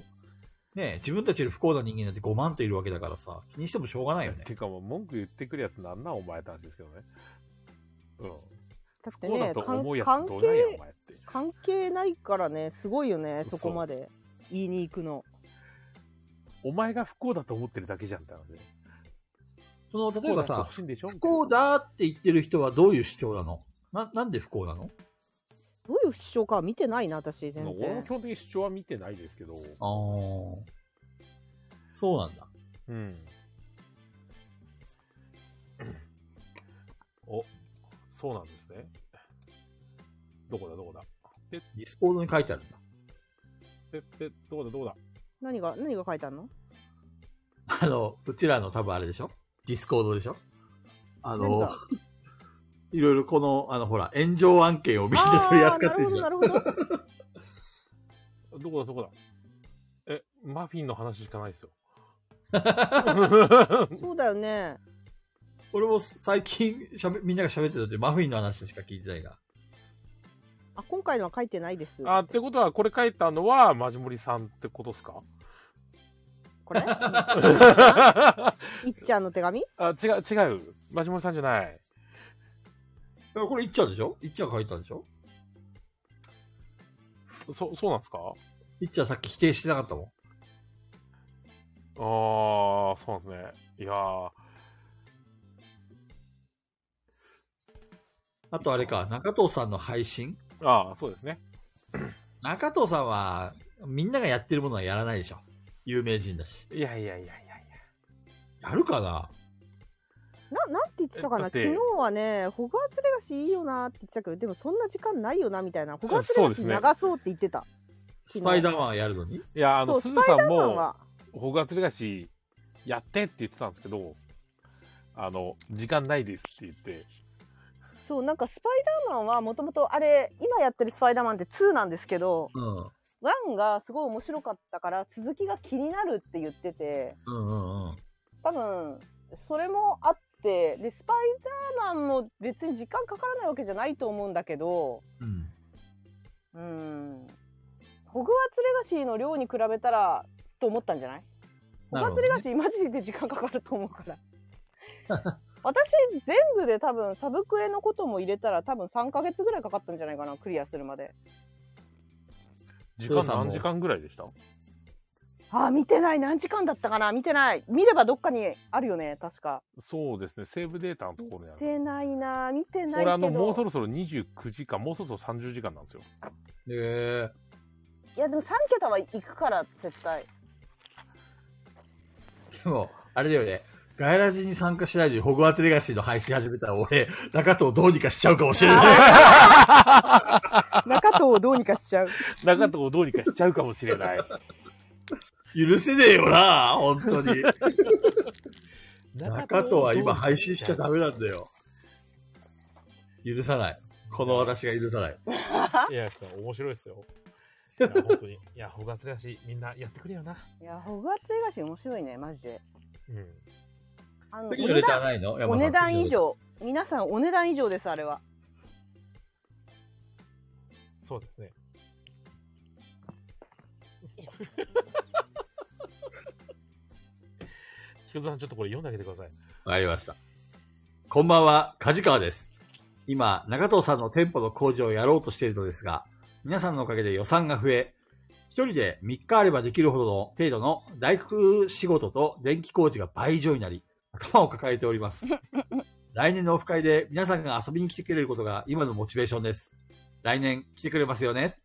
ねえ自分たちより不幸な人間なんて5万といるわけだからさ、気にしてもしょうがないよね。
てかもう文句言ってくるやつなんなんお前って話ですけどね。うん。
だっ
不
て
幸だ
ね
と思うや
かん
つど
関
うなんやお
係
前って。
関係ないからねすごいよねそこまで言いに行くの
お前が不幸だと思ってるだけじゃんって話で。
その、例えば
不幸だって
さ
欲、しいんでしょ
不幸だって言ってる人はどういう主張なのな、なんで不幸なの
どういう主張かは見てないな私全
俺も
然
基本的に主張は見てないですけど。
あー。そうなんだ。
うん。お、そうなんですね。どこだどこだ。
ディスコードに書いてあるんだ。
設定、どうだどうだ
何が何が書いてあるの
あの、うちらの多分あれでしょディスコードでしょあ
なん
の
か、
いろいろこの、あの、ほら、炎上案件をみんなでやっ
あー
か
な
って
る
ん
ほ
じ
ど
ゃ。
なんるほど。
どこだどこだえ、マフィンの話しかないです よ。
そうだよね。
俺も最近しゃべ、みんなが喋ってたってマフィンの話しか聞いてないな。
あ今回のは書いてないです。
あ、ってことは、これ書いたのは、マジモリさんってことです か
これ？
あ、
いっちゃんの手紙？
違う、違う。マジモリさんじゃない。
だからこれいっちゃんでしょいっちゃんが書いたんでしょ
そ、そうなんですか
いっちゃんさっき否定してなかったもん。
ああ、そうなんですね。いやー
あとあれか、中藤さんの配信
ああ、そうですね。
中藤さんは、みんながやってるものはやらないでしょ。有名人だし。
いやいやいやいやいや。
やるかな
ななんて言ってたか
だ
な。
って
昨日はね、ホグワーツレガシーいいよなって言ってたけど、でもそんな時間ないよなみたいな。ホグワーツレ
そ
ガシー
うです
流
ね
そうって言ってた。
スパイダーマンやるのに
いや、あ
そ
の、
う
す
ス
ず
パイ
さ
ダ
ん
ーマン
も、
は
ホグワーツレガシーやってって言ってたんですけど、あの、時間ないですって言って、
そうなんかスパイダーマンはもともとあれ今やってるスパイダーマンって2なんですけど、
うん。うん
1がすごい面白かったから続きが気になるって言ってて。
うんうん。
多分それもあってでスパイダーマンも別に時間かからないわけじゃないと思うんだけど
うん。
うんホグワーツレガシーの量に比べたらと思ったんじゃないホ
な
グ
る
ワ
ほど
ーツ
ね
レガシーマジで時間かかると思うから私全部で多分サブクエのことも入れたら多分3ヶ月ぐらいかかったんじゃないかなクリアするまで
時
そう
間
さんも
何時間ぐらいでした
あー見てない何時間だったかな見てない見ればどっかにあるよね確か
そうですね、セーブデータのところにあ
見
る。
てないな見てないけ
俺、
ど
あの、もうそろそろ29時間、もうそろそろ30時間なんですよ。
へえ
いやでも3桁は行くから絶対
でも、あれだよね。ガイラジに参加しないでホグワーツレガシーの配信始めたら俺、中藤どうにかしちゃうかもしれない。
中藤をどうにかしちゃう。
中藤をどうにかしちゃうかもしれない。
許せねえよな、本当に。中
中
藤は今配信しちゃダメなんだよ。許さない。この私が許さない。
いや、面白いですよ。いや、本当に。いや、ほがつらしい。みんなやってくれよな。
いや、ホグワーツ映画史面白いね、マジで。
うん。
あの
次のレターないの
お
山さん
値段以。上。皆さんお値段以上です、あ れは。
そうですね。菊蔵さん、ちょっとこれ読んであげてください。
わかりました。こんばんは、梶川です。今、中藤さんの店舗の工場をやろうとしているのですが、皆さんのおかげで予算が増え、一人で3日あればできるほどの程度の大工仕事と電気工事が倍以上になり、頭を抱えております。来年のオフ会で皆さんが遊びに来てくれることが今のモチベーションです。来年来てくれますよね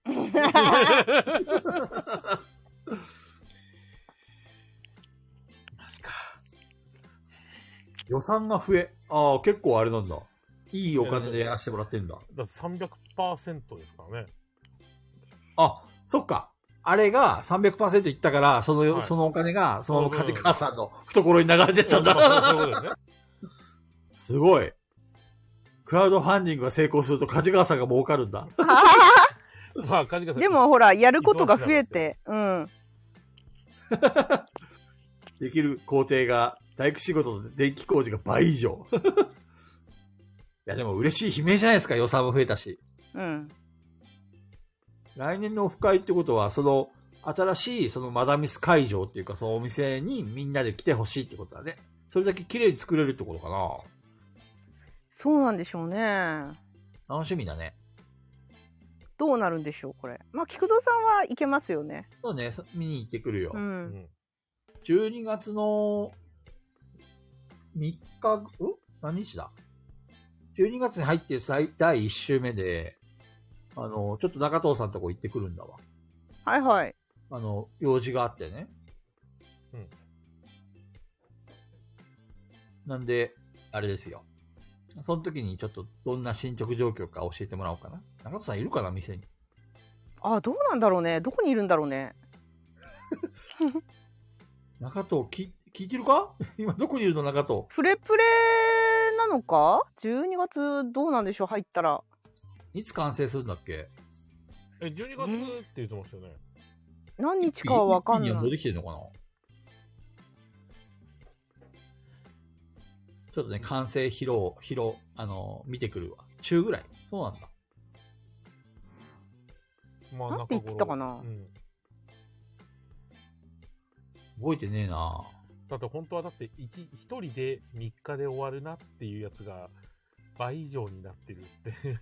マジか。
予算が増え、ああ、結構あれなんだ。いいお金でやらせてもらってんだ。
だって300%です からね。
あ、そっか。あれが300%いったから、その、
はい
そのお金が、そ
そ
の
うそう
梶川さんの懐に流れてったん
まあ
だ。
そういうことですね。
すごい。クラウドファンディングが成功すると梶川さんが儲かるんだ。
まあ、梶川さん。
でもほら、やることが増えて、うん。
できる工程が、大工仕事と電気工事が倍以上。 いや、でも嬉しい悲鳴じゃないですか、予算も増えたし。
うん。
来年のオフ会ってことは、その、新しい、そのマダミス会場っていうか、そのお店にみんなで来てほしいってことだね。それだけ綺麗に作れるってことかな。
そうなんでしょうね。
楽しみだね。
どうなるんでしょう、これ。まあ、菊蔵さんはいけますよね。
そうね、そ見に行ってくるよ。
うん。
12月の3日、ん何日だ ?12 月に入って最第1週目で、あの、ちょっと中藤さんとこ行ってくるんだわ。
はいはい。
あの、用事があってね。
うん
なんで、あれですよ。その時にちょっとどんな進捗状況か教えてもらおうかな。中藤さんいるかな、店に。
あ、どうなんだろうね。どこにいるんだろうね。
中藤、き聞いてるか 今どこにいるの中藤。
プレプレなのか ?12 月どうなんでしょう入ったら。
いつ完成するんだっけ
え、12月って言ってましたよね。
何日かはわかん
一気には
な
もう
い。
できてるのかなちょっとね、完成披露、披露、あの見てくるわ。中ぐらい。そうなんだ。
ま
なんて言ってたかな
中頃うん
覚えてねえな
だって本当はだって一一人で3日で終わるなっていうやつが倍以上になってるって。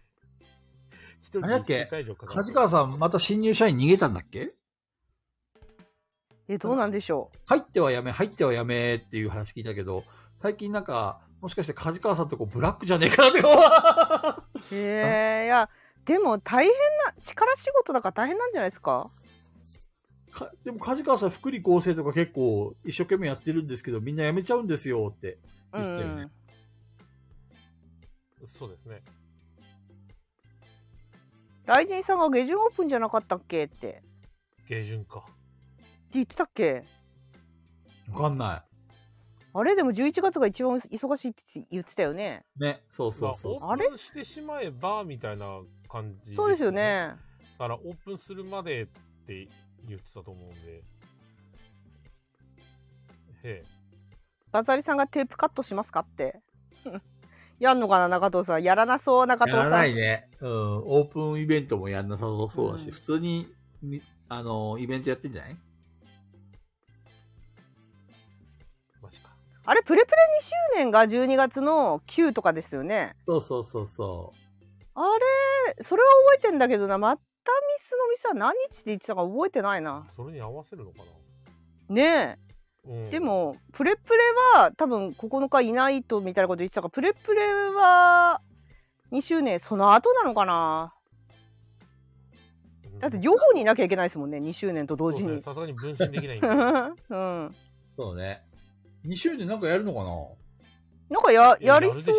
一人
あれだっけ
一週間以上かか
梶川さん、また新入社員逃げたんだっけ
え、どうなんでしょ
入ってはやめ、入ってはやめっていう話聞いたけど、最近なんか、もしかして梶川さんとこブラックじゃねえかなってか。
う。えー、いや、でも大変な、力仕事だから大変なんじゃないですか
かでも梶川さん、福利厚生とか結構一生懸命やってるんですけど、みんな辞めちゃうんですよって。
うん
言ってるね
そうですね。
ライジンさんが下旬オープンじゃなかったっけってって
下旬か。
言ってたっけ
わかんな
あれでも11月が一番忙しいって言ってたよね
い。ね、そうそうそうそう。
まあ、オープンしてしまえばみたいな感じ、
そうですよ。ね
だからオープンするまでって言ってたと思うんで。へえ。
バザリさんがテープカットしますかって やんのかな中藤さんやらなそう中藤
や
さん
らないね。うん。オープンイベントもやんなさそうだし、
うん
普通にみ、あの、イベントやってんじゃない
マジか。
あれプレプレ2周年が12月の9とかですよね
そうそうそうそ
あれそれは覚えてんだけどなまたミスの店は何日って言ってたか覚えてないな
それに合わせるのか
ね
な、うん
えで、もプレプレは多分9日いないとみたいなこと言ってたからプレプレは2周年その後なのかな
うん
だって両方にいなきゃいけないですもんね2周年と同時
そう
に
ですねさすがに分身でき ないん
う
で。
ん
う。そうね。2周年なんかやるのかな
なんかや
いや
やり
やる
そ
でし
う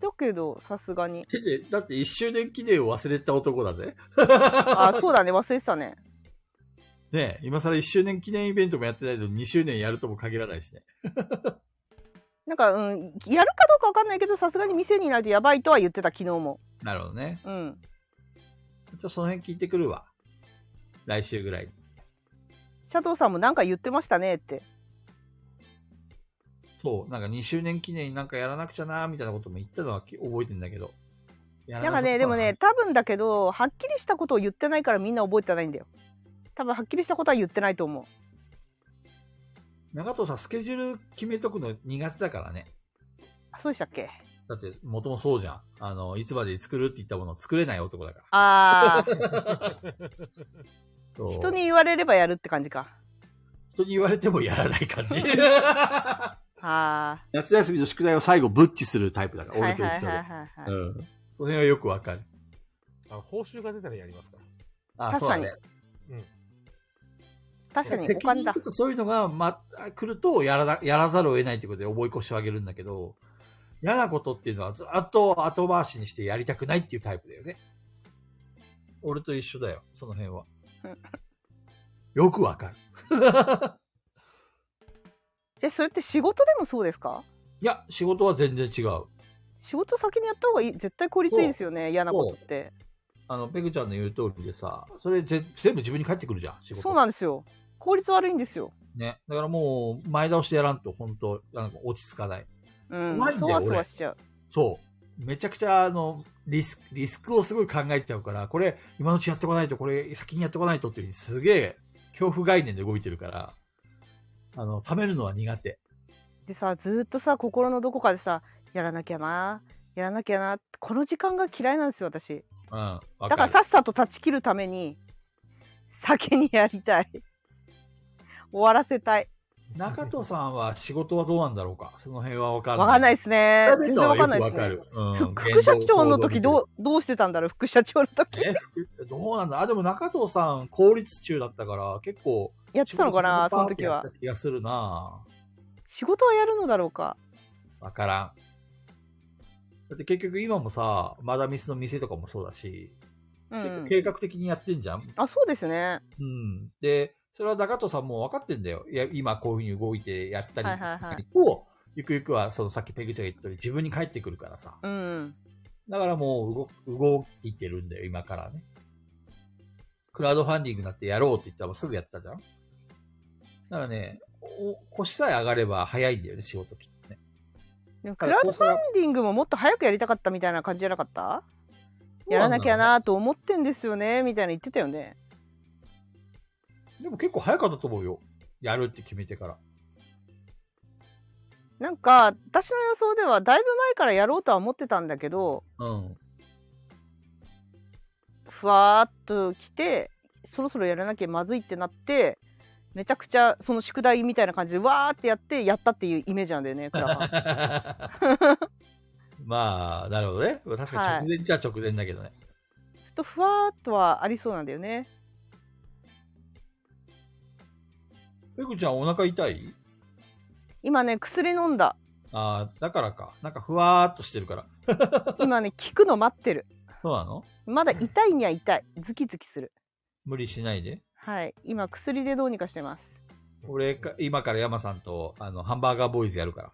だけどさすがに
手で、だって1周年記念を忘れた男だぜ。
あそうだね忘れてたね
ねえ今更1周年記念イベントもやってないのに2周年やるとも限らないしね。
なんか、うん、やるかどうかわかんないけどさすがに店にいないとやばいとは言ってた昨日も
なるほどね。
うん
ちょっとその辺聞いてくるわ。来週ぐらいに。
佐藤さんもなんか言ってましたねって
そう、なんか2周年記念なんかやらなくちゃなーみたいなことも言ったのはき覚えてんだけど。や
なん
さ
か
そうだ
ねでもね、多分だけどはっきりしたことを言ってないからみんな覚えてないんだよ多分はっきりしたことは言ってないと思う
長藤さんスケジュール決めとくの2月だからね。
あそうでしたっけ
だって、元もそうじゃん。あの、いつまでに作るって言ったものを作れない男だから。
あー
そう
人に言われればやるって感じか
人に言われてもやらない 感じ。
あ
夏休みの宿題を最後ブッチするタイプだか
ー
ら、
はい
俺と
はいはい
一緒
は
で
い。はい、
うん。その辺はよくわかる。
あの報酬が出たらやりますから。
あ、
確
そうだ
かに
ね。
確かにお
責
金
任
だ
とかそういうのが、ま、来るとやらな、やらざるを得ないってことで覚え越しを上げるんだけど、嫌なことっていうのはずっと後回しにしてやりたくないっていうタイプだよね。俺と一緒だよ、その辺は。よくわかる。
じゃあそれって仕事でもそうですか
いや、仕事は全然違う。
仕事先にやった方がいい絶対効率いいですよね嫌なことって
あの、ペグちゃんの言う通りでさ、それぜ全部自分に返ってくるじゃん、仕事。
そうなんですよ効率悪いんですよ
ね。だからもう、前倒しでやらんと、本当なんか落ち着かない。
うん
怖いん
そ
だよ
わそわしちゃう
そう。めちゃくちゃ、あの、リスク、リスクをすごい考えちゃうから、これ、今のうちやってこないと、これ、先にやってこないとっていうふうに、すげえ、恐怖概念で動いてるから、あの、貯めるのは苦手。
でさずーっとさ心のどこかでさやらなきゃなやらなきゃなこの時間が嫌いなんですよ私
うん。わか
だ
る
から、さっさと断ち切るために先にやりたい終わらせたい
中藤さんは仕事はどうなんだろうかその辺はわかんない。
わかんない
い
ですね全然わかんないで
わ
す
か
ね
る。うん。
副社長の時ど
う
うどうしてたんだろう副社長の時
え どうなんだあ、でも中藤さん、公立中だったから、結構、
やってたのかなその時
やっ
は
た気がするな
仕事はやるのだろうか
わからん。だって結局今もさ、マダミスの店とかもそうだし、
うん
結
う
構
ん、
計画的にやってんじゃん。
あそうですね
うん。で、それは中戸さんも分かってんだよ。いや、今こういうふうに動いてやったり
はいはいはい
を、ゆくゆくは、そのさっきペグちゃんが言ったように自分に返ってくるからさ。
うん
だからもう動、動いてるんだよ、今からね。クラウドファンディングだってやろうって言ったらすぐやってたじゃん。だからね、お腰さえ上がれば早いんだよね、仕事きっとね。
でもクラウドファンディングももっと早くやりたかったみたいな感じじゃなかったやらなきゃなと思ってんですよねみたいな言ってたよね
でも結構早かったと思うよ。やるって決めてから。
なんか私の予想ではだいぶ前からやろうとは思ってたんだけど
うん。
ふわーっと来てそろそろやらなきゃまずいってなってめちゃくちゃその宿題みたいな感じでわーってやってやったっていうイメージなんだよねクラファン
まあ、なるほどね。確かに直前っちゃ直前だけどね。
ちょっとふわーっとはありそうなんだよね
ペグちゃんお腹痛い
今ね薬飲んだ
ああ、だからか。なんかふわーっとしてるから。
今ね効くの待ってる
そうなの
まだ痛いには痛いズキズキする
無理しないで。
はい今薬でどうにかしてます
俺か、今から山さんと、あの、ハンバーガーボーイズやるから。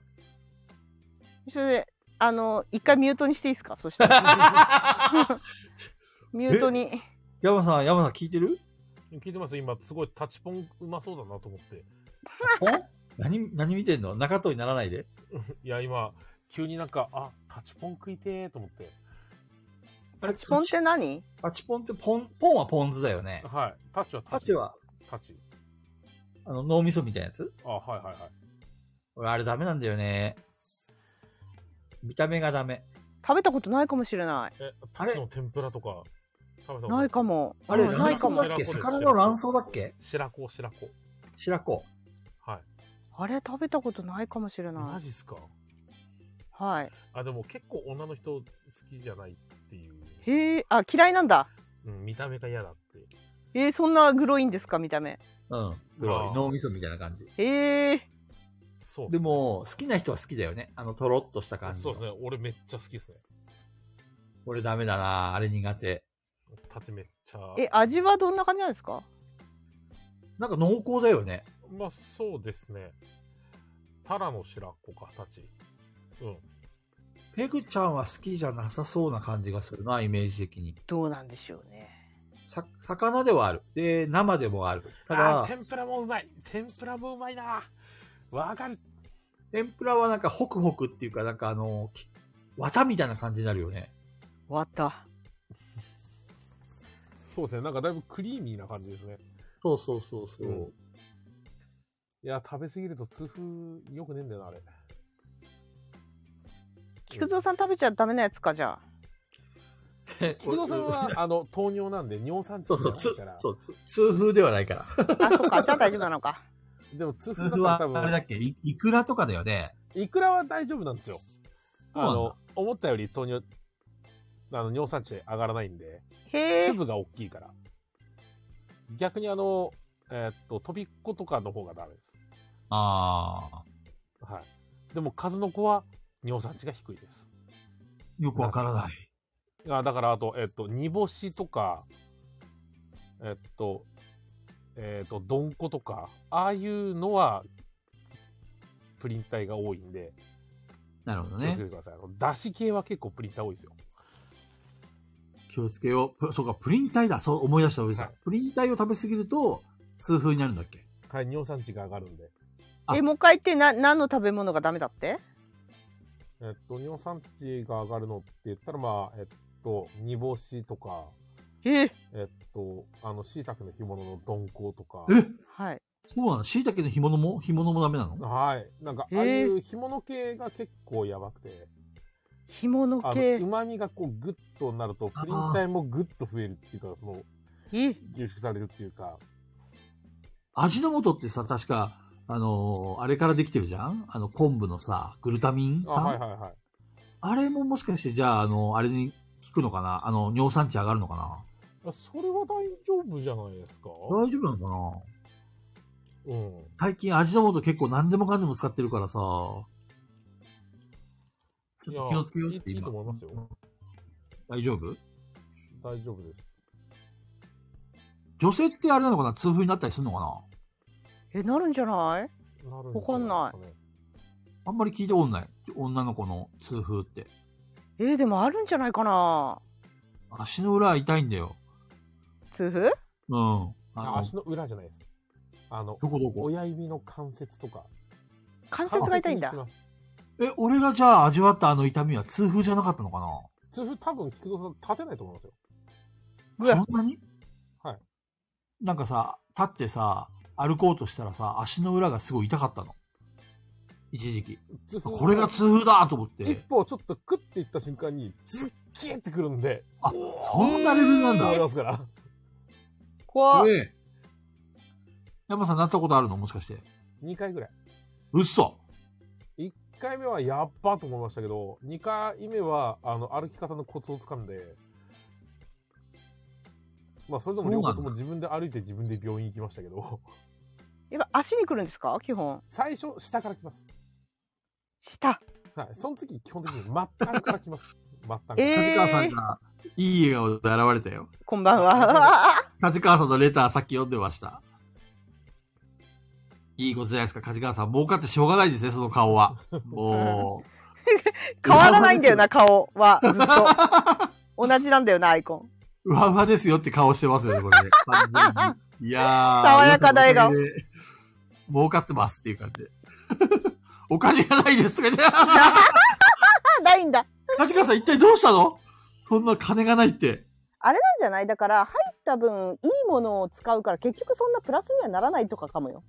それであの一回ミュートにしていいですかそしたらミュートに
山さん、山さん聞いてる
聞いてます今すごいタッチポンうまそうだなと思って。
何、何見てんの中藤にならないで。
いや、今、急になんか、あ、タッチポン食いてーと思って。
あ
パチポンって何
パチポンってポン、ポンはポン酢だよね。
はい。タッチはタ
パ
ッチ
チ。は、
タッチ。
あの、脳みそみたいなやつ
あ、はいはいはい。
俺、あれダメなんだよね。見た目がダメ。
食べたことないかもしれない
え、
あ
タ
れ
ッチの天ぷらとか、食べたこと
ないか。も
あれ、
うんな
卵
いか
巣
も
だっけ魚の卵巣だっけ
白子、白子。
白子。
はい。
あれ食べたことないかもしれな
マ
い
ジっすか
はい
あ、でも結構女の人好きじゃないっていう。
へえあ嫌いなんだ
うん、見た目が嫌だって。
えー、そんなグロいんですか見た目
うん。黒
あ
い。
ー
脳みそみたいな感じ。
へえ
そうっすね
で、も、好きな人は好きだよね。あの、とろっとした感じ。
そうですね。俺めっちゃ好きですね。
俺ダメだなあれ苦手。
タッチめっちゃ。
え味はどんな感じなんですか
なんか濃厚だよね。
まあ、そうですね。タラの白子か、タッチ。うん。
ペグちゃんは好きじゃなさそうな感じがするな、イメージ的に。
どうなんでしょうね
さ、魚ではある。で、生でもある。た
あー
だ、
天ぷらもうまい天ぷらもうまいなわかる
天ぷらはなんかホクホクっていうか、なんかあの、き綿みたいな感じになるよね。
終わった
そうですねなんかだいぶクリーミーな感じですね
そうそうそうそう。
うんいや食べ過ぎると痛風よくねえんだよなあれ
菊蔵さん食べちゃダメなやつかじゃあ
菊蔵さんはあの糖尿なんで尿酸値
そうそ
が
う、つ
高いから、
そう、つ痛風ではないから。
あそっかじゃあ大丈夫なのか
でも痛風だ
痛風
っ
は、
たら多
あれだ
分
っけい、いくらとかだよね。
いくらは大丈夫なんですよ
そうなん
あ
だ
の思ったより糖尿あの尿酸値上がらないんで
へえ
粒が大きいから逆にあのえーっととびっことかの方がダメです
ああ。
はいでも数の子は尿酸値が低いです
よくわからない。
あだからあと、えっと、煮干しとか、えっと、えっと、どんことか、ああいうのは、プリン体が多いんで、
なるほど
気をつ
ね
け。てください。あのだし系は結構プリン体多いですよ。
気をつけよう。プそうか、プリン体だ。そう、思い出した、思い出した。
はい
プリン体を食べ過ぎると、痛風になるんだっけ
はい、尿酸値が上がるんで。
あ
えもう一回言ってな何の食べ物がダメだって
えっと、尿酸値が上がるのって言ったら、まあ、えっと、煮干しとか、
えー、
えっと、あの、椎茸の干物のどんことか、
え
はい
そうなの椎茸の干物も干物もダメなの
はい、なんか、ああい
え
う干物系が結構やばくて、
干物
あの
系
うまみがこうグッとなるとプリン体もグッと増えるっていうかその
え
凝縮されるっていうか
味の素ってさ、確か、あのーあれからできてるじゃんあの、昆布のさ、グルタミン
あ
酸あ,、
はいはいはい
れももしかして、じゃあ、あの、あれに効くのかなあの、尿酸値上がるのかな
あそれは大丈夫じゃないですか
大丈夫なのか
う
な
ん
最近味の素結構何でもかんでも使ってるからさ、ちょっ
いや
と気をつけようって
いいいい
今。
と思いますよ
大丈夫
大丈夫です
女性ってあれなのかな痛風になったりするのかな
え、なるんじゃない
なる
わかんない
い。
あんまり聞いたことない。女の子の痛風って。
えーでもあるんじゃないかな
足の裏は痛いんだよ。
痛風
うん。あの、
足の裏じゃないです。あの、
どこどこ
親指の関節とか。
関節が痛いんだ
関。節に
え、俺がじゃあ味わったあの痛みは痛風じゃなかったのかな
来ます。痛風多分、菊蔵さん立てないと思いますよ。
うわ
そんなに
はい。
なんかさ、立ってさ、歩こうとしたらさ、足の裏がすごい痛かったの。一時期。
痛風
これが痛風だと思っ
一
て。
歩ちょっとクッていった瞬間に、すっげーってくるんで、
あ、そんなレベルなん
あり
だ。
ますから。
怖っ。
え山さんなったことあるのもしかして。
2回ぐらい。
嘘
1回目はやっばと思いましたけど、2回目は、あの、歩き方のコツをつかんで、まあ、それでも両方とも自分で歩いて自分で病院行きましたけど、
やっぱ足に来るんですか基本。
最初、下から来ます。
下。
はい。その次、基本的に末端から来ます。末端から。
えー
梶川さんが、いい笑顔で現れたよ。
こんばんは。
梶川さんのレターさっき読んでました。いいことじゃないですか、梶川さん。儲かってしょうがないですね、その顔 は。もう。
変わらないんだよな、顔は。ずっと。同じなんだよな、アイコン。
うわうわですよって顔してますよね、これね。完全にいやー。
爽やかな笑顔
おかげで。儲かってますっていう感じ で。お金がないですと かね。
あ、ないんだ。
梶川さん一体どうしたのそんな金がないって。
あれなんじゃないだから、入った分、いいものを使うから、結局そんなプラスにはならないとかかもよ。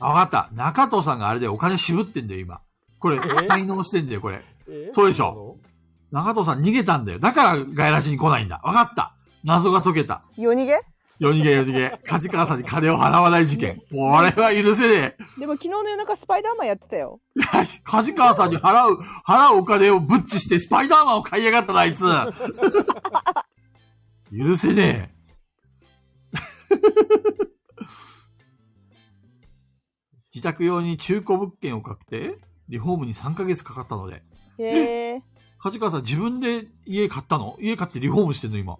あ、わかった。中藤さんがあれでお金渋ってんだよ、今。これ、滞納してんだよ、これ。
えー
そうでしょ中藤さん逃げたんだよ。だから外来人に来ないんだ。わかった。謎が解けた。
夜逃げ
夜逃げ夜逃げ。梶川さんに金を払わない事 件。これは許せね
でも昨日の夜中スパイダーマンやってたよ。
え。 梶川さんに払う、払うお金をブッチしてスパイダーマンを買いやがったな、あい つ。許せねえ。 自宅用に中古物件を買って、リフォームに3ヶ月かかったので。
へえ。
梶川さん自分で家買ったの家買ってリフォームしてんの、今。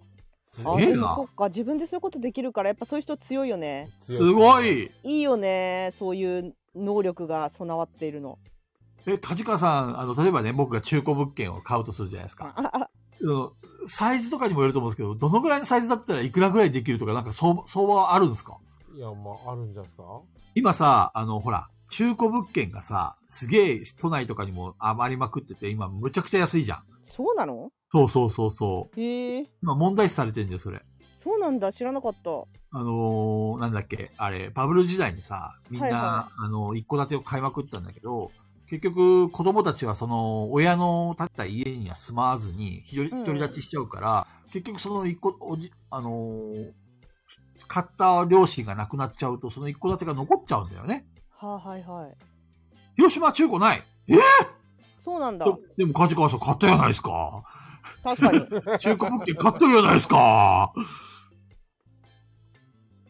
す
あ、
げえ
でも
な
そ。っか、自分でそういうことできるから、やっぱそういう人強いよね。
すごい。
いいよね、そういう能力が備わっているの。
え、梶川さん、あの、例えばね、僕が中古物件を買うとするじゃないですか。
ああ
そのサイズとかにもよると思うんですけど、どのぐらいのサイズだったらいくらぐらいできるとか、なんか相場相場はあるんですか
いや、まあ、あるんじゃないですか
今さ、あの、ほら、中古物件がさ、すげえ都内とかにも余りまくってて、今むちゃくちゃ安いじゃん。
そうなの
そうそうそうそう。
へえ。
今問題視されてんだよ、それ。
そうなんだ、知らなかった。
あのーなんだっけ、あれ、バブル時代にさ、みんな、
はいは
あの、一戸建てを買いまくったんだけど、結局、子供たちはその、親の建った家には住まわずに、ひどい
うん
一人立てしちゃうから、結局その一戸、おじ、あのー買った両親が亡くなっちゃうと、その一戸建てが残っちゃうんだよね。
はあ、はいはい。
広島は中古ないえ
そうなんだ。
でも、梶川さん買ったじゃないですか。
確かに。
中古物件買ってるじゃないですか。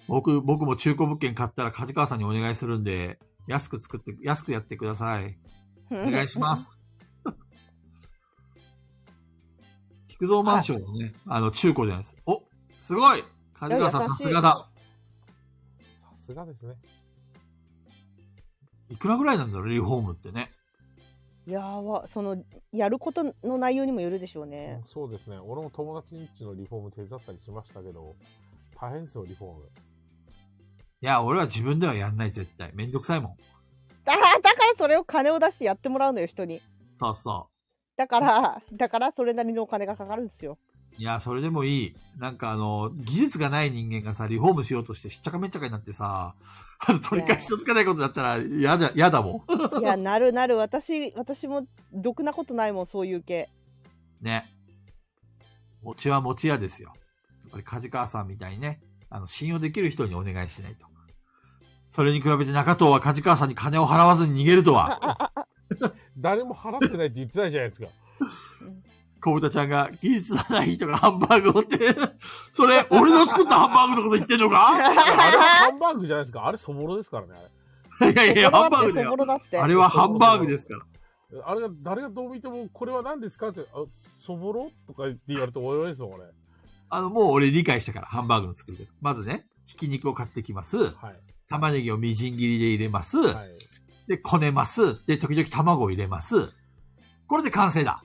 僕、僕も中古物件買ったら梶川さんにお願いするんで、安く作って、安くやってください。お願いします。菊蔵マンションのね、あの、中古じゃないです。おすごい梶川さ
い
ん
や優
さ
しい
すがだ。
さすがですね。
いくらぐらいなんだろう、リフォームってね。
やば、その、やることの内容にもよるでしょうね。
そうですね。俺も友達んちのリフォーム手伝ったりしましたけど、大変ですよ、リフォーム。
いや、俺は自分ではやんない、絶対。めんどくさいもん。
だだからそれを金を出してやってもらうのよ、人に。
そうそ
だから、だからそれなりのお金がかかるんです よ。
う。いや、それでもいい。なんかあの、技術がない人間がさ、リフォームしようとしてしっちゃかめっちゃかになってさ、あの取り返しのつかないことだったら、やだ、やだも
いや、なるなる。私、私も、ろくなことないもん、そういう系。
ん。ね。餅は餅屋ですよ。やっぱり梶川さんみたいにね、あの、信用できる人にお願いしないと。それに比べて中藤は梶川さんに金を払わずに逃げるとは。
誰も払ってないって言ってないじゃない ですか。
小豚ちゃんが技術がない人がハンバーグをって、それ、俺の作ったハンバーグのこと言ってんのか
あれはハンバーグじゃないですか。あれそぼろですからね。
いやいや、ハンバ ーグだ
そぼ
よ。
ろだって。
あれはハンバーグですから。
あれあれが、誰がどう見ても、これは何ですかって、あ、そぼろとかって言われて終わりですよ、これ。
あの、もう俺理解したから、ハンバーグの作り方。まずね、ひき肉を買ってきます。
はい。
玉ねぎをみじん切りで入れます。
はい。
で、こねます。で、時々卵を入れます。これで完成だ。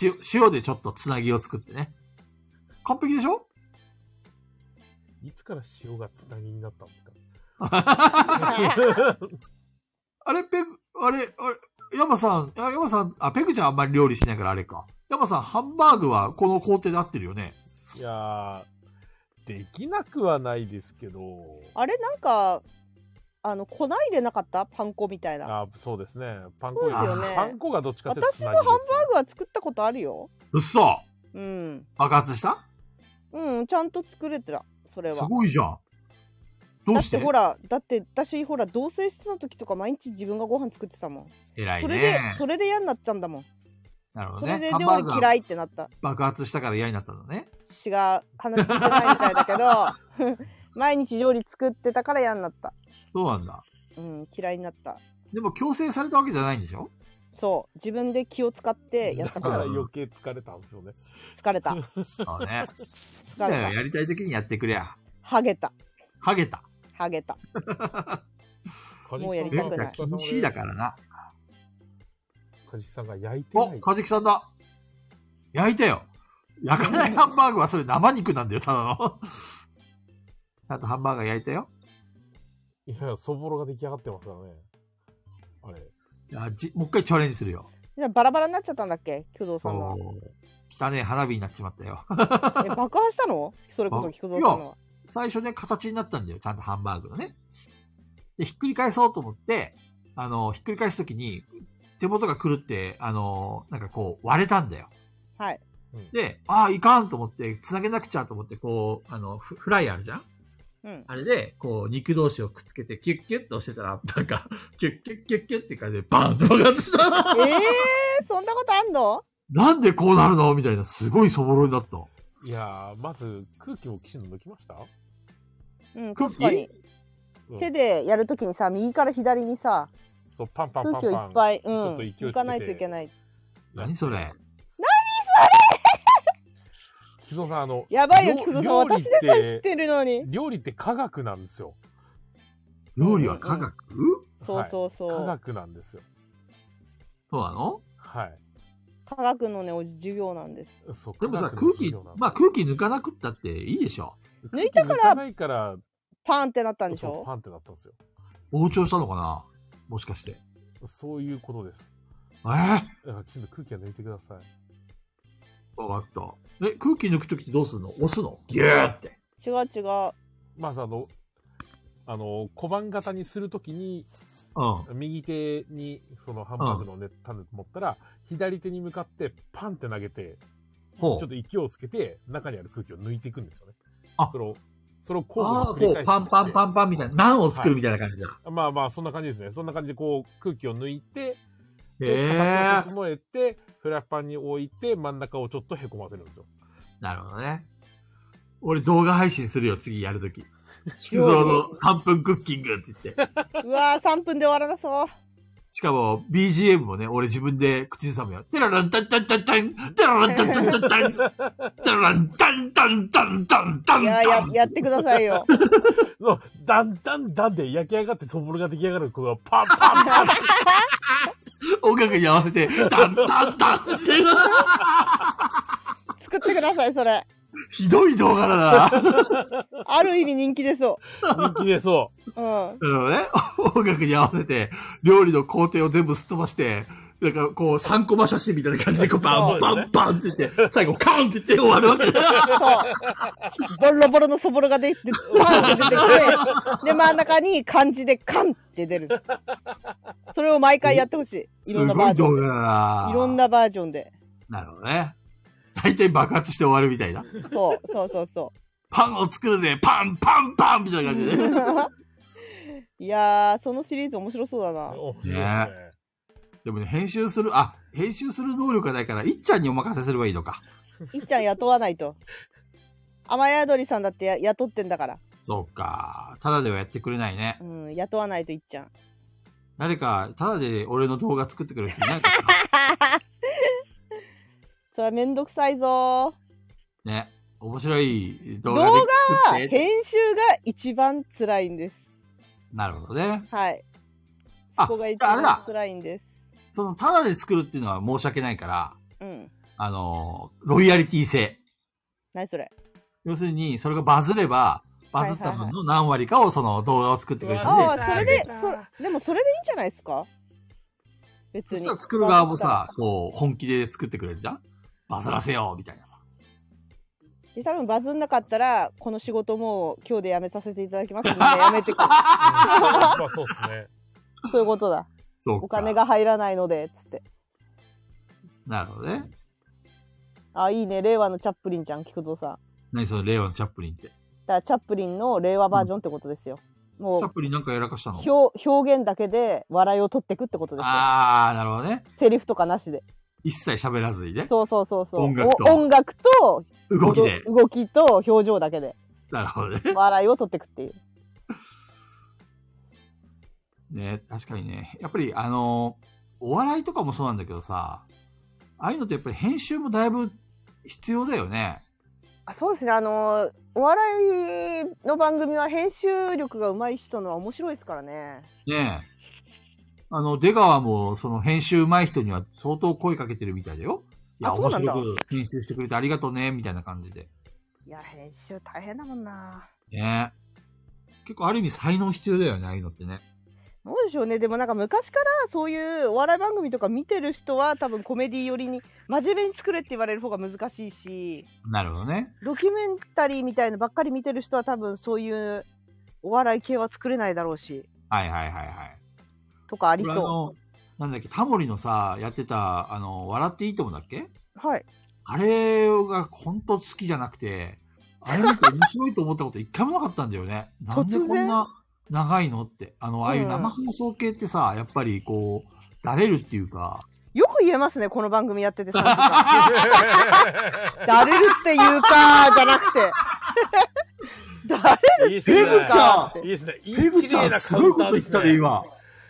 塩、塩でちょっとつなぎを作ってね。完璧でしょ
いつから塩がつなぎになったん ですか
あれ、ペグ、あれ、あれ、ヤマさん、あヤマさん、あ、ペグちゃんあんまり料理しないからあれか。ヤマさん、ハンバーグはこの工程で合ってるよね。
いやー、できなくはないですけど、
あれなんかあの粉入れなかったパン粉みたいなハン
あそうですね。パン粉より
そうです
よね
パン粉がどっちかって
私も
ハン
バーグは作ったことあるよ
うっそ
うん
爆発した
うんちゃんと作れてたそれ
す
は
ごいじゃん。ど
だ
う
っ
してて
ほらだって私ほら同棲してた時とか毎日自分がご飯作ってたもん
偉い
それで
ね。
それで嫌になったんだもん
なるほ
そ
ど
れ
ね。
で
ハンバー
料
グ
理
が
嫌いってなった
爆発したから嫌になったのね。
違う話聞いてないみたいだけ ど毎日料理作ってたから嫌になった
そうなんだ。
うん嫌いになった
でも強制されたわけじゃないんでしょ
そう自分で気を使ってやった
だ
か
から
ら
余計疲れたんですよね。
疲れた
そう ね。
疲れ
だ
た
よやりたい時にやってくれや。
ハゲた
ハゲた。
ハゲたもうやり
ベ
た
ン
く
が
ない
禁止だからな。
カジキさんが焼いて
お
な、い。
カジキさんだ。焼いてよ。焼かないハンバーグはそれ生肉なんだよ、ただの。 ちゃんとハンバーガー焼いたよ。
いや、そぼろが出来上がってますからね。あれ。
いやじもう一回チャレンジするよ。
じゃあバラバラになっちゃったんだっけ工藤さんのは
おー汚ねえ花火になっちまったよ。
え爆破したのそれこそ
あ
菊蔵さんのは
最初ね、形になったんだよ。ちゃんとハンバーグのね。で、ひっくり返そうと思って、あの、ひっくり返すときに、手元が狂って、あの、なんかこう、割れたんだよ。
はい
で、ああ、いかんと思って、つなげなくちゃと思って、こう、あの、フフライあるじゃん
うん
あれで、こう、肉同士をくっつけて、キュッキュッと押してたら、なんか、キュッキュッキュッキュッって感じで、バーンと爆発した。
えー、そんなことあんの
なんでこうなるのみたいな、すごいそぼろになった。
いやー、まず空気をきちんと抜きました
うん
空気
確かに
うん
手でやるときにさ右から左にさ
そう、パンパンパン
空気をい
パン。
っぱい
ちょっと
う
勢
ん
いつけて
いかないといけない
何それ
菊蔵さん、あの、
やばいよ
料
菊蔵さん
料理っ
私
て
でさえ知ってるのに
料理って科学なんですよ。
料理は科学、
そうそうそう、
科学なんですよ。
そうなの
はい。
科学のねお授業なんです
そう
でもさ、
科学
空
の
気
授業なん、です
まあ空気抜かなくったっていいでしょ。
空
抜い
気
たから
抜ないから、
パンってなったんでし
そう
ょ
パンってなったんですよ。
膨張したのかなもしかして。
そういうことです。
えー、
だからきちんと空気は抜いてください。
わかった。え、空気抜くときってどうするの押すのギューって。
違う違う
まずあの、あの、小判型にするときに、
うん。
右手にそのハンバーグのね、種持ったら、左手に向かってパンって投げて、ちょ
ほ
っと
う。
勢いをつけて、中にある空気を抜いていくんですよね。
あ
それを、それを交
あ
互
あ、
に繰り返
こう、
して
パンパンパンパンみたいな、ナンを作るみたいな感じだ。
まあまあ、そんな感じですね。そんな感じで、こう、空気を抜いて、
へえ
形を整えて、フライパンに置いて、真ん中をちょっとへこませるんですよ。
なるほどね。俺動画配信するよ、次やる とき。菊蔵の3分クッキングって言って。
うわー3分で終わらなそう
しかも、BGM もね、俺自分で口ずさむよ。テラランタンタンタンタンテラランタンタンタンタンテラランタンタンタンタンタン
いやや
タン
やってくださいよ
そう、だんだんだんで焼き上がって、そぼろが出来上がる、このパンパンパン
音楽に合わせて、タンタンタンって。
作ってくださいそれ
ひどい動画だな。
ある意味人気でそ
人気でそう
うん
なるほどね。音楽に合わせて、料理の工程を全部すっ飛ばして、なんかこう、3コマ写真みたいな感じで、こう、バンバンバンって言って、最後、カーンって言って終わるわけだ。
そう。ボロボロのそぼろが出て、パンって出てきて、で、真ん中に漢字でカンって出る。それを毎回やってほし い。い
す
ろんなバ
ご
ー
い
ジョ
動画
ンで。
だな。
いろん。なバージョンで。
なるほどね。大体爆発して終わるみたいな。
そうそうそうそ
パンを作るぜパンパンパンみたいな感じでね。
う。いやー、そのシリーズ面白そうだな。
お。
ねでもね、編集する、あ、編集する能力がないから、いっちゃんにお任せすればいいのか。
いっちゃん雇わないと。雨宿りさんだってや雇ってんだから。
そうか。ただではやってくれないね
う。ん、雇わないといっちゃん。
誰か、ただで俺の動画作ってくれる人いないかな。
それはめんどくさいぞ
ね。面白い動
動
画
画
で
は
作って。
編集が一番辛いんです
なるほどね。
はい
あ
そこが一
あれだ
番辛いんです
その、ただで作るっていうのは申し訳ないから、
うん
あのーロイヤリティ性。
何それ
要するに、それがバズれば、バズった分の何割かをその動画を作ってくれたんで、
あ
わ
あそれでそでもそれでいいんじゃないですか別
そ
に
したら作る側もさ、こう、本気で作ってくれるじゃんバズらせようみたいなさ。
で多分バズんなかったらこの仕事もう今日で辞めさせていただきますんでやめ てく
まあそうですね。
そういうことだ
そうか。
お金。が入らないのでつって
なるほどね。
あいいね令和のチャップリンちゃん菊蔵さんだか
何その令和のチャップリンって。チ
らチャップリンの令和バージョンってことですよ、も
ャッ
う
プリンなんかやらかしたの
表表現だけで笑いを取ってくってことですよ
あー、なるほどね。
セリフとかなしで
一切喋らずにね。
そうそうそうそう
音楽と
お音楽と
動きで。
動きと表情だけで
なるほどね。
笑いを取ってくっていう
ね、確かにね。やっぱり、あのーお笑いとかもそうなんだけどさ、ああいうのってやっぱり編集もだいぶ必要だよね。
あそうですねあのーお笑いの番組は編集力が上手い人のは面白いですからね
ねえ。あの、出川も、その編集上手い人には相当声かけてるみたいだよ。いや、
あそ
面
うなんだ
白く編集してくれてありがとうね、みたいな感じで。
いや編集大変だもんな
ねえ。結構ある意味才能必要だよね、ああいうのってね。
どうでしょうねでもなんか昔からそういうお笑い番組とか見てる人は多分コメディ寄りに真面目に作れって言われる方が難しいし
なるほどね。
ドキュメンタリーみたいのばっかり見てる人は多分そういうお笑い系は作れないだろうし
はいはいはいはい。
とかあり
これあ
そ
の、なんだっけ、タモリのさ、やってた、あの、笑っていいともだっけ
うはい
あれが本当好きじゃなくて、あれ見て面白いと思ったこと一回もなかったんだよね。なんでこんな長いのって。あの、ああいう生放送系ってさ、やっぱりこう、だれるっていうか、
よく言えますねこの番組やってて3時間だれるっていうかじゃなくてだ
いいっすね。
れるかって
いいっすね。いい
ペグち
綺
ゃ
麗
ん
な
すごいこと言った
カ
で
ウン
今。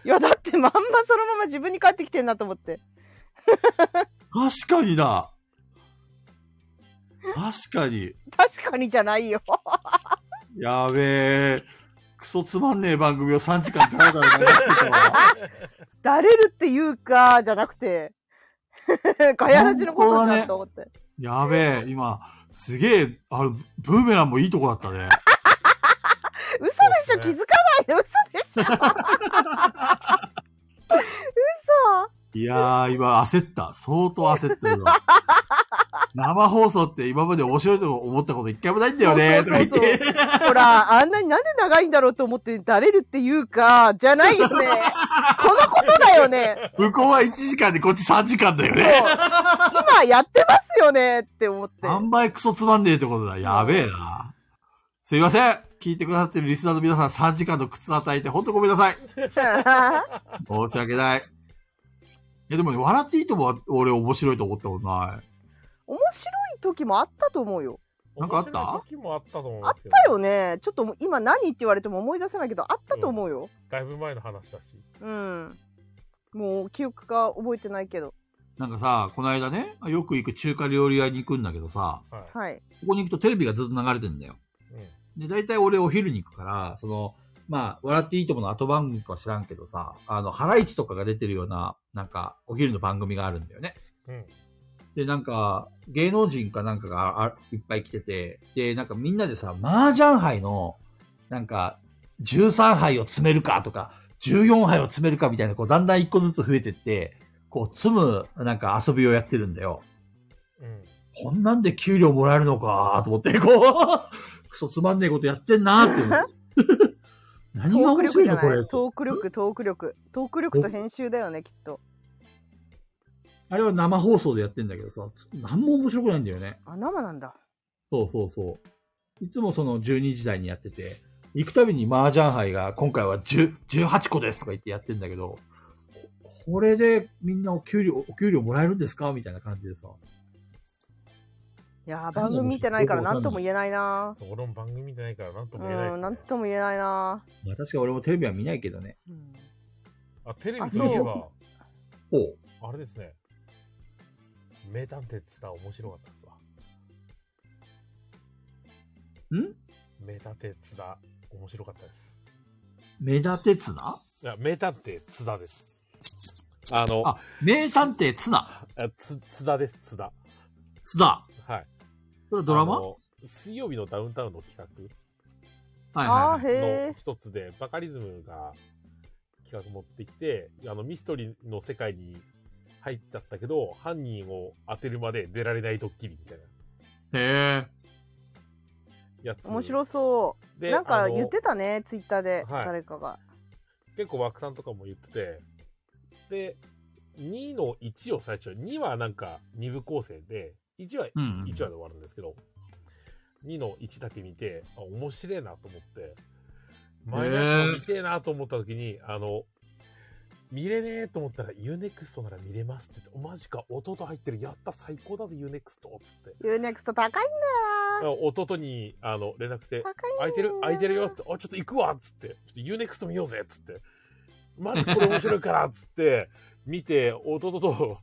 いやだってまんまそのまま自分に返ってきてんなと思って
確かにだ。確かに。
確かにじゃないよ
やべえ。クソつまんねえ番組を3時間だらだら流してたわ。
だれるっていうかじゃなくてガヤラジのことだなと思って、
やべえ、今、すげえ、あの、ブーメランもいいとこだったね。
嘘でしょ気づかないの嘘でしょ嘘
いやー、今焦った。相当焦ってるわ。生放送って今まで面白いと思ったこと一回もないんだよね、とか言って。
ほら、あんなになんで長いんだろうと思って、だれるっていうか、じゃないよね。このことだよね。
向こうは1時間でこっち3時間だよ
そう
ね。
今やってますよねって思って。
あんまりクソつまんねえってことだ。やべえな。すいません。聞いてくださってるリスナーの皆さん3時間の靴与えて、ほんとごめんなさい。申し訳ない。いや、でもね、笑っていいとも俺面白いと思ったことない。
面白い時もあったと思うよ。
なんかあった
面白い時もあったと思う
あっ
けど
たよね。ちょっと今何って言われても思い出せないけど、あったと思うよ。
だいぶ前の話だし。
うん。もう記憶が覚えてないけど。
なんかさ、この間ね、よく行く中華料理屋に行くんだけどさ、
はい。
はい。
ここに行くとテレビがずっと流れてんだよ。
うん
で、大体俺お昼に行くから、その、まあ、笑っていいともの後番組かは知らんけどさ、あの、ハライチとかが出てるような、なんか、お昼の番組があるんだよね。
うん
で、なんか、芸能人かなんかがあいっぱい来てて、で、なんかみんなでさ、麻雀杯の、なんか、13杯を詰めるかとか、14杯を詰めるかみたいな、こう、だんだん一個ずつ増えてって、こう、積む、なんか遊びをやってるんだよ。
うん。
こんなんで給料もらえるのかと思って、こう、 クソつまんねえことやってんなって思って。 何が
トーク
面
力
白い
じゃ
のこ
な
れ
い。。トーク力、トーク力。トーク力と編集だよね、きっと。
あれは生放送でやってんだけどさ、何も面白くないんだよね。
あ、生なんだ。
そうそうそう。いつもその12時台にやってて、行くたびに麻雀杯が今回は10 18個ですとか言ってやってんだけど、ここれでみんなお給料、お給料もらえるんですかみたいな感じでさ。
いやー、番組見てないから何とも言えないな。
そう俺も番組見てないからなんと
う
も言えないです
ん、
ね
何とも言えないな。
まあ確か俺もテレビは見ないけどね。
うん
あ、テレビといえば、
ほう。
あれですね。
名探偵ツタ面白かったですわ。
ん
名探偵津田、面白かったです。
目立てツナ
いや、名探偵津田です。あの、
あ名探偵ツナ。
あつ津田です、津田。
ツだ。
はい。
それはドラマ
あ
はい
の水曜日のダウンタウンの企
はい
あ
はい、
ー
画
へ
の一つで、バカリズムが企画持ってきて、あの、ミステリーの世界に入っちゃったけど、犯人を当てるまで出られないドッキリみたいな
へえ。
やつ。
え面白そ
で
うなん
あ
か
の
言ってたねツイッターで
はい
誰かが
結構枠さんとかも言ってて、で、2の1を最初、2はなんか2部構成で、1は
うん
1話
うん
で終わるんですけど、2の1だけ見て、あ、面白いなと思って、マイナスを見てえなと思った時に、あの、見れねえと思ったら UNEXT なら見れますって言って、マジか、弟入ってる、やった、最高だぜ UNEXT っつって。
UNEXT 高いんだよな
弟にあの連絡して、
高いんだよな
空いてる空いてるよっつって、あ、ちょっと行くわっつって、ちょっと UNEXT 見ようぜっつって、まずこれ面白いからっ つって、見て、弟と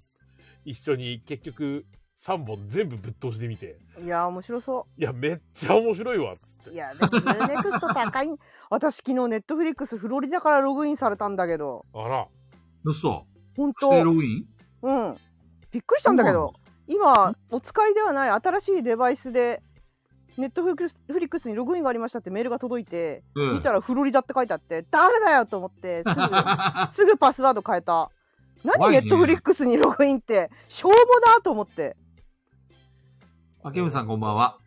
一緒に結局3本全部ぶっ通してみて、
いやー面白そ
いや、めっちゃ面白いわっつっ
うい
て。
やでも UNEXT 高いん 私昨日ネットフリックスフロリダからログインされたんだけど
あら、
嘘。
本
不正
当
ログイン
うんびっくりしたんだけど今お使いではない新しいデバイスでネットフリックスにログインがありましたってメールが届いて、
うん
見たらフロリダって書いてあって誰だよと思って すぐすぐパスワード変えた
怖
何
い
ネ
ね
ットフリックスにログインってしょうもなと思って
あけむさんこんばんは。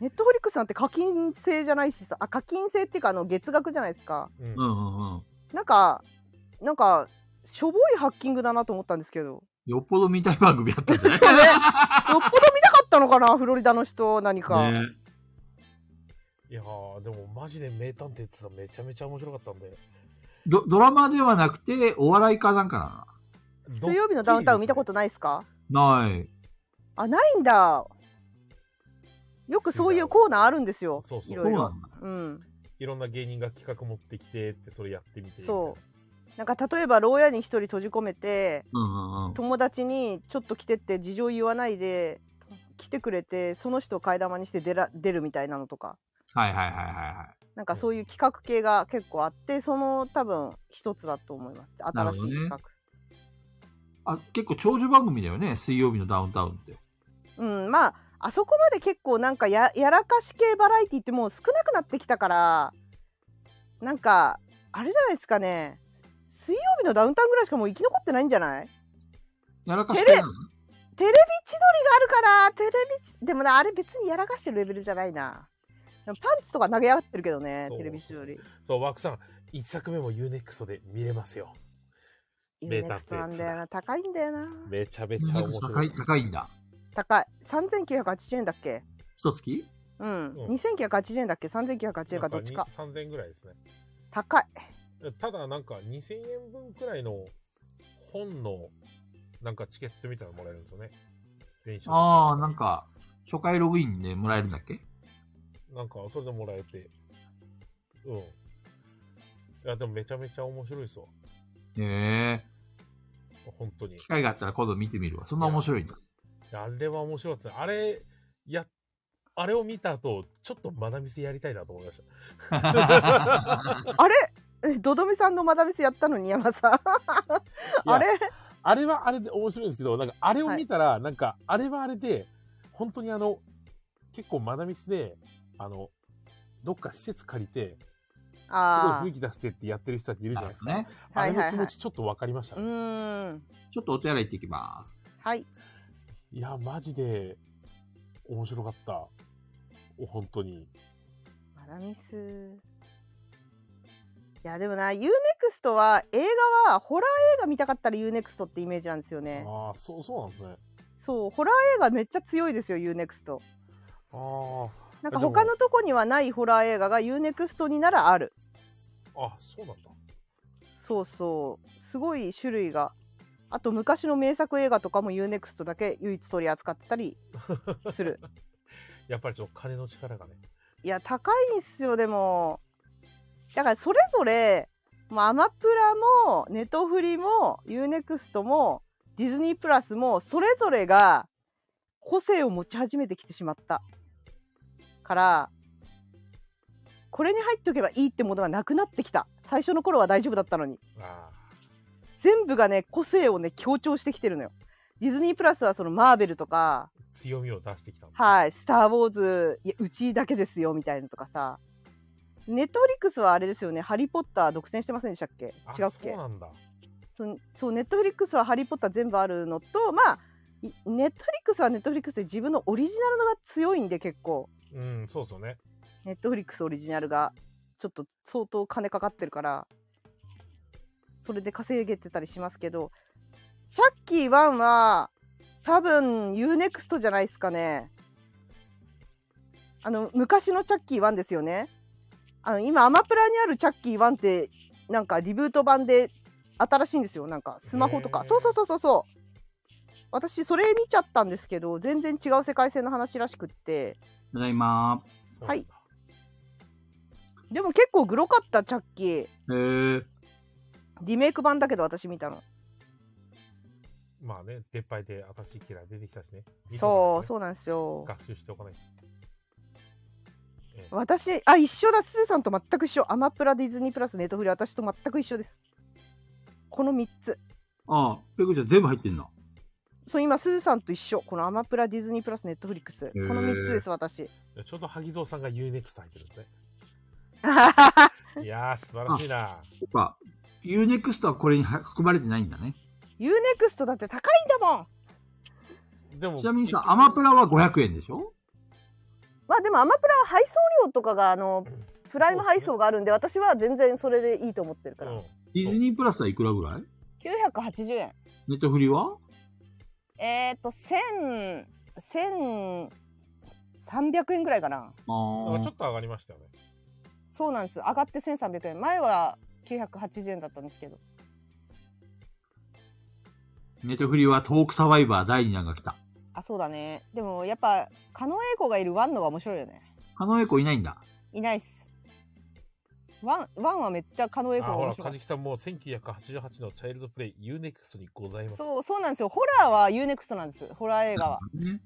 ネットフリックスなんて課金制じゃないしさあ課金制っていうかあの月額じゃないですか
うん
うんうんうん。
なんかなんかしょぼいハッキングだなと思ったんですけど
よっぽど見たい番組やったんじゃない
ねよっぽど見たかったのかなフロリダの人何か、
ね
いやー、でもマジで名探偵っつったらめちゃめちゃ面白かったんで。
ドドラマではなくて、お笑いかなんか
水曜日のダウンタウン見たこととないですか
なのない。
あないんだよくそういうコーナーあるんですよ
そうそう
い
そ
ろ
う
い
な
ろ
んだ。
うん
いろんな芸人が企画持ってきてって、それやってみて。
そうなんか例えば牢屋に一人閉じ込めて
うんうんうん。
友達にちょっと来てって事情言わないで来てくれてその人を替え玉にして出ら出るみたいなのとか
はいはいはいはいは
なんかそういう企画系が結構あってその多分一つだと思います
なる
新し
ほど
い
ね
企画、
い。あ、結構長寿番組だよね。水曜日のダウンタウンって。
うんまああそこまで結構なんかややらかし系バラエティってもう少なくなってきたからなんかあれじゃないですかね水曜日のダウンタウンぐらいしかもう生き残ってないんじゃない
やらかしてなの
テレビ千鳥があるからテレビ千でもなあれ別にやらかしてるレベルじゃないなでもパンツとか投げ上がってるけどね
そう
テレビ千鳥
そう、枠さん、1作目も UNEXT で見れますよ。名
ネ
探偵
クストなんだよな高いんだよな
めちゃめちゃ面
高
白い
い、。高いんだ。
高い3980円だっけ
一月
うん、
うん
2980円だっけ3980円かどっちか
なんに3000円ぐらいですね。
高い
ただなんか2000円分くらいの本のなんかチケットみたいなのもらえるんですよね。電車
ああ、なん。か、初回ログインでもらえるんだっけ
なんかそれでもらえて。うん。いや、でもめちゃめちゃ面白いですわ。
ええ
本当に
機。会があったら今度見てみるわ。そんな面白いんだ。
あれは面白かった。あれ、や、あれを見た後、ちょっとまだ見せやりたいなと思いました。
あれえドドメさんのマダミスやったのに山さんあれ
あれはあれで面白いんですけど、なんかあれを見たら、なんかあれはあれで、本当にあの、結構まなみつで、あの、どっか施設借りて、すごい
あ
雰
あ
囲気出してってやってる人たちいるじゃないですか。
ね。
あれの
はい
気
はいは
持
い
ちちょっとわかりました
う
ね、
ーん
ちょっとお手洗い行ってきます。
はい
いや、マジで面白かった。お本当に。
マダミスいやでもな UNEXT は映画はホラー映画見たかったら UNEXT ってイメージなんですよね
ああ、そう、そうなんですね。
そうホラー映画めっちゃ強いですよ UNEXT
あ
なんか他のとこにはないホラー映画が UNEXT にならある
あ、あ、そうなんだ。
そうそうすごい種類があと昔の名作映画とかも UNEXT だけ唯一取り扱ってたりする
やっぱりちょっと金の力がね。
いや高いんすよでもだからそれぞれもうアマプラもネトフリも UNEXT もディズニープラスもそれぞれが個性を持ち始めてきてしまったからこれに入っておけばいいってものはなくなってきた最初の頃は大丈夫だったのに
あ
全部がね個性をね強調してきてるのよディズニープラスはそのマーベルとか
ー強みを出してきたんだ
はい、スター・ウォーズ、いやうちだけですよみたいなのとかさ、ネットフリックスはあれですよね、ハリー・ポッター独占してませんでしたっけ
あ
違うっ
そう
け
なんだ
そうそう、ネットフリックスはハリー・ポッター全部あるのと、まあ、ネットフリックスはネットフリックスで自分のオリジナルのが強いんで、結構、
うんそうそうね
ネットフリックスオリジナルがちょっと相当金かかってるから、それで稼げてたりしますけど、チャッキー1は、多分 UNEXT じゃないですかね。あの、昔のチャッキー1ですよね。あの、今、アマプラにあるチャッキー1って、なんかリブート版で新しいんですよ。なんか、スマホと
へ
か。
ー
そうそうそうそうそう。私、それ見ちゃったんですけど、全然違う世界線の話らしくって。
ただいま
そうなんだ
はいでも結構グロかった、チャッキー。
ー。へえ。
リメイク版だけど私見たの。
まあね出っ張りで新しいキャラ出てきたしね
そ
う
う、そうなんですよ。
学習しておかないとええ
私、あ、一緒だ、すずさんと全く一緒。アマプラ、ディズニープラス、ネットフリ、私と全く一緒です。この3つ。
ああ、ペグちゃん全部入ってんな。
そう、今、すずさんと一緒。このアマプラ、ディズニープラス、ネットフリックス。こ
ー
の3つです、私。
いやちょうど萩蔵さんが UNEXT 入ってるんですね
あ
いやー素晴らしいな
そっか。UNEXT はこれに含まれてないんだね。
UNEXT だって高いんだもん。
でも
ちなみにさ、アマプラは500円でしょ
まあでも、アマプラは配送料とかが、あの、プライム配送があるんで、私は全然それでいいと思ってるか
う
ら。
ん
ディズニープラスはいくらぐらい
980円。
ネットフリは
えっ、ー、と、1000、1300円ぐらいかな。
あ
なんかちょ
ー
っと上がりましたよね
そうなんです。上がって1300円。前は980円だったんですけど。
ネットフリはトークサバイバー第2弾が来た。
あ、そうだね。でもやっぱ、狩野英孝がいるワンのが面白いよね。
狩野英孝いないんだ。
いないっす。ワン、ワンはめっちゃ狩野英
あ
孝が
ほ
面
ら
白
梶
い。
木さんも1988のチャイルドプレイ UNEXT にございます
そう、そうなんですよ。ホラーは UNEXT なんです。ホラー映画は。
ね。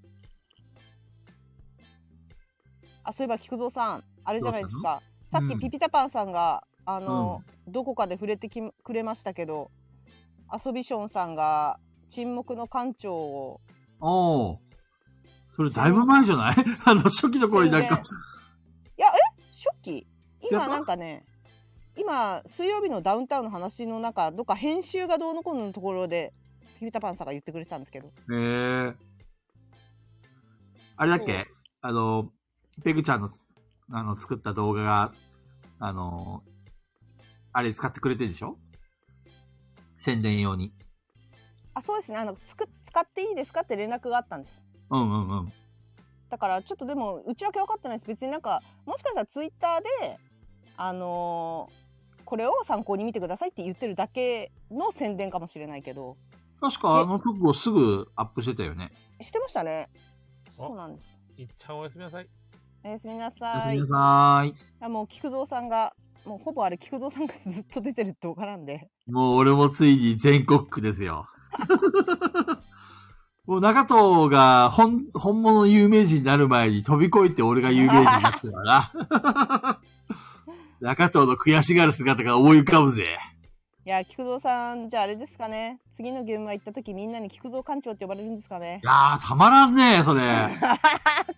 あ、そういえば菊蔵さん、あれじゃないですか。
ど
さ
うだったの
っ
うん
きピピタパンさんが、あの、どこかで触れてきくれましたけど、アソビションさんが沈黙の艦長を、
おー。それだいぶ前じゃない あの、初期の頃になんか、
初期
違っ
今
た
なんかね今水曜日のダウンタウンの話の中どっか編集がどうのこうののところでピピタパンさんが言ってくれてたんですけど
えー、あれだっけあの、ペグちゃんの、あの、作った動画が、あの、あれ使ってくれてるでしょ宣伝用に。
あそうですねあのつく使っていいですかって連絡があったんです
うんうんうん。
だからちょっとでも内訳分かってないです別になんかもしかしたらツイッターであのーこれを参考に見てくださいって言ってるだけの宣伝かもしれないけど
確かあの曲をすぐアップしてたよね。
してましたね
あ
そうなんです
いっちゃんおやすみなさい
おやすみな
おや
さ
す
い
みなさーい。
あもう菊蔵さんがもうほぼあれ菊蔵さんがずっと出てる動画なんで
もう俺もついに全国区ですよ。 もう中藤が本、本物の有名人になる前に飛び越えて俺が有名人になってたから。 中藤の悔しがる姿が思い浮かぶぜ。
いや菊蔵さんじゃああれですかね次の現場行った時みんなに菊蔵館長って呼ばれるんですかね
いやー、たまらんねそれ。あ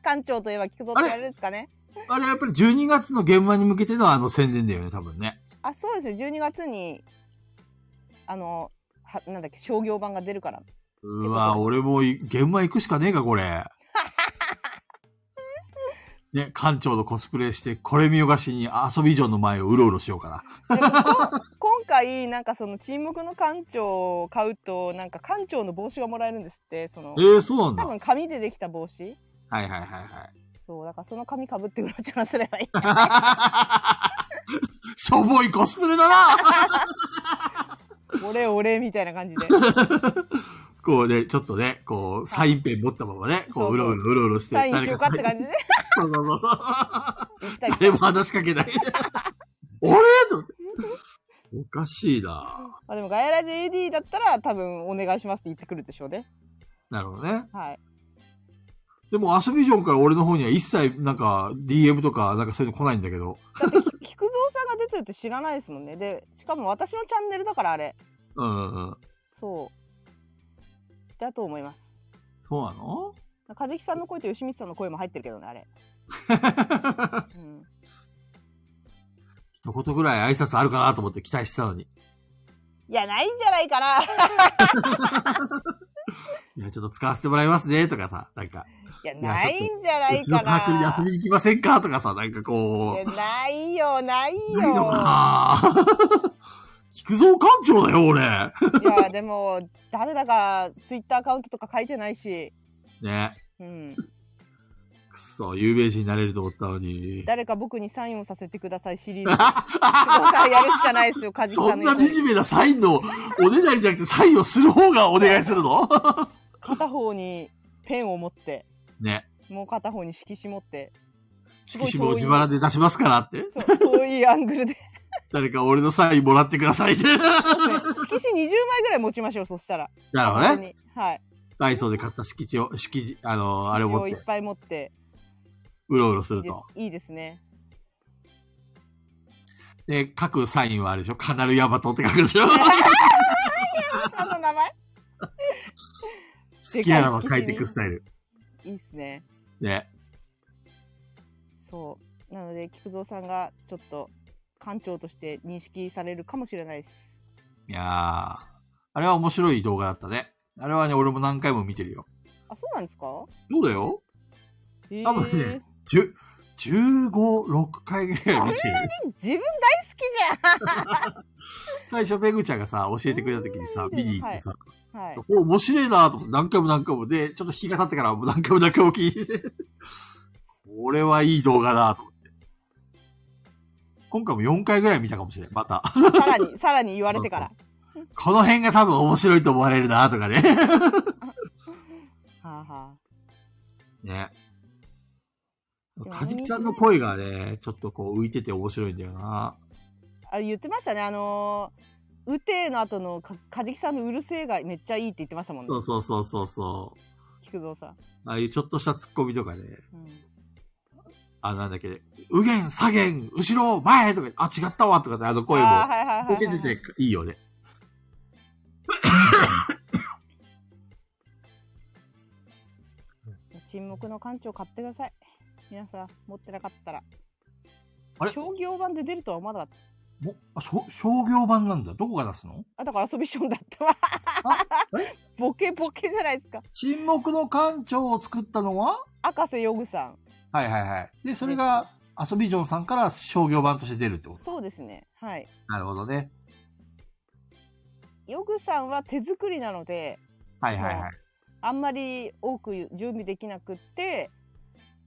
館長といえば菊蔵って言われるんですかね
れやっぱり12月の現場に向けてのあの宣伝だよね、多分ね。
あそうですね12月にあのはなんだっけ商業版が出るから
うわー、俺もい現場行くしかねえか、これ。ね、館長のコスプレして、これ見よがしに遊び城の前をうろうろしようかな。
でも こん今回なんかその沈黙の館長を買うとなんか館長の帽子がもらえるんですってその
ええー、そうな
多
んだ。
分紙でできた帽子
はいはいはいはい。
そうだからその紙かぶってうろちょろすればいい
しょぼいコスプレだな
俺俺みたい な感じで
こうね、ちょっとね、こう、サインペン持ったままね、こう、うろうろうろうろして、
サインしようかって
誰
感
か
じで
サインそうそうそうそう
行きたい
誰も話しかけない。俺と思っておかしいな。
まあでもガヤラジ AD だったら多分お願いしますって言ってくるでしょうね。
なるほどね。
はい。
でも、アスビジョンから俺の方には一切、なんか、DM とか、なんかそういうの来ないんだけど。
菊蔵さんが出てるって知らないですもんね。で、しかも私のチャンネルだからあれ。
うんうんうん。
そう。だと思います。
そうなの
和樹さんの声と吉光さんの声も入ってるけどね、 あれ。うん、
一言ぐらい挨拶あるかなと思って期待してたのに。
いや、ないんじゃないかな。
いや、ちょっと使わせてもらいますね、とかさ、なんか、
いや、ないんじゃないう
ちの
か
サークルに遊
な。
びに行きませんかとかさ、なんかこう。
いやないよ、ないよ。
ないのか な菊蔵館長だよ、俺。
いや、でも、誰だか、ツイッターアカウントとか書いてないし、
ね。
うん、
くそ、有名人になれると思ったのに。
誰か僕にサインをさせてくださいシ リーズ。さやるしかないですよ、カジキ
そ
さ
ん
ん
な
の
惨めなサインのおねだりじゃなくてサインをする方がお願いする の
片方にペンを持って、
ね。
もう片方に色紙持って、すごい
色紙も自腹で出しますからって。
そうそういうアングルで。
誰か俺のサインもらってください って。
色紙20枚ぐらい持ちましょう、そしたら。
なるほど
本当
ね。
にはい。
ダイソーで買った敷地を、敷地、あのあれを持っ、
いってぱい持って、
うろうろする
で
と。
いいですね。
で、書くサインはあれでしょカナルヤマトって書くでしょ
あの名前
好きなのを書いていくスタイル。
いいですね。
ね。
そう。なので、菊蔵さんがちょっと、館長として認識されるかもしれないです。
いやー。あれは面白い動画だったね。あれはね、俺も何回も見てるよ。
あ、そうなんですか
そうだよ。
え
多分ね
ー、
10、15、6回ぐらい見てる。
自分大好きじ
最初、ペグちゃんがさ、教えてくれた時にさ、
そんな
見
に
に行ってさ、
ゃんはい
こ。れ面白いなと思って、何回も何回も。で、ちょっと日が経ってからもう何回も何回も聞いて、これはいい動画だと思って。今回も4回ぐらい見たかもしれん、また。
さらに、さらに言われてから。
この辺が多分面白いと思われるなとかね。
はあは
ね。
も
かじきさんの声がね、ちょっとこう浮いてて面白いんだよな。
あ。あ言ってましたね、あのー、うてーの後のかカジキさんのうるせえがめっちゃいいって言ってましたもんね
そ、うそうそうそうそう。
菊蔵さん。
ああいうちょっとしたツッコミとかね。
うん
あ、なんだっけ、右弦、左弦、後ろ、前とか、あ、違ったわとかって、あの声も、
あーはいはいはいはいはい
ボケてていいよね。
沈黙の館長買ってください。皆さん、持ってなかったら。
あれ
商業版で出るとはまだ、
もあしょ商業版なんだ。どこが出すの
あ、だから遊びションだったわ。 ボケボケじゃないですか。
沈黙の館長を作ったのは
赤瀬ヨグさん。
はいはいはい。で、それが、遊びジョンさんから商業版として出るってこと
そうですね。はい。
なるほどね。
ヨグさんは手作りなので、
はいはいはい。
あんまり多く準備できなくって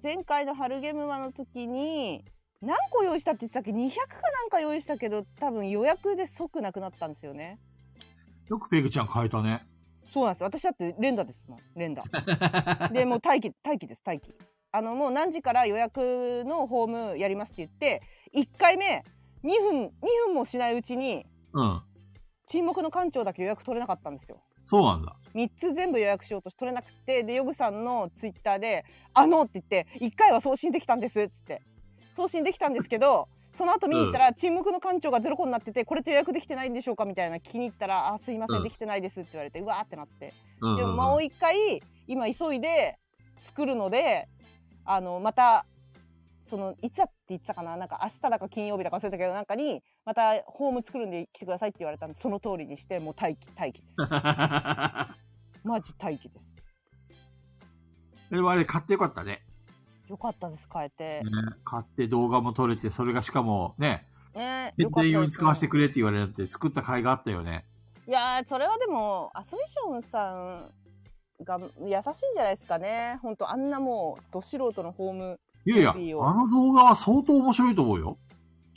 前回の春ゲムマの時に何個用意したって言ってたっけ200かなんか用意したけど多分予約で即なくなったんですよね
よくペグちゃん変えたね。
そうなんです私だって連打ですもん連打でもう待機待機です待機あのもう何時から予約のホームやりますって言って1回目2分2分もしないうちに
うん。
沈黙の館長だけ予約取れなかったんですよ
そうなんだ。
3つ全部予約しようとして取れなくてでヨグさんのツイッターで「あの」って言って「1回は送信できたんです」っつって送信できたんですけどその後見に行ったら、沈黙の館長がゼロ個になってて「これと予約できてないんでしょうか?」みたいな聞きに行ったら「あすいません、
うん
できてないです」って言われてうわーってなって
うん
でも
うん
も
う。
うん1回今急いで作るのであのまたそのいつだって言ってたかななんか明日だか金曜日だか忘れたけどなんかにまたホーム作るんで来てくださいって言われたんでその通りにしてもう待機待機ですマジ待機です。
でもあれ買ってよかったね。
よかったです、変えて
ね。買って動画も撮れて、それがしかもね、
ね
徹底用に使わせて
れ。
くれって言われるって作った甲斐があったよね。
いやー、それはでも、アソビションさんが優しいんじゃないですかね。本当あんなもう、ど素人のホーム。
いやいや、あ
いいよ
の動画は相当面白いと思うよ。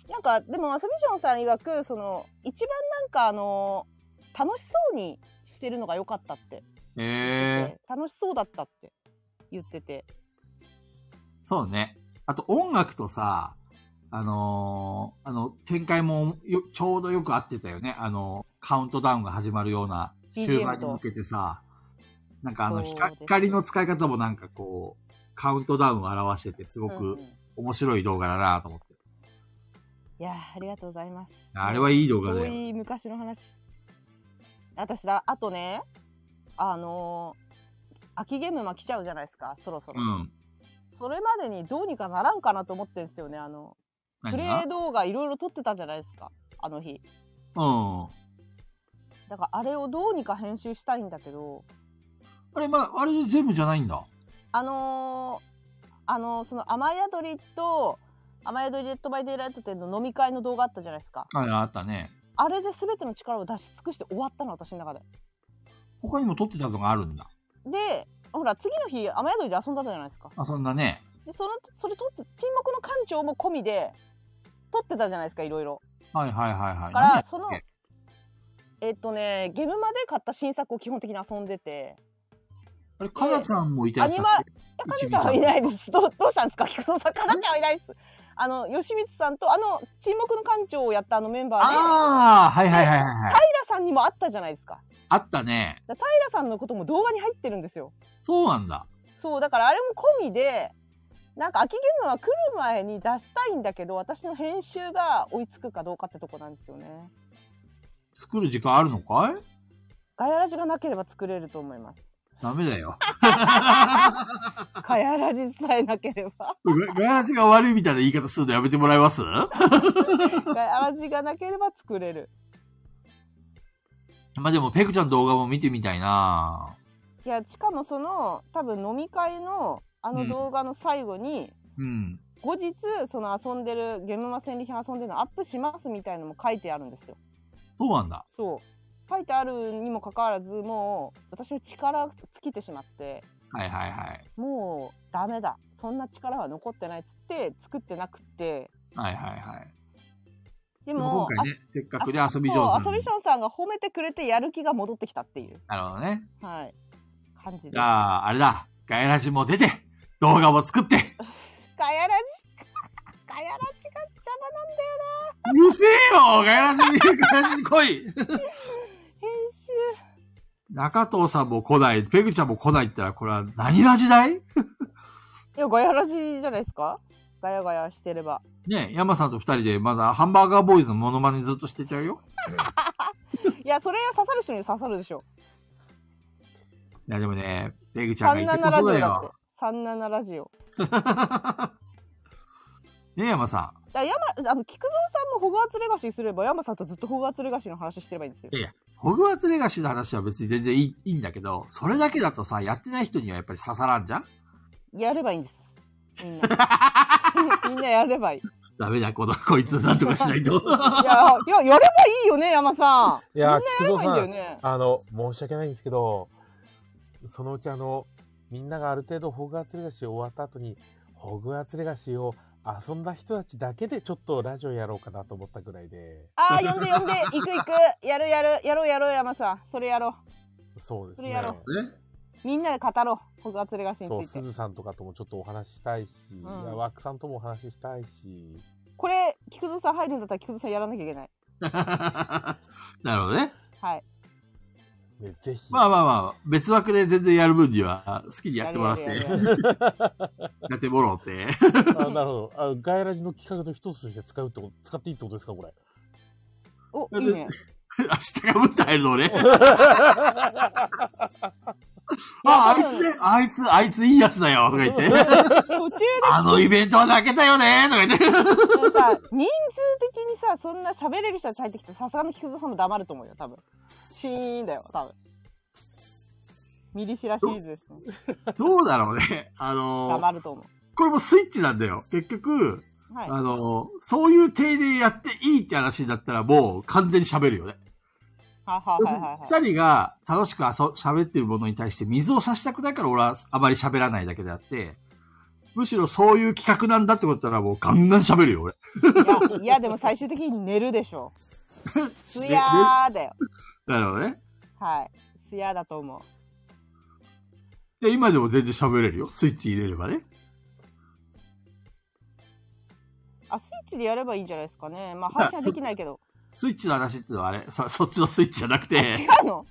なんか、でもアソビションさん曰く、その、一番なんかあのー楽しそうにしてるのが良かったって、
ええ
楽しそうだったって言ってて。
そうね。あと音楽とさ、あのーあの、展開もよちょうどよく合ってたよね。あの、カウントダウンが始まるような終盤に向けてさ、なんかあの、
そうです
光光の使い方もなんかこう、カウントダウンを表してて、すご
うんう
く
んい
面白い動画だなと思って。
やーありがとうございます
あれはいい動画だ
遠
よ。
い昔の話私だあとねあのー秋ゲームマ来ちゃうじゃないですかそろそうろ、
ん。
それまでにどうにかならんかなと思ってんですよねあの
何
プレ
が
イ動画いろいろ撮ってたじゃないですかあの日
うん。
だからあれをどうにか編集したいんだけど
あれ、まあ、あれで全部じゃないんだ。
あのーあのーその雨宿りと雨宿りデッドバイデイライト店の飲み会の動画あったじゃないですか
あれあったね。
あれで全ての力を出し尽くして終わったの私の中で
他にも撮ってたのがあるんだ。
でほら次の日雨宿りで遊んだじゃないですか
あ、そんなね。
でそのそれ撮って沈黙の館長も込みで撮ってたじゃないですかいろいろ
はいはいはいは
だ
い。
からその
何やっ
えっとねゲームまで買った新作を基本的に遊んでて
あれ、かなちゃんもいたやつだっけ
いやかなちゃんはいないですどうどうしたんですか菊蔵さんかなちゃんはいないですあの吉光さんとあの沈黙の館長をやったあのメンバーで平
ああ、はいはいはいはいはい。
さんにも会ったじゃないですか
あったね。
平さんのことも動画に入ってるんですよ
そうなんだ。
そうだからあれも込みでなんか秋ゲームは来る前に出したいんだけど私の編集が追いつくかどうかってとこなんですよね
作る時間あるのかい
ガヤラジがなければ作れると思います
ダメだよ。
ガヤラジさえなければ
ガガヤラジが悪いみたいな言い方するのやめてもらえます
ガヤラジがなければ作れる
まあでも、ペクちゃんの動画も見てみたいない
やしかもその多分飲み会のあの動画の最後に、
うん。
後日その遊んでるゲームマ戦利品遊んでるのアップしますみたいのも書いてあるんですよ
そうなんだ。
そう書いてあるにもかかわらずもう私の力尽きてしまって
はいはいはい。
もうダメだそんな力は残ってないっつって作ってなくって
はいはいはい。
で
で
も
も今回ね、せっかくで遊び
あ
上
そう
手
遊びションさんが褒めてくれてやる気が戻ってきたっていう
なるほどね。
はい感じで
じゃあ、あれだ。ガヤラジも出て、動画も作って。
ガヤラジ ガヤラジが邪魔な
うるせえよ
んだよ
ガヤラジに、ガヤラジに来い
編集
中藤さんも来ない、ペグちゃんも来ないってのは、これは何ラジだい
いやガヤラジじゃないですかガヤガヤしてれば
ねえ、山さんと二人でまだハンバーガーボーイズのモノマネずっとしてちゃうよ。
いやそれ刺さる人には刺さるでしょ
いや、でもね、ペグちゃんがいてこ
37ラジ
そ
オ
だ
だって
よ。
37ラジオ
ねえ、山さ
だから山あの菊蔵さんもホグワーツレガシーすれば山さんとずっとホグワーツレガシーの話してればいいんですよ
ん。ホグワーツレガシーの話は別に全然いいいいんだけど、それだけだとさ、やってない人にはやっぱり刺さらんじゃん
やればいいんです みんなみんなやればいい
ダメだ、この、こいつなんとかしないと。
いや、いや、やればいいよね、山さん。
いやー、
や
菊
れ
蔵
ばい
さ
いんだ
ん、
よね。
あの、申し訳ないんですけど、そのうちあの、みんながある程度ホグワーツレガシー終わった後に、ホグワーツレガシーを遊んだ人たちだけでちょっとラジオやろうかなと思ったぐらいで、
ああ、呼んで呼んで、行く行く、やるやる、やろうやろう、山さん。それやろ
そうです
それや
ね。
ろ
ね
う。みんなで語ろう、ホグワーツレガシー
そ
に
う、
ついて
す。ずさんとかともちょっとお話ししたいし、いやワークさんともお話ししたいし、
これ、菊蔵さん入るんだったら菊蔵さんやらなきゃいけない。
なるほどね。
はい。
ね、ぜひ。
まあまあまあ、別枠で全然やる分には、好きにやってもらって、
やる
や
やるやる
ってもろうって。
あなるほど。あガイラジの企画の一つとして使うってこと、使っていいってことですか、これ。
お、いいね。
明日がぶって入るの俺。 あ、あいつね、あいつ、あいついいやつだよ、とか言って。
途中
あのイベントは泣けたよね、とか言って。
でさ、人数的にさ、そんな喋れる人たち入ってきて、さすがの菊蔵さんも黙ると思うよ、多分。シーンだよ、多分。ミリシラシリーズですね。
どうだろうね。あの
黙ると思
これもスイッチなんだよ。結局、
う。はい。
あのそういう体でやっていいって話になったらもう完全に喋るよね。
はは
要す
はい
るに
はいは
二人が楽しく遊喋ってるものに対して水を差したくないから俺はあまり喋らないだけであって、むしろそういう企画なんだってことならもうガンガン喋るよ、俺。
い。いや、いやでも最終的に寝るでしょ。すやーだよ。
なるほどね。
はい。すやだと思う。
いや、今でも全然喋れるよ。スイッチ入れればね。
あ、スイッチでやればいいんじゃないですかね。まあ、配信はできないけど。
スイッチの話ってのはあれ、そそっちのスイッチじゃなく
違
て、
うの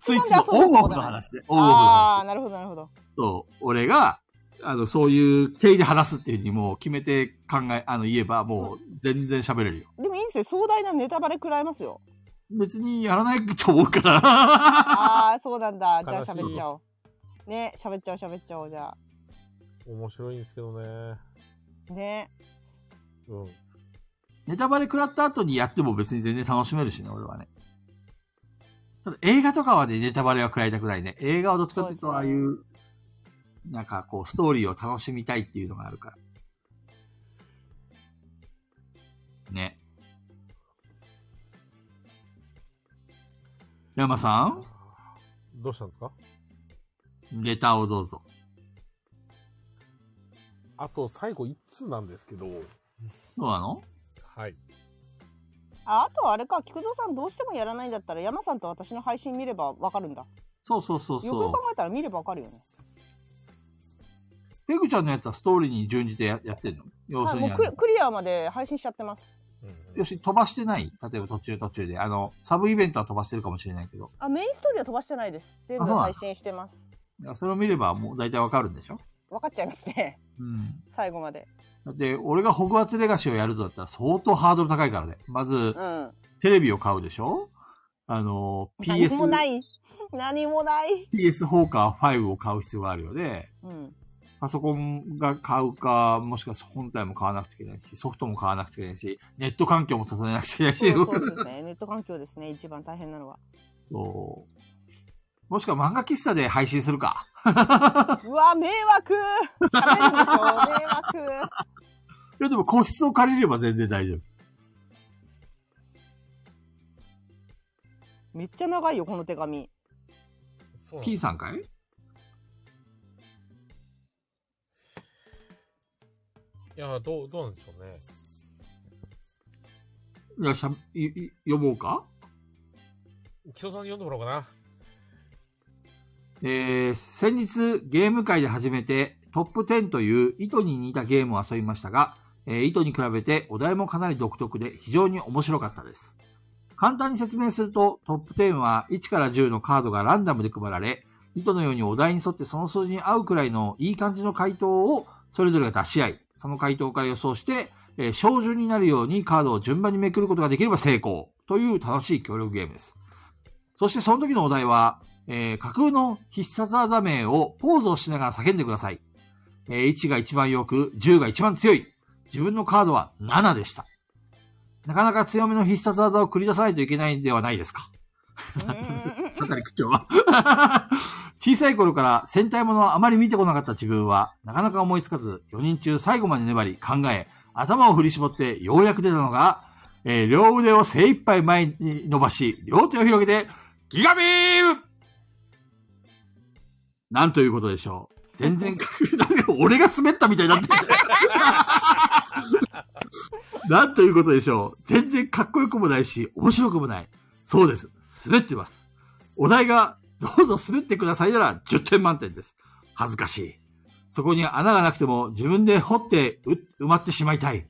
ス
ス
イ
イ
ッ
ッ
チ
チ
なん
の
で遊
オ
ん
ン
だ
オ
こと
フの
ない
話で、オンオフの話。
ああ、なるほど、なるほど。
そう、俺が、あの、そういう経で話すっていうふうにもう決めて考え、あの、言えばもう全然喋れるよ。
でもいいんですよ。壮大なネタバレ食らいますよ。
別にやらないと思うから。
ああ、そうなんだ。じゃ
悲
あ
しい
喋っちゃおう。ね、喋っちゃおう、喋っちゃおう、じゃ
面白いんですけどね。
あ。ね。
うん。
ネタバレ食らった後にやっても別に全然楽しめるしね、俺はね。ただ映画とかはね、ネタバレは食らいたくないね。映画はどっちかっていうと、あ
そう
あ
で
い
すね
う、なんかこう、ストーリーを楽しみたいっていうのがあるから。ね。山さん
どうしたんですか
レターをどうぞ。
あと、最後一通なんですけど、
そうなの
はい。
ああとあれか、菊蔵さんどうしてもやらないんだったら、山さんと私の配信見ればわかるんだ。
そうそうそう
よく
そ
考えたら見ればわかるよね。
う。ペグちゃんのやつはストーリーに準じてややってんの要
は
す
い、
るに
も
あ
うク
の、
クリアまで配信しちゃってます。
うんう
要
ん
するに飛ばしてない例えば途中途中で。あの、サブイベントは飛ばしてるかもしれないけど。
あ、メインストーリーは飛ばしてないです。全部
あそうなんだ
配信してます。
だからそれを見ればもう大体わかるんでしょ
分かっちゃいますね。
うん。
最後まで。
だって、俺がホグワーツレガシーをやるとだったら相当ハードル高いからね。まず
う、ん。
テレビを買うでしょあの、
何
PS、
もない。 何もない。
PS ホーカー5を買う必要があるよね。
うん。
パソコンが買うか、もしかして本体も買わなくちゃいけないし、ソフトも買わなくちゃいけないし、ネット環境も整えなくちゃいけないし、
そうそうですね。ネット環境ですね。一番大変なのは。
そう。もしくは漫画喫茶で配信するか。
うわ、迷惑喋るでしょ迷惑
いや、でも個室を借りれば全然大丈夫。
めっちゃ長いよ、この手紙。
そうなん
P
です
さんかい
いや、どう、どうなんでしょうね。
いや、しゃ、い、い、呼ぼうか
木曽さんに読んでもらおうかな。
えー、先日ゲーム界で初めてトップ10という糸に似たゲームを遊びましたが、えー糸に比べてお題もかなり独特で非常に面白かったです。簡単に説明するとトップ10は1から10のカードがランダムで配られ、糸のようにお題に沿ってその数字に合うくらいのいい感じの回答をそれぞれが出し合い、その回答から予想して、えー、照準になるようにカードを順番にめくることができれば成功という楽しい協力ゲームです。そしてその時のお題は、えー架空の必殺技名をポーズをしながら叫んでください。えー1が一番よく、10が一番強い。自分のカードは7でした。なかなか強めの必殺技を繰り出さないといけないんではないですか。
うーん
あたり口調は。 小さい頃から戦隊ものをあまり見てこなかった自分は、なかなか思いつかず、4人中最後まで粘り、考え、頭を振り絞ってようやく出たのが、えー両腕を精一杯前に伸ばし、両手を広げて、ギガビームなんということでしょう。全然、なんか俺が滑ったみたいになってる。 なんということでしょう。全然かっこよくもないし、面白くもない。そうです。滑ってます。お題が、どうぞ滑ってくださいなら10点満点です。恥ずかしい。そこに穴がなくても自分で掘ってう埋まってしまいたい。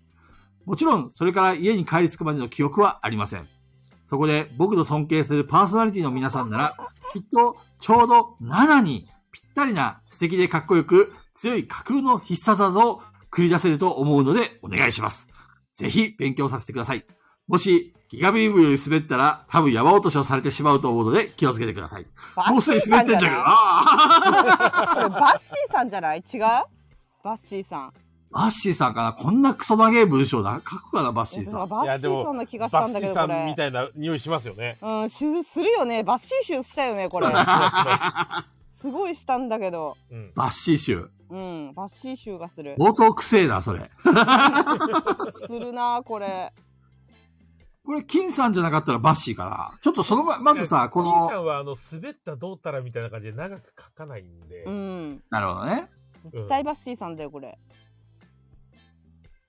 もちろん、それから家に帰り着くまでの記憶はありません。そこで僕の尊敬するパーソナリティの皆さんなら、きっとちょうど7にぴったりな素敵でかっこよく強い架空の必殺技を繰り出せると思うのでお願いします。ぜひ勉強させてください。もし、ギガビームより滑ったら、多分山落としをされてしまうと思うので、気をつけてください。もうすでに滑ってんだけどな。
これバッシーさんじゃない違うバッシーさん。
バッシーさんかなこんなクソ長い文章だ。書くかな、バッシーさ
え
ん。
バ
いや
ッシ
で
ー
も
さんな気がした
バ
ん
ッ
だ
シ
け
ー
ど、
さ
こ
んみ
れ。
たいな匂いしますよね。
うん、しするよね。バッシー臭したよね、これ。すごいしたんだけど。
うん。
バッシー集。
うん、バッシー臭がする。
冒頭くせえな、それ。
するな、これ。
これ、金さんじゃなかったらバッシーかな。ちょっとそのま、まずさ、こ
金さ
の、
んは、あの、滑ったどうたらみたいな感じで長く書かないんで。
うん。
なるほどね。
うん
大バッシーさんだよ、これ。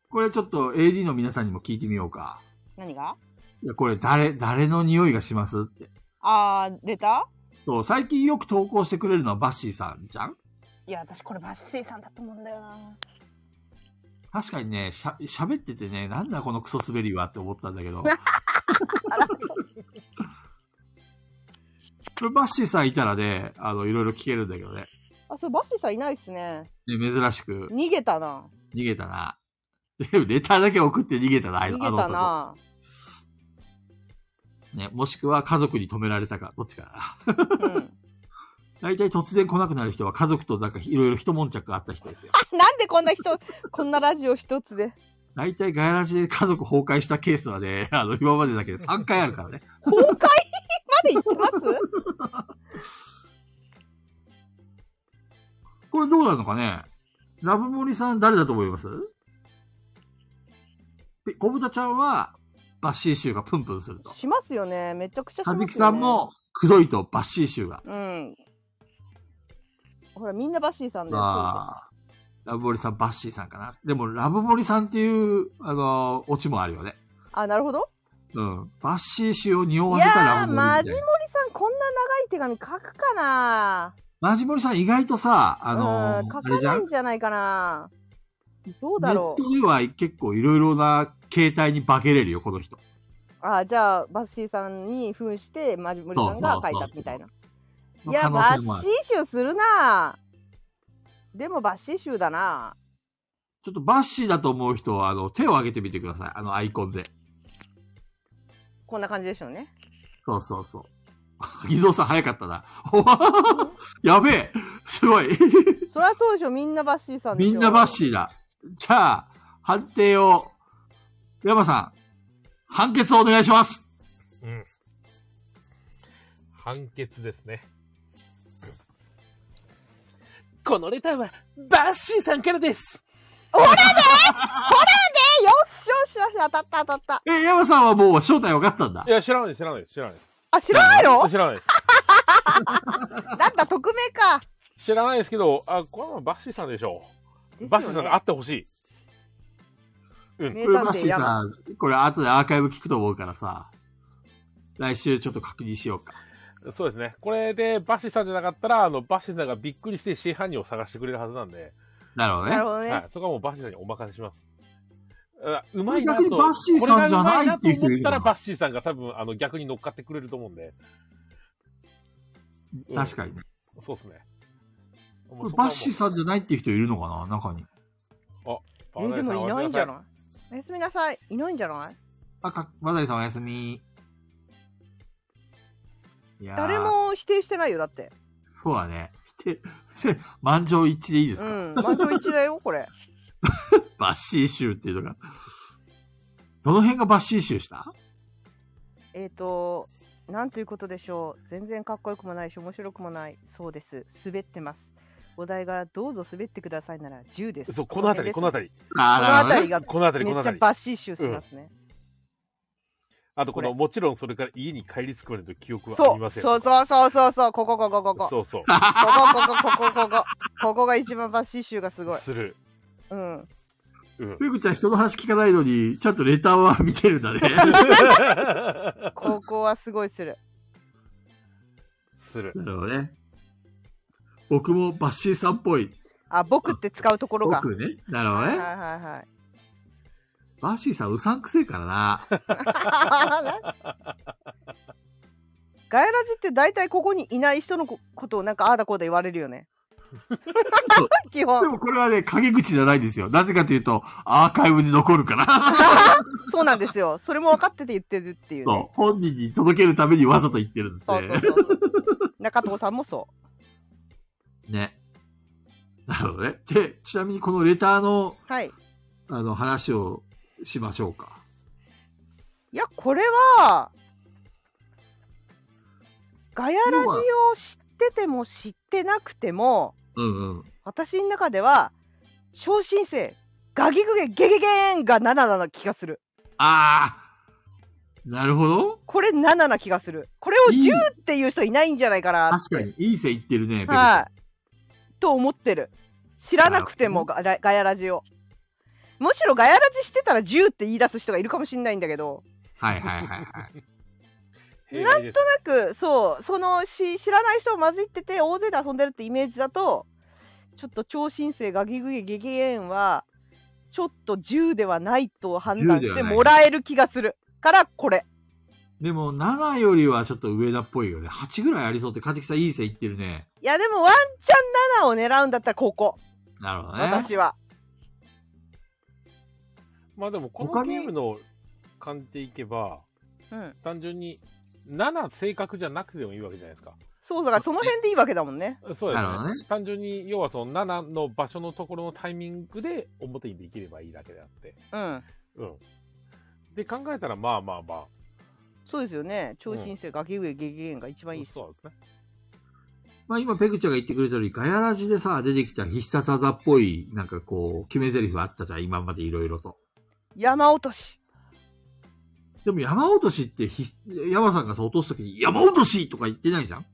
これちょっと AD の皆さんにも聞いてみようか。
何が
いや、これ誰、誰の匂いがしますって。
あー、レタ
そう、最近よく投稿してくれるのはバッシーさんじゃん
ーいや、私これバッシーさんだと思うんだよな。
確かにね、しゃ、喋っててね、なんだこのクソ滑りはって思ったんだけど。これバッシーさんいたらね、あの、いろいろ聞けるんだけどね。
あ、そう、バッシーさんいないっすね。
ね珍しく、
逃げたな。
逃げたな。 でもレターだけ送って逃げたな、あ
逃
の
げ
あの
た
男
な。
ね、もしくは家族に止められたか、どっちかな。
うん、 なん
大体突然来なくなる人は家族となんかいろいろ一悶着あった人ですよ。
でこんな人、 こんなラジオ一つで。
大体ガヤラジで家族崩壊したケースはね、あの、今までだけで3回あるからね。
まで言ってます
これどうなのかねラブモリさん誰だと思いますで小豚ちゃんは、バッシー臭がプンプンすると。
しますよね。めちゃくちゃしま
は
す
じ
よ、ね。
きさんも、くどいとバッシー臭が。
うん。ほら、みんなバッシーさんだよ。
ああ。ラブモリさん、バッシーさんかな。でも、ラブモリさんっていう、あのオチもあるよね。
あ、なるほど。
うん。バッシー臭を匂わ
い
せ
や
たラ
ー、
ブモリみ
マ
たい
ジ
な
モリさん、こんな長い手紙書くかな
マジモリさん意外とさ、あの
うん、書
ー、あ
か
れじゃ
ない
ん
んじゃないかなどう
ネ
だ
ッ
ろう
トでは結構いろいろな携帯に化けれるよ、この人。
あじゃあバッシーさんに扮してマジモリさんが書いたみたいな
そうそうそう
いや
可能
バッ
性
シ
もある
ー集するなでもバッシー集だな
ちょっとバッシーだと思う人は、あの、手を挙げてみてください。あの、アイコンで。
こんな感じでしょうね
そうそうそう。偽造さん早かったな。 やべえすごい
そりゃそうでしょみんなバッシーさんでし
み
ょ
んなバッシーだ。じゃあ、判定を、山さん、判決をお願いします
うん。判決ですね。
このレターはバッシーさんからです
えよしよしよし当たった当たった
え、山さんはもう正体分かったんだ
い。や、知らないです、知らないです、知らないです。
あ知らないの
知らないです。
だった匿名か
知らないですけど、あ、これはバッシーさんでしょう。バッシーさんが会ってほしい。
名
これバ
探
ッシ
偵
ー
山
さん、これ後でアーカイブ聞くと思うからさ、来週ちょっと確認しようか。
そうですね。これでバッシーさんじゃなかったら、あの、バッシーさんがびっくりして真犯人を探してくれるはずなんで、
なるほどね。
なるほどね、
はい。そこはもうバッシーさんにお任せします。あうま
れ
いな
逆
と。
にバッシーさんじゃないってい
こ
う人い
れがうまいなと思
る
った
か
ら
な
バッシーさんが多分、あの、逆に乗っかってくれると思うんで。うん
確かにね。
そうですね。
これバッシーさんじゃないっていう人いるのかな中に。
パ
え
ワーナ
で
イさ
もい
おやすみ
ないんじ
さ
ゃないおやすみなさいいないんじゃない
あ、か、マダリさんおやすみ。いやー
誰。も否定してないよだって
そうだね。て、 せ、満場一致でいいです
う
か、
ん満場一致だよこれ
バッシー臭っていうのが。どの辺がバッシー臭した
えっ、ー、と、なんということでしょう。全然かっこよくもないし、面白くもない。そうです。滑ってます。お題がどうぞ滑ってくださいなら10です。
そう、この辺り、この辺り。
あ
この辺り
ね。
が
この辺り、こ
め
の
っちゃ
辺り。
バッシーシューしますね。
あと、こ
こ
の、
れ
もちろんそれから家に帰り着くまでの記憶はあ
そ
りま
う
せん。
そうそうそうそうそう、ここここここ。ここ
そうそう。
ここここここ。ここが一番バッシーシューがすごい。
する。
うん。
うん。
ペグちゃん人の話聞かないのに、ちゃんとレターは見てるん だね。
ここはすごいする。
する。
なるほどね。僕もバッシーさんっぽい。
あ、僕って使うところが。
僕ね。なるほど
はい
ね。
はいはい。
バッシーさんうさんくせえからな。
ガヤラジって大体ここにいない人のこことをなんかああだこうだ言われるよね。基本
で。もこれはね、陰口じゃないんですよ。なぜかというと、アーカイブに残るから。
そうなんですよ。それも分かってて言ってるっていう、ね。
そう。本人に届けるためにわざと言ってるんです
そうそう
ね。
そうそう。中藤さんもそ
ね。なるほどね。で、ちなみにこのレターの、
う。はい。
あの、話をしましょうか。
いや、これは、ガヤラジを知ってても知ってなくても、
うんうん。
私の中では、超新星、ガギグゲゲゲゲーンが7な気がする。
あーなるほど。
これ7な気がする。これを
いい
10っていう人いないんじゃないかな。
確かに、いい線いってるね、ペグちゃん
はい。と思ってる。知らなくても
な
ガラガヤラジを。むしろガヤラジしてたら10って言い出す人がいるかもしれないんだけど、
はいはいはいはい。
なんとな
なんかそう、そのし知らない人を混じってて大勢で遊んでるってイメージだと、ちょっと超新星ガギグゲゲゲーンは、ちょっと10ではないと判断
10で
し
は
て
ない
もらえる気がするからこれ
でも、7よりはちょっと上だっぽいよね。8ぐらいありそうって、かじきさんいい線いってるね。
いやでもワンチャン7を狙うんだったらここ
なるほどね。
私は
まあでもこ
他
の
に
ゲームの感じでいけば、
うん
単純に7正確じゃなくてもいいわけじゃないですか。
そうだからその辺でいいわけだもんね
そうです
なるほど
ね。単純に、要はその7の場所のところのタイミングで表にできればいいだけであって。
うん
うん。で考えたら、まあまあまあ。
そうですよね超新星ガキ上ゲゲゲンが一番いいし
そうですね。
まあ今、ペグちゃんが言ってくれた通り、ガヤラジでさ、出てきた必殺技っぽい、なんかこう、決め台詞あったじゃん、今までいろいろと。
山落とし
でも山落としってひ、山さんがさ、落とすときに、山落としとか言ってないじゃん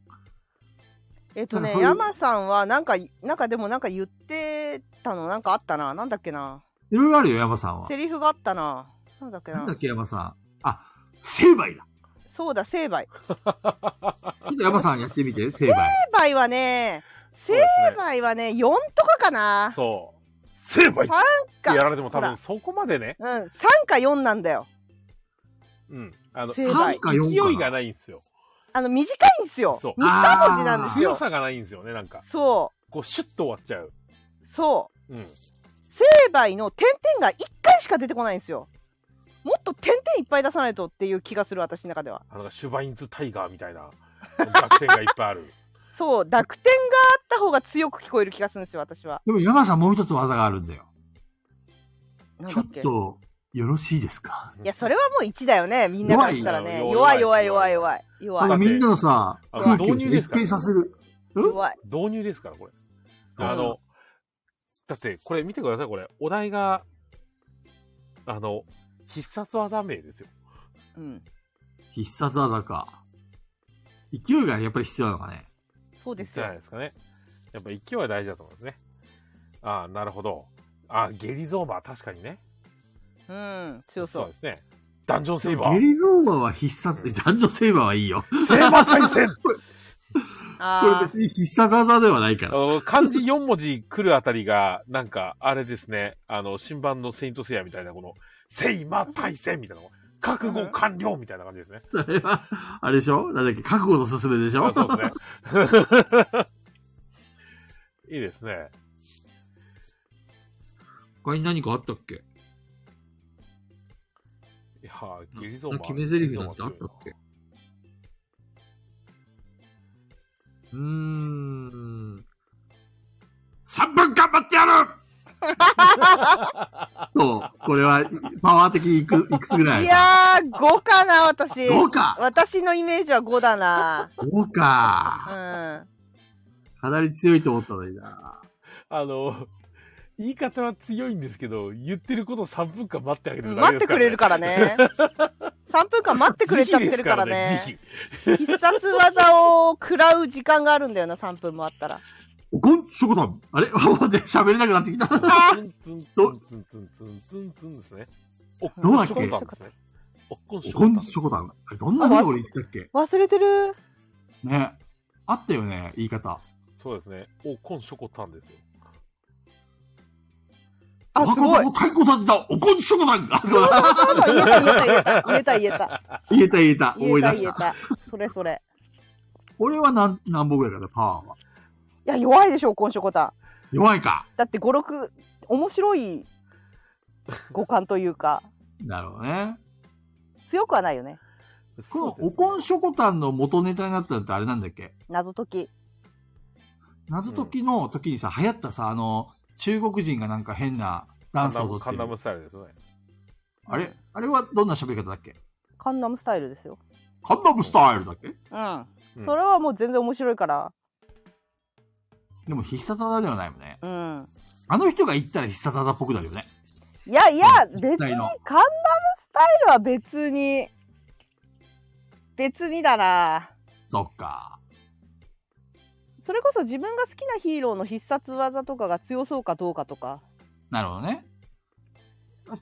えっと
なん
ね
かそういう
山さんはなんかなんかでもなんか言ってたのなんかあったななんだっけない
ろいろあるよ、山さんは。
セリフがあったななんだっけ
なん
な
だっけ、山さん。あ、成敗だ。
そうだ成敗
ちょっと山さんやって みて、成敗。
成敗はね成敗はね4とかかな
そう。成敗っ
三
て
か
やられても多
ほ
分
ら
そこまでね、
うん3か4なんだよ
うん。あの、勢
成敗
3か4か。
いがないんですよ。
あの短いんですよ
そう
二文字なんですよ
強さがないんですよね、なんか。
そ
こう、シュッと終わっちゃう。
うそう
うん。
成敗の点々が1回しか出てこないんですよもっと点々いっぱい出さないとっていう気がする私の中では
あの、シュバインズタイガーみたいな弱点がいっぱいある。
そう濁点があった方が強く聞こえる気がするんですよ私は
でも山さんもう一つ技があるんだよ。
なん
ちょ
だ
っ
っけ
と、よろしいですか
いやそれはもう1だよねみんなからしたらね
弱
弱
い
い
弱い弱
弱い弱
い
い弱い
あ
弱
の
い
みんなのさ、
あ
空気を
導入です
一
から
変させる。
弱い
導入ですから、これ。
うん
あの、だって、これ見てください、これ。お題が、あの、必殺技名ですよ。
うん
必殺技か。勢いがやっぱり必要なのかね。
そうです
じゃない
よ
ですかね。やっぱ勢いは大事だと思うんですね。ああ、なるほど。ああ、ゲリゾーバー、確かにね。
うん強そう
ですね。ダンジョンセイバ
ゲ
ー。
リゾーバーは必殺、ダンジョンセイバーはいいよ。
セイバー対戦
これ
あ
別に必殺技ではないか
あ
ら。
の漢字4文字来るあたりが、なんか、あれですね。あの、新版のセイントセイヤみたいな、この、セイマ対戦みたいなの。覚悟完了みたいな感じですね。
それは、あれでしょなんだっけ覚悟のすすめでしょ
あそうですね。いいですね。
他に何かあったっけ
いやー、ゲリゾーマ
決め台詞なんてあったっけうーん。3分頑張ってや るそう、これはパワー的にいくいくつぐら
あ
い
いやー5かな私
どうか
私のイメージは5だな
どう
う
か
ん
かなり強いと思ったのにな。
あの、言い方は強いんですけど、言ってること3分間待ってあげて
待ってくれるから ね3分間待ってくれちゃってるからね。必殺技を食らう時間があるんだよな3分もあったら
おこん、しょこたん。あれ もうね、喋れなくなってきた。
ツンツンツンツンツンツンツンですね。おっ
どうだっけ
こんしょこたんですねおっこん
お
しょ
こ
こたん
ん、しょこたん。あれどんなこと俺言ったっけ
忘れてる
ね。あったよね、言い方。
そうですね。おっこんしょこたんですよ。
あすご
若者
い
の太鼓立てた、おこん、しょこたんが。
そうそう言えた言えた言えた
言えた言えた、
言
思
え
い出
た言えた
し
言え
た。
たそれそれ
これは何、何本ぐらいかな、パワーは。
いや弱いでしょ今週こた
弱いか。
だって56面白い五感というか
なるほどね。
強くはないよね
この
そう、です
お
ね
こんしょこたんの元ネタになったのってあれなんだっけ
謎解き
謎解きの時にさ、流行ったさ、あの、中国人がなんか変なダンスを踊っ
カ
て
ンナム
る。
スタイルですね。
あれあれはどんな喋り方だっけ
カンナムスタイルですよ
カンナムスタイルだっけ
うん、
うん
それはもう全然面白いから
でも必殺技ではないもんね。
うん
あの人が言ったら必殺技っぽくなるよね。
いやいや
うん
別
実
に
際
カン
の
ナムスタイルは別に別にだな
そっか。
それこそ自分が好きなヒーローの必殺技とかが強そうかどうかとか
なるほどね。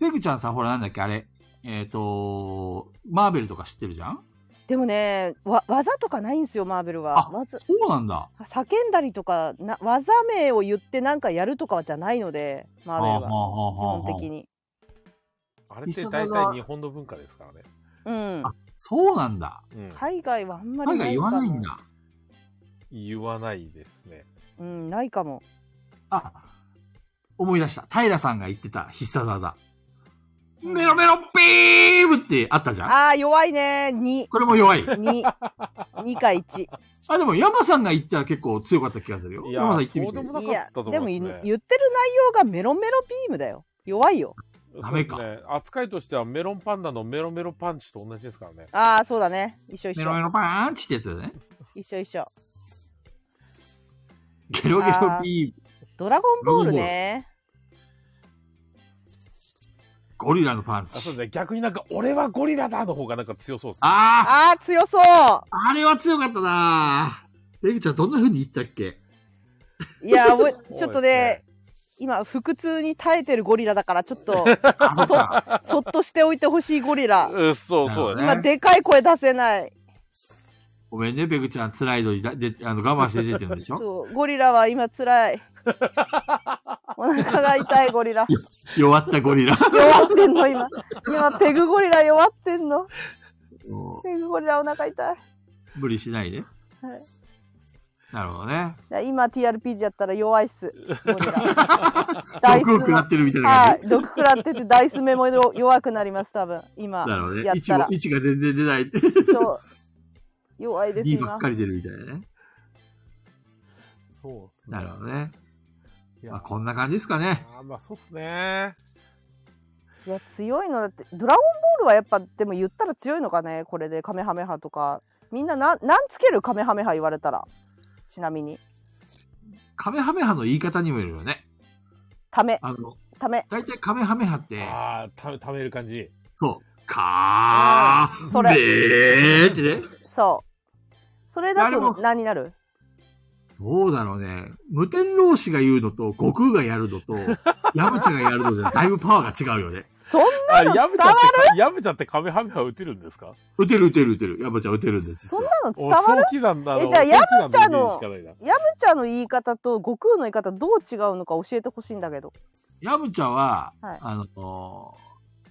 ペグちゃんさ、ほらなんだっけあれ。えっ、とマーベルとか知ってるじゃん
でもねわ技とかないんですよマーベルは
あ
まず
そうなんだ。
叫んだりとかな技名を言ってなんかやるとかじゃないのでマーベルは基本
に。
的に
あれって大体日本の文化ですからね。
うん
あそうなんだ。
うん、
海外はあんまり
海外言わ
かも
ないんだ。
言わないですね。
うんないかも
あ、思い出した。平さんが言ってた必殺技。メロメロビームってあったじゃん。
ああー弱いね2
これも弱い。
2 2か1
あ、でも山さんが言ったら結構強かった気がするよ。
いや
山さん言ってみ
そうで
て
も。なか
いや
ったと思い
で
ま
も
すね
言ってる内容がメロメロビームだよ弱いよ
ダメか
そうですね。扱いとしてはメロンパンダのメロメロパンチと同じですからね。
ああそうだね一緒一
メロメ
緒
ロパーンチってやつだね。
一緒一緒
ゲロゲロビーム。
ドラゴンボールね
ゴリラのパン
あそう
チ。
ですね。逆になんか、俺はゴリラだの方がなんか強そうですね。
あ
ああ強そう
あ、あれは強かったなレグちゃんどんな風に言ったっけ
いやお
そう
い
ですね
ちょっとね今腹痛に耐えてるゴリラだからちょっ と
あ、そっか。
そっとしておいてほしいゴリラ
うん、そうそうだね。
今でかい声出せない
ごめんね、ペグちゃん、辛いのにだであの我慢して出てるんでしょ
そうゴリラは今 辛いお腹が痛いゴリラ
弱ったゴリラ。
弱ってんの今今ペグゴリラ弱ってんの
も
ペグゴリラお腹痛いう
無理しないで。
はい
なるほどね。
いや今 TRPG やったら弱いっ すゴリラダイス
毒を
の
食らってるみたいな感じ
は。い毒食らっててダイス目も弱くなります多分今
なるほどね
や。っ
一
た
も
ら、
一が全然出ない。
そう弱いです
2ば
今
っかり出るみたいなね。
そうですね。
なるほどね。
いや
まあ、こんな感じですかね。
あーまあ、そうっすね。
いや強いのだってドラゴンボールはやっぱでも言ったら強いのかねこれでカメハメハとかみんなななんつけるカメハメハ言われたらちなみに
カメハメハの言い方にもよるよね。
ため
あの、
ため
大体カメハメハって、
ああ、たためる感じ。
そう、カ
うんそ
ー
れ
ベーってね。
そうそれだ
なるほ
と
ど
何になる
どうだろうね。無天老師が言うのと、悟空がやる のと、ヤムチャがやるので、だいぶパワーが違うよね。
そんな
あ、
の伝
や
わ
めちゃって、やめちゃってカメハメハ打てるんですか
打てる打てる打てる。ヤムチャ打てるんです。
そんなの伝
お
わる
早期山だの
えじゃあ
早期山
ヤムチャの
イメージしかないな
ヤムチャの言い方と悟空の言い方どう違うのか教えてほしいんだけど
ヤムチャは、
はい
あの、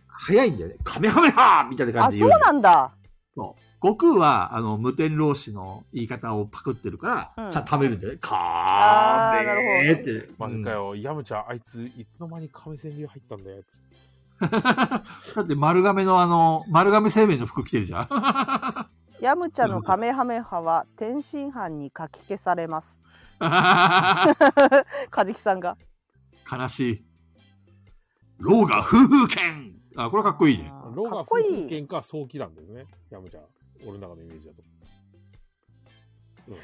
早いんだよね。カメハメハみたいな感
あ
じ
そ
で言
う
うの
なんだ
そう。悟空は、あの、無天老師の言い方をパクってるから、
うん
ちゃんと食べるんだよね。
あ
カ
ーなるほ
ー
ど
メーって。
マジか
うん
よ、ヤムちゃん、あいつ、いつの間に亀仙流入ったんだよ。
だって丸亀のあの、丸亀製麺の服着てるじ ゃん。
ヤムチャのカメハメハは天津飯にかき消されます カジキさんが
悲しい。老が夫婦剣あ、これかっこいいね。
あー
ロー
か
ガ
っこ
夫
い
婦
い
喧嘩早期なんですね。ヤムちゃん、俺の中のイメージだと。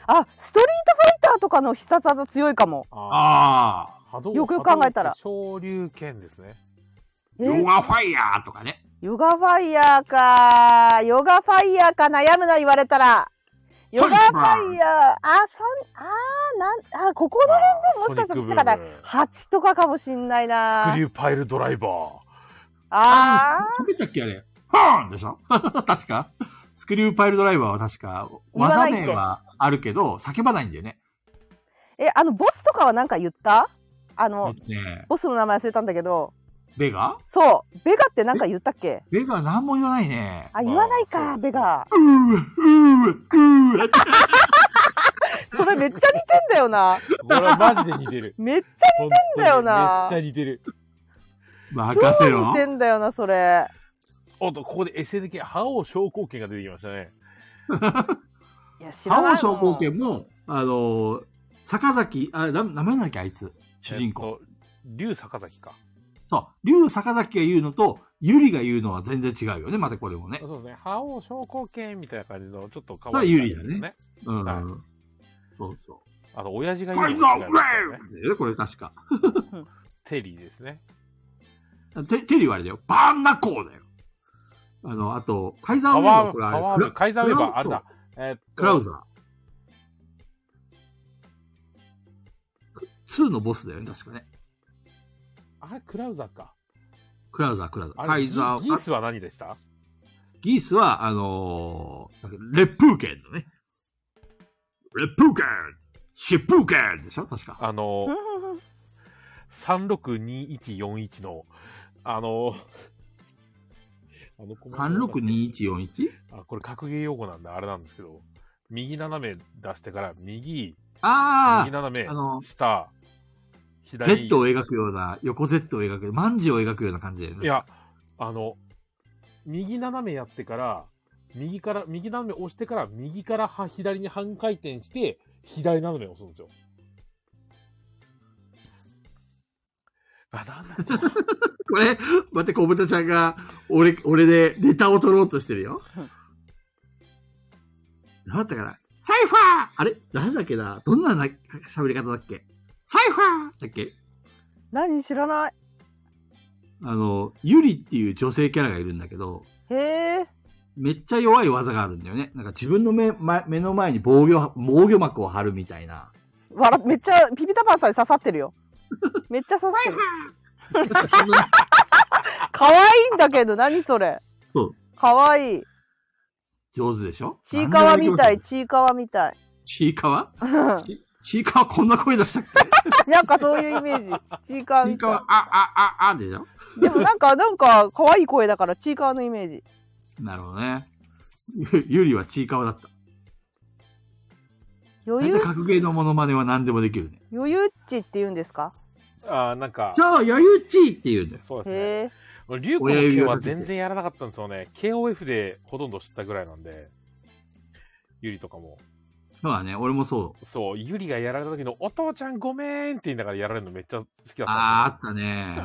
あストリートファイターとかの必殺技強いかも。
あ
あ
あ、波動
よくよく考えたら
波動って昇竜拳ですね。
あ、ヨガファイヤーとかね。
ヨガファイヤーかヨガファイヤーか悩むな言われたら。ヨガファイヤーあそんあーなんあここら辺でもしかしたら来たかな
ソニックブーム
八とかかもしんない
スク
な。
リューパイルドライバー。
あ
食べたっけあれ。ハーンでしょ 確か。スクリューパイルドライバーは確か、
言わな
技
いって
名はあるけど、叫ばないんだよね。
ーえあのボスとかはなんか言った？あの
ね
ボスの名前忘れたんだけど。
ベガ
そうベガってなんか言ったっけ？
ベガ何も言わないね。
あ言わない
まあ
か
そう
ベガ。
うーうーうー
それめっちゃ似てんだよな。。
これはマジで似てる
めっち
似
てんだよな
めっちゃ似てる。
ゃ
任せ
似
ろ。
てんだよなそれ。
おっと、ここで SNK、覇王昇降拳が出てきましたね。
いや知ら
青
ない
の
も
昇
ん
降拳も、あのー、坂崎、あ、な名前なんだっけ、あいつ。主人公。
えっと。竜坂崎か。
そう。竜坂崎が言うのと、ゆりが言うのは全然違うよね。またこれもね。
そうですね。覇王昇降拳みたいな感じの、ちょっとか
それ有利だね
ね。
うん。
はい
そうそ
あの、親父が
う。
言
カイ
うの
ザー
違い
ウェ
ま
ー
すよね
ブだよねこれ確か。
テリーですね。
て、テリーはあれだよ。バンナコーだよ。あの、あと、カイザー
パ
ウェーブ
ワ
は
ー、パ
これあ
ワーウェ
れ
ーブ、カイザーウェーバー、あれ
クラウ
だ。えっと
クラウザー。2のボスだよね、確かね。
あれ、クラウザーか。
クラウザー、クラウザー。
あ
カ
れ、
イ
ギ
ザー、
ギースは何でした
ギースは、あのー、烈風剣のね。烈風剣疾風剣でしょ確か。
あの
う、んうん
362141の、あの、あのコマンドなんだっけ
362141?
あ、これ格ゲー用語なんであれなんですけど、右斜め出してから、右、
あ
右斜め
あ、あ、の、
下、左、
Z を描くような、横 Z を描く、万字を描くような感じだよね。
いや、あの、右斜めやってから、右から、右斜め押してから、右からは左に半回転して、左斜め押すんですよ。あ、なんだっけ
これ、待って、小豚ちゃんが、俺、俺でネタを取ろうとしてるよ。なんだったかなサイファーあれなんだっけなどんなな喋り方だっけサイファーだっけ
何知らない
あの、ユリっていう女性キャラがいるんだけど、
へえ
めっちゃ弱い技があるんだよね。なんか自分の目、ま目の前に防御、防御幕を張るみたいな。
笑っめっちゃピピタパンさんに刺さってるよめっちゃ刺さってる
確かそんな
可愛いんだけど何それ
そう
可愛い
上手でしょ
ちいかわみた
なんでも
い
できますよ。
ちいかわみたい
ちいかわ
うん
ちちいかわこんな声出したっけ
なんかそういうイメージちいかわ
ちい
み
か
たい
わ、あ、あ、あ、あ、でしょ
でもなんか、なんか、可愛い声だから、ちいかわのイメージ。
なるほどね。ゆゆりはちいかわだった。
余
大体
裕、
格ゲーのモノマネは何でもできるね。
余裕っちって言うんですか
あーなんか、
そう、余裕ちいって言うんです。
そうですね。
へえ。
俺リュウコの剣は全然やらなかったんですよね。KOF でほとんど知ったぐらいなんで、ユリとかも。
そうだね、俺もそう。
そう、ユリがやられた時の、お父ちゃんごめーんって言いながらやられるのめっちゃ好きだっ
あ
たん
あ、あったね。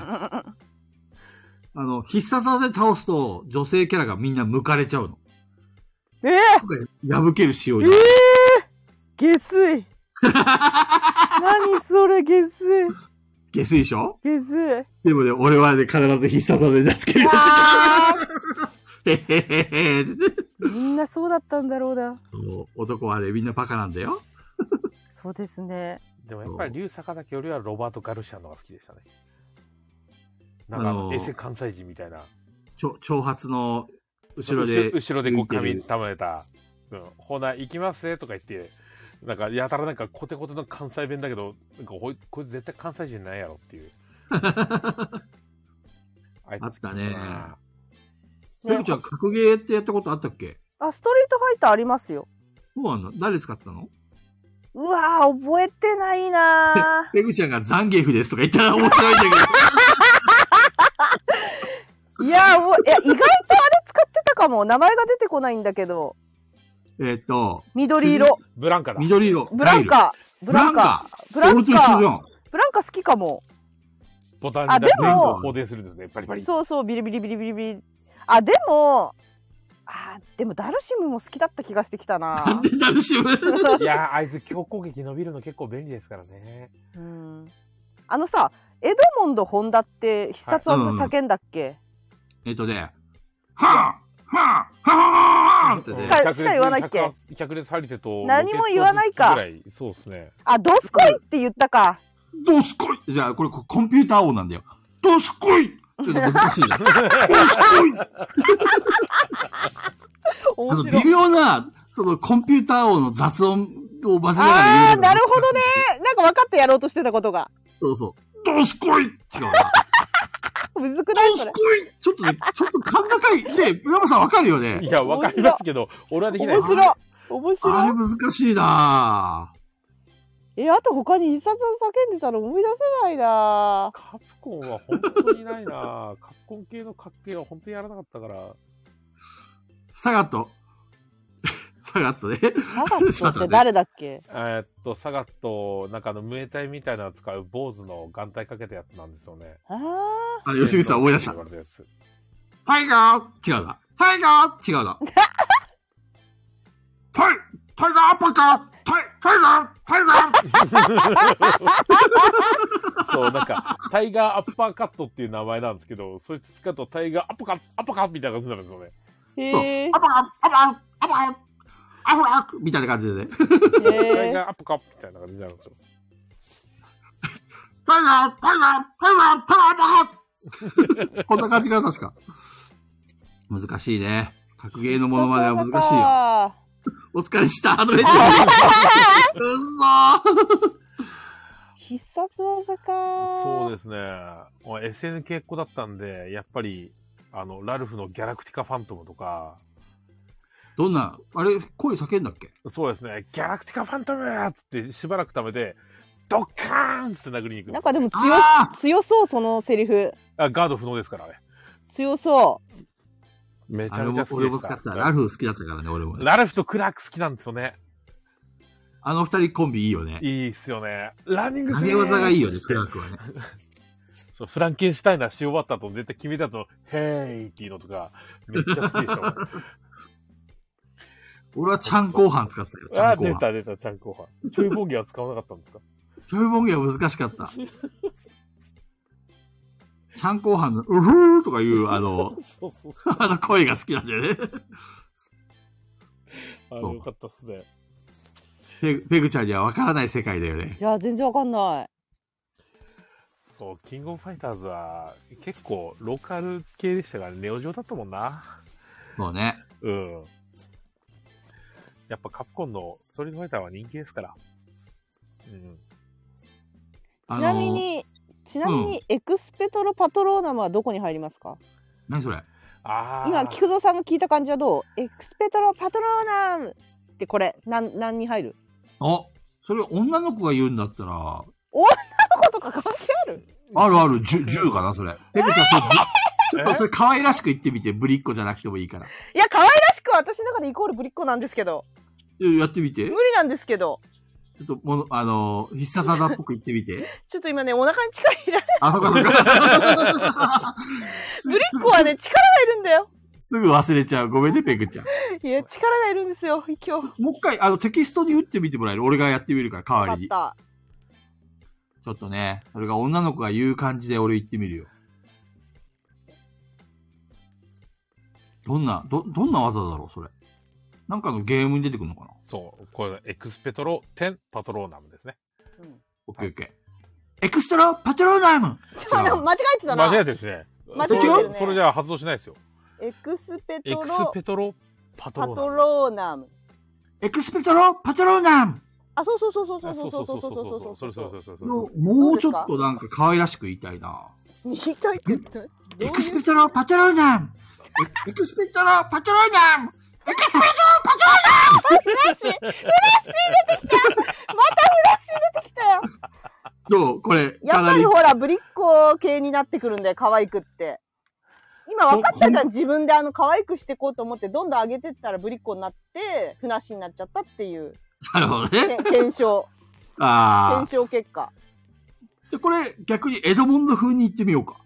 あの、必殺技で倒すと、女性キャラがみんな抜かれちゃうの。
ええ
とか破ける仕様
え
に。
え 下水。何それ、下水。
下水でしょ
下 水。
でもね、俺はね、必ず必殺技で出すけるよ
あ
う
ー
にしてる。へへへへ
みんなそうだったんだろうな。
そう男はね、みんなバカなんだよ。
そうですね。
ですでもやっぱりリュウ坂崎よりはロバート・ガルシアの方が好きでしたね。なん
あ
か
の、ー
エセ関西人みたいな。
ちょ、挑発の後ろで。
後ろでこう
浮いて
髪
る
束ねた。うん、ほな、行きますねとか言って、なんか、やたらなんかコテコテの関西弁だけど、なんかこいこいつ絶対関西人なんやろっていう。 あいつ
あったね
あ
ペグちゃん、格ゲーってやったことあったっけ
あ、ストリートファイターありますよ。
そうなんだ。誰使ったの
うわー、覚えてないな
ペグちゃんがザンゲフですとか言ったら面白いんだけ ど。
ー。いやー、覚えいや、意外とあれ使ってたかも。名前が出てこないんだけど。
えーっと、
緑色。
ブランカだ。
緑色。
ブラン
ガイ
カ。
ル。
ブランカ。ブ
ブラ
ラ
ンカ。俺
ン
と一緒じゃ
カ。
ん。
ブランカ好きかも。
ボタン
あ
に出して
でも
放電するんですね。パリパリ。
そうそうビリビリビリビリビリあでもあでもダルシムも好きだった気がしてきた
なん
な
で楽しむ
い やー、あいつ強攻撃伸びるの結構便利ですからね。
うんあのさエドモンド・ホンダって必殺技叫んだっけ、
えーっとね、はぁはぁはぁはぁはぁって
し
ね
か。しか言わないっけ
百列百列張り手と。
何も言わないか
ロケットずつぐらいそうですね。
あドスコイって言ったか
どうすこいじゃあ、これコンピューター王なんだよ。どうすこいちょっと難しいな。どうすこいあの、
面白
微
い
妙な、そのコンピューター王の雑音を混ぜながら言う
あー
のが
なるほどねなんか分かってやろうとしてたことが
そうそう。どうすこい違うな。
むずくないそ
す
れ
ごいちょっとね、ちょっと甲高い。ね、山さんわかるよ
い
ね。
や、わかりますけど、俺はできない
面
です。
白い面
あ
白
れ
い
難しいなぁ。
えあと他に必殺技叫んでたの思い出せな いな
カプコンは本当にない なカプコン系の格ゲーは本当にやらなかったから。
サガッ ト。サガットね。
サガットって誰だっけ
えーっと、サガット、なんかあの、ムエタイみたいなの使う坊主の眼帯かけたやつなんですよね。
ああ
あ、吉口さん思い出した
言。われたやつ
タイガー違うな。タイガー違うな。タイタイガーパカータイタイガータイガー
そう、なんか、 タイガーアッパーカットっていう名前なんですけど、そいつ使うとタイガーアッパーカット、アッパーカットみたいな感じになるんですよね。
へえ
アパカアパアパアフラーみたいな感じでね。
タイ
へえ
ガーアッパーカットみたいな感じになるんですよ。
タイガータイガータイガータイガーアパカこんな感じかな、確か。難しいね。格ゲーのものまでは難しいよ。
よ。
お疲れした。アドベンチャー。うっそー。
必殺技か。
そう
う
ですね。もう SNK っ子だったんで、やっぱり、あの、ラルフのギャラクティカファントムとか、
どんな、あれ、声叫んだっけ
そうですね、ギャラクティカファントムっつってしばらく食べて、ドッカーンっつって殴りに行くんですよ
なんかでも強
あ
強そうそのセリフ
あガード不能ですからね。
強そ
めち
あ
ゃめ
れ
ち
も
ゃ、好き
俺
で
も
し
使
た
ってた。ラルフ好きだったからね、俺も。
ラルフとクラーク好きなんですよね。
あの二人コンビいいよね
い。いっすよね。ランニング
投
する
げ技がいいよね、クラークはね。
そうフランケンシュタイナーし終わった後、絶対君だと、ヘーイっていうのとか、めっちゃ好きでし ょ。
俺はちゃん後半使ったよ、ちゃ
あ
ん後
出
半。
た出た、ちゃんこは。ちょいボギーは使わなかったんですか
ちょいボンゲは難しかった。ちゃん後半の、うふーとかいう、あの、
そうそうそ
あの声が好きなんだよね。
う。あ
そう
よかったっすね。
ペグペグちゃんにはわからない世界だよね
う。。じゃあ全然わかんない。
そう、キングオブファイターズは結構ローカル系でしたから、ネオジオだったもんな。
そうね。
うん。やっぱカプコンのストリートファイターは人気ですから。うん。
あ
ちなみ
の、
に、ちなみに、エクスペトロパトローナムはどこに入りますか
何それ
ああ。
今、菊蔵さんが聞いた感じはどうエクスペトロパトローナムってこれ、なん何に入る
あ、それ女の子が言うんだったら、
ことか関係ある
あるある、10、10かな、それ。ペグちゃん、それ、ちょっとそれ可愛らしく言ってみて、ぶりっ子じゃなくてもいいから。
いや、可愛らしくは私の中でイコールぶりっ子なんですけど、
えやってみて。
無
ち
理なんですけど、
ょっと、もの、あの、必殺技っぽく言ってみて。
ちょっと今ね、お腹に力いらない。
あ、そっかそっか。
ぶりっ子はね、力がいるんだよ。
すぐ忘れちゃう。ごめんね、ペグちゃん。
いや、力がいるんですよ、今日。
もう一回、あの、テキストに打ってみてもらえる俺がやってみるから、代
あ
わ
っ
りに。ち
た。
ょっとね、それが女の子が言う感じで俺言ってみるよ。どんな、ど、どんな技だろう、それ。なんかのゲームに出てくるのかな
そう、これエクスペトロ10パトローナムですね。
オッケーオッケー。エクストラパトローナム
ちょっとなんか間違えてたな。
間違えてるしね。
間違
えてる
ね
それじゃあ発動しないですよ。
エクスペ
エ
ト
クス
ロ
ペトロパト
パ
ローナ
ト
ム。
ローナム。
エクスペトロパトローナム
あ、そうそうそうそうそう
あ
そ
そうう
そ
そうう
そ
そうう
そ
そうう
そ
そううそううそううそうそう
そそ
そう。
もうちょっとなんか可愛らしく言いたいな。
言いたいって言ってどうい
エ
う
クスペトロパトローナムエエクスペトロパトローナムエクスペトロパトローナ
出てきたよ
ムどうこれ、
やっぱりほらぶりっ子系になってくるんだよ可愛くって今分かったじゃん自分であの可愛くしてこうと思ってどんどん上げてったらぶりっ子になってふなしになっちゃったっていう
なるほどね。
け検証
ああ
検。証結果
じゃあこれ逆にエドモンド風に言ってみようか。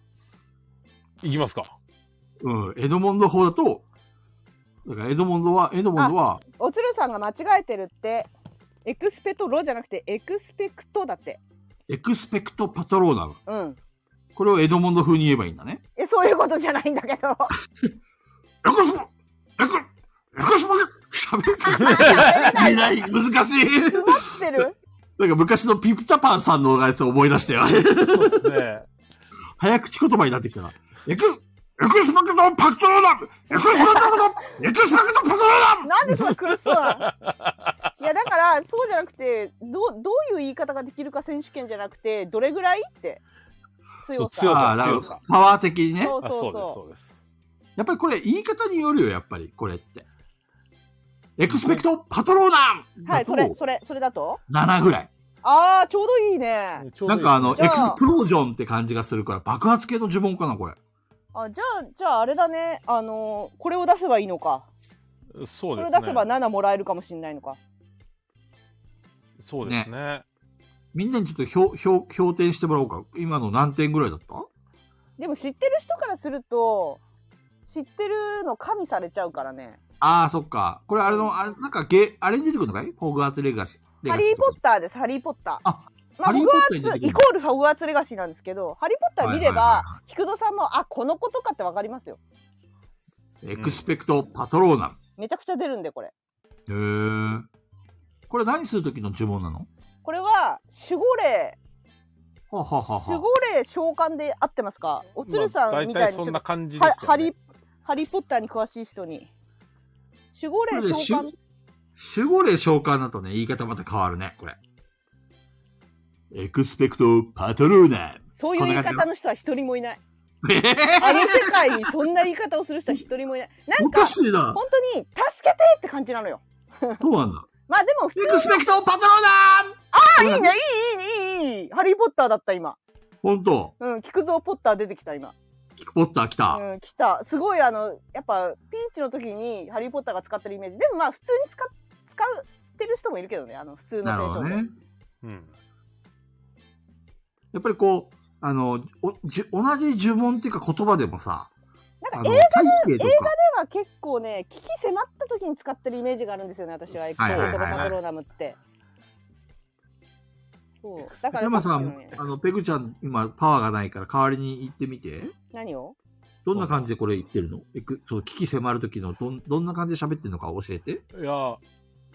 いきますか。
うん。エドモンド法だと、だからエドモンドは、エドモンドは、
おつるさんが間違えてるってエクスペトロじゃなくてエクスペクトだって
エクスペクトパトローナム。
うん
これをエドモンド風に言えばいいんだね。
えそういうことじゃないんだけど
エクスペ、エク、エクスペ、喋るか言えない、難しい。
詰まってる
なんか昔のピピタパンさんのやつを思い出したよ。
そうですね。
早口言葉になってきたな。エク、エクスペクトパクトローナムエクスペクト、エクスペクトパクトローナム
なんでそれ苦しそうなのいやだからそうじゃなくてどうどういう言い方ができるか選手権じゃなくてどれぐらいって強さ
そう強さ
ああ、なるほ
強
ど
さ。
パワー的にね。
そう
あ
そう
そうです、
そ
そうです。
やっぱりこれ言い方によるよ、やっぱり、これって。エクスペクトパトローナム
うはい
だ
それ
と
それそれだと
7ぐらい。
ああちょうどいいね
ちょう
な
どいい
んかあの、エ
じゃ
ク
あ
スプロージョンって感じがするから、爆発系の呪文かな、これ。
あじゃあじゃああれだねあのーこれを出せばいいのか
そうで
これ
す
を
ね。
出せば7もらえるかもしれないのか
そうですね。
みんなにちょっと表、表、表点してもらおうか。今の何点ぐらいだった
でも知ってる人からすると知ってるの加味されちゃうからね
ああ、そっか。これあれの、あれ、なんかゲ、あれに出てくるのかいホグワーツレガシ
「
レ
ハ
ガシ
リ
ー
ー・ポッター」です「ハリー・ポッター」
あ
ま
ハ
あ、
リー
ホ
ポ
グ
ッ
ワ
ターに出
ー
てく
ツ
る
イコールホグワーツレガシーなんですけど「ハリー・ポッター」見れ
はいはいはい
ば菊蔵さんもあこのことかってわかりますよ
エクスペクトパトローナ
めちゃくちゃ出るんでこれ
ム。へえ。これ何するときの呪文なの
これは守護霊
はあはあはあ
守
は
護霊召喚で合ってますかおつる
ま
さ
あ
ん
大
みたい
体
にちょ
そ
っと
んな感じで
は
した
ハ
よね
リ。ハリー・ポッターに詳しい人に守護霊
これ
召喚
守守護霊召喚だとね、言い方また変わるね、これ。エクスペクトパトルーナ
そういう言い
こんな
方の人は一人もいない
ム。え
あの世界にそんな言い方をする人は一人もいないな
お
んか
かしいな。
本当に助けてって感じなのよ
そうなんだ。
まあでも普通
エクスペクトパトルーナ
あいいねいいねいいねいいハリー・ポッターだった今
本当
うん菊蔵ポッター出てきた今
キックポッター来た。
うん来たすごいあのやっぱピンチの時にハリー・ポッターが使ってるイメージでもまあ普通に使っ使ってる人もいるけどねあの普通のテ
なる
ンシ
ほ
ョ
ど
ンで、
ね。
うん。
やっぱりこう、あの、おじゅ同じ呪文っていうか言葉でもさ、
なん
あ
か
の、
映画
背景と
映
か、
では結構ね危機迫った時に使ってるイメージがあるんですよね私はエクソ
はいはいは
ー
い
ト
はい
ロパトローナムってそうだから
山さ
っきの
ん
ね、
あの、ペグちゃん今パワーがないから代わりに行ってみて。
何を
どんな感じでこれ言ってるのえくそう、危機迫る時のどん、どんな感じで喋ってるのか教えて。
いや、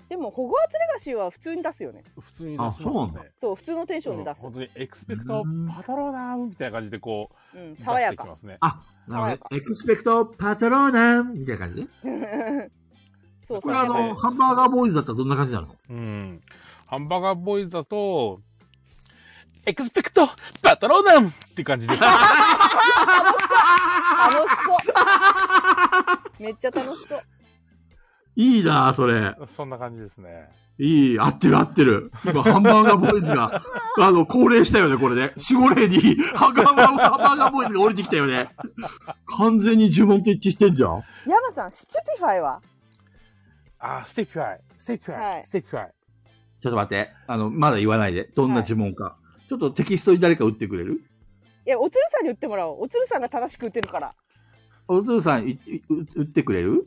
でもホグワーツレガシーは普通に出すよね
普通に出しますね。
あそうなんだ
そう普通のテンションで
うん
出す、
本当にエクスペクトパトローナーみたいな感じでこう、
うん、
出
爽
し
や
てき
か
ますね。
あ、な
爽
る
や
ほ
か
どね。エクスペクトパトローナーみたいな感じね。
そう
こ
そ
れ
う
あの、ハンバーガーボーイズだったらどんな感じなの
うん。ハンバーガーボーイズだと、
エクスペクトパトローナム
って感じです。
楽しそうめっちゃ楽しそう
いいなぁ、それ。
そんな感じですね。
いい、合ってる合ってる。今、ハンバーガーボーイズが、あの、高齢したよね、これね。守護霊に、ハンバーガーハンバーガーボーイズが降りてきたよね。完全に呪文と一致してんじゃん。
山さんシチュピファイは
あー、ステップファイ、ステップファイ、
はい
ステップファイ。
ちょっと待って。あの、まだ言わないで。どんな呪文か。ちょっとテキストに誰か打ってくれる
いやおつるさんに打ってもらおうおつるさんが正しく打てるから
おずさん、いい打ってくれる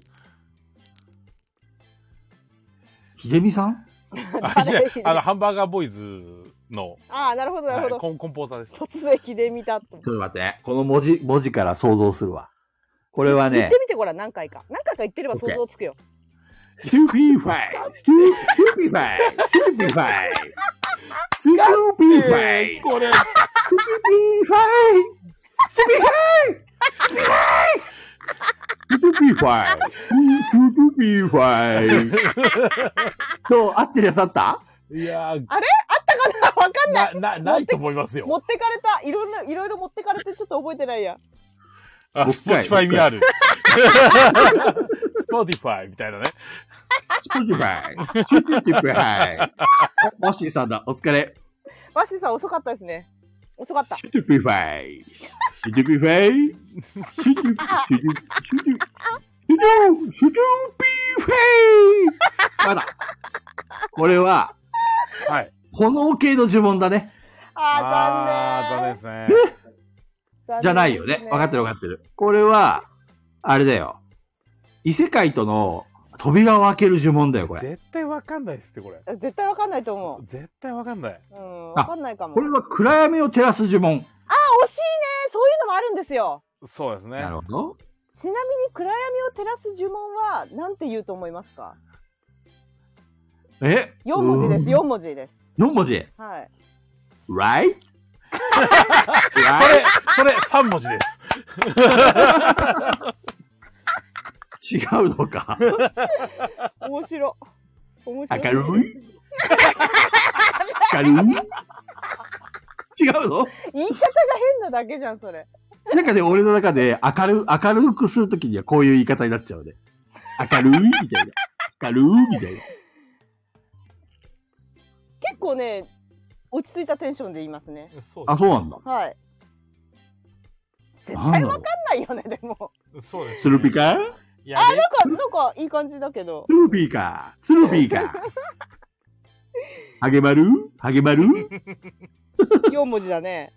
ひでみさん
あ、いや
誰
あの、ハンバーガーボーイズの、
ああなるほどなるほど、
はいコンコンポーターです。
突撃で見たと
ちょっと待って。この文字、文字から想像するわ。これは
言っ
ね
て、みてごらん何回か何回か言ってれば想像つくよ
ストゥーピーファイストゥーピーファイストゥーピーファイストゥーピーファイ
これ、
ストゥーピーファイストゥーピーファイストゥーピーファイストゥーピーファイストゥーピーファイどう合ってるやつあった
いやー、
だから分かんない
な、な、ないと思います
持
よ。
ってかれたいろんないろいろ持ってかれてちょっと覚えてないや
あ、
もう
ス
一
ポティ
回
ファイ見ある。ス ポティファイみたいなね。
ストゥーピーファイストゥーピーファイおマッシーさんだ、お疲れ。
マッシーさん遅かったですね遅かった
ストゥーピーファイストゥーピーファイストゥーピーストゥーピーストゥーピーファイまだ。これは、
はい。
炎系の呪文だね。
あ
あー残念
ー残念
ですね。
残念
じゃないよね。分かってる分かってる。これは、あれだよ。異世界との扉を開ける呪文だよ、これ。
絶対わかんないっすって、これ。
る絶対分かんないと思
絶対わかんない。
ううん分かんないかも
これは暗闇を照らす呪文。
あ惜しいねそういうのもあるんですよ
そうですね。
なるほど。
ちなみに暗闇を照らす呪文はなんて言うと思いますか
え
四文字です
よ。
四文字です
4文字。
はい
right?
それ、それ3文字です。
違うのか。
面白面白
明るい明るい違うの
言い方が変なだけじゃんそれ
なんかね、俺の中で明る、明るくするときにはこういう言い方になっちゃうね。明るいみたいな。明るいみたいな。
結構ね落ち着いたテンションで言いますね
そう
あ、そうなんだ。
はい絶
なんだ
対
ろ
わ
う
かんないよねでも
です。そうです。
スルピカ
いや、ね
なんかなんかいい感じだけど
スルピカスルピカハゲマルハゲマル
四文字だね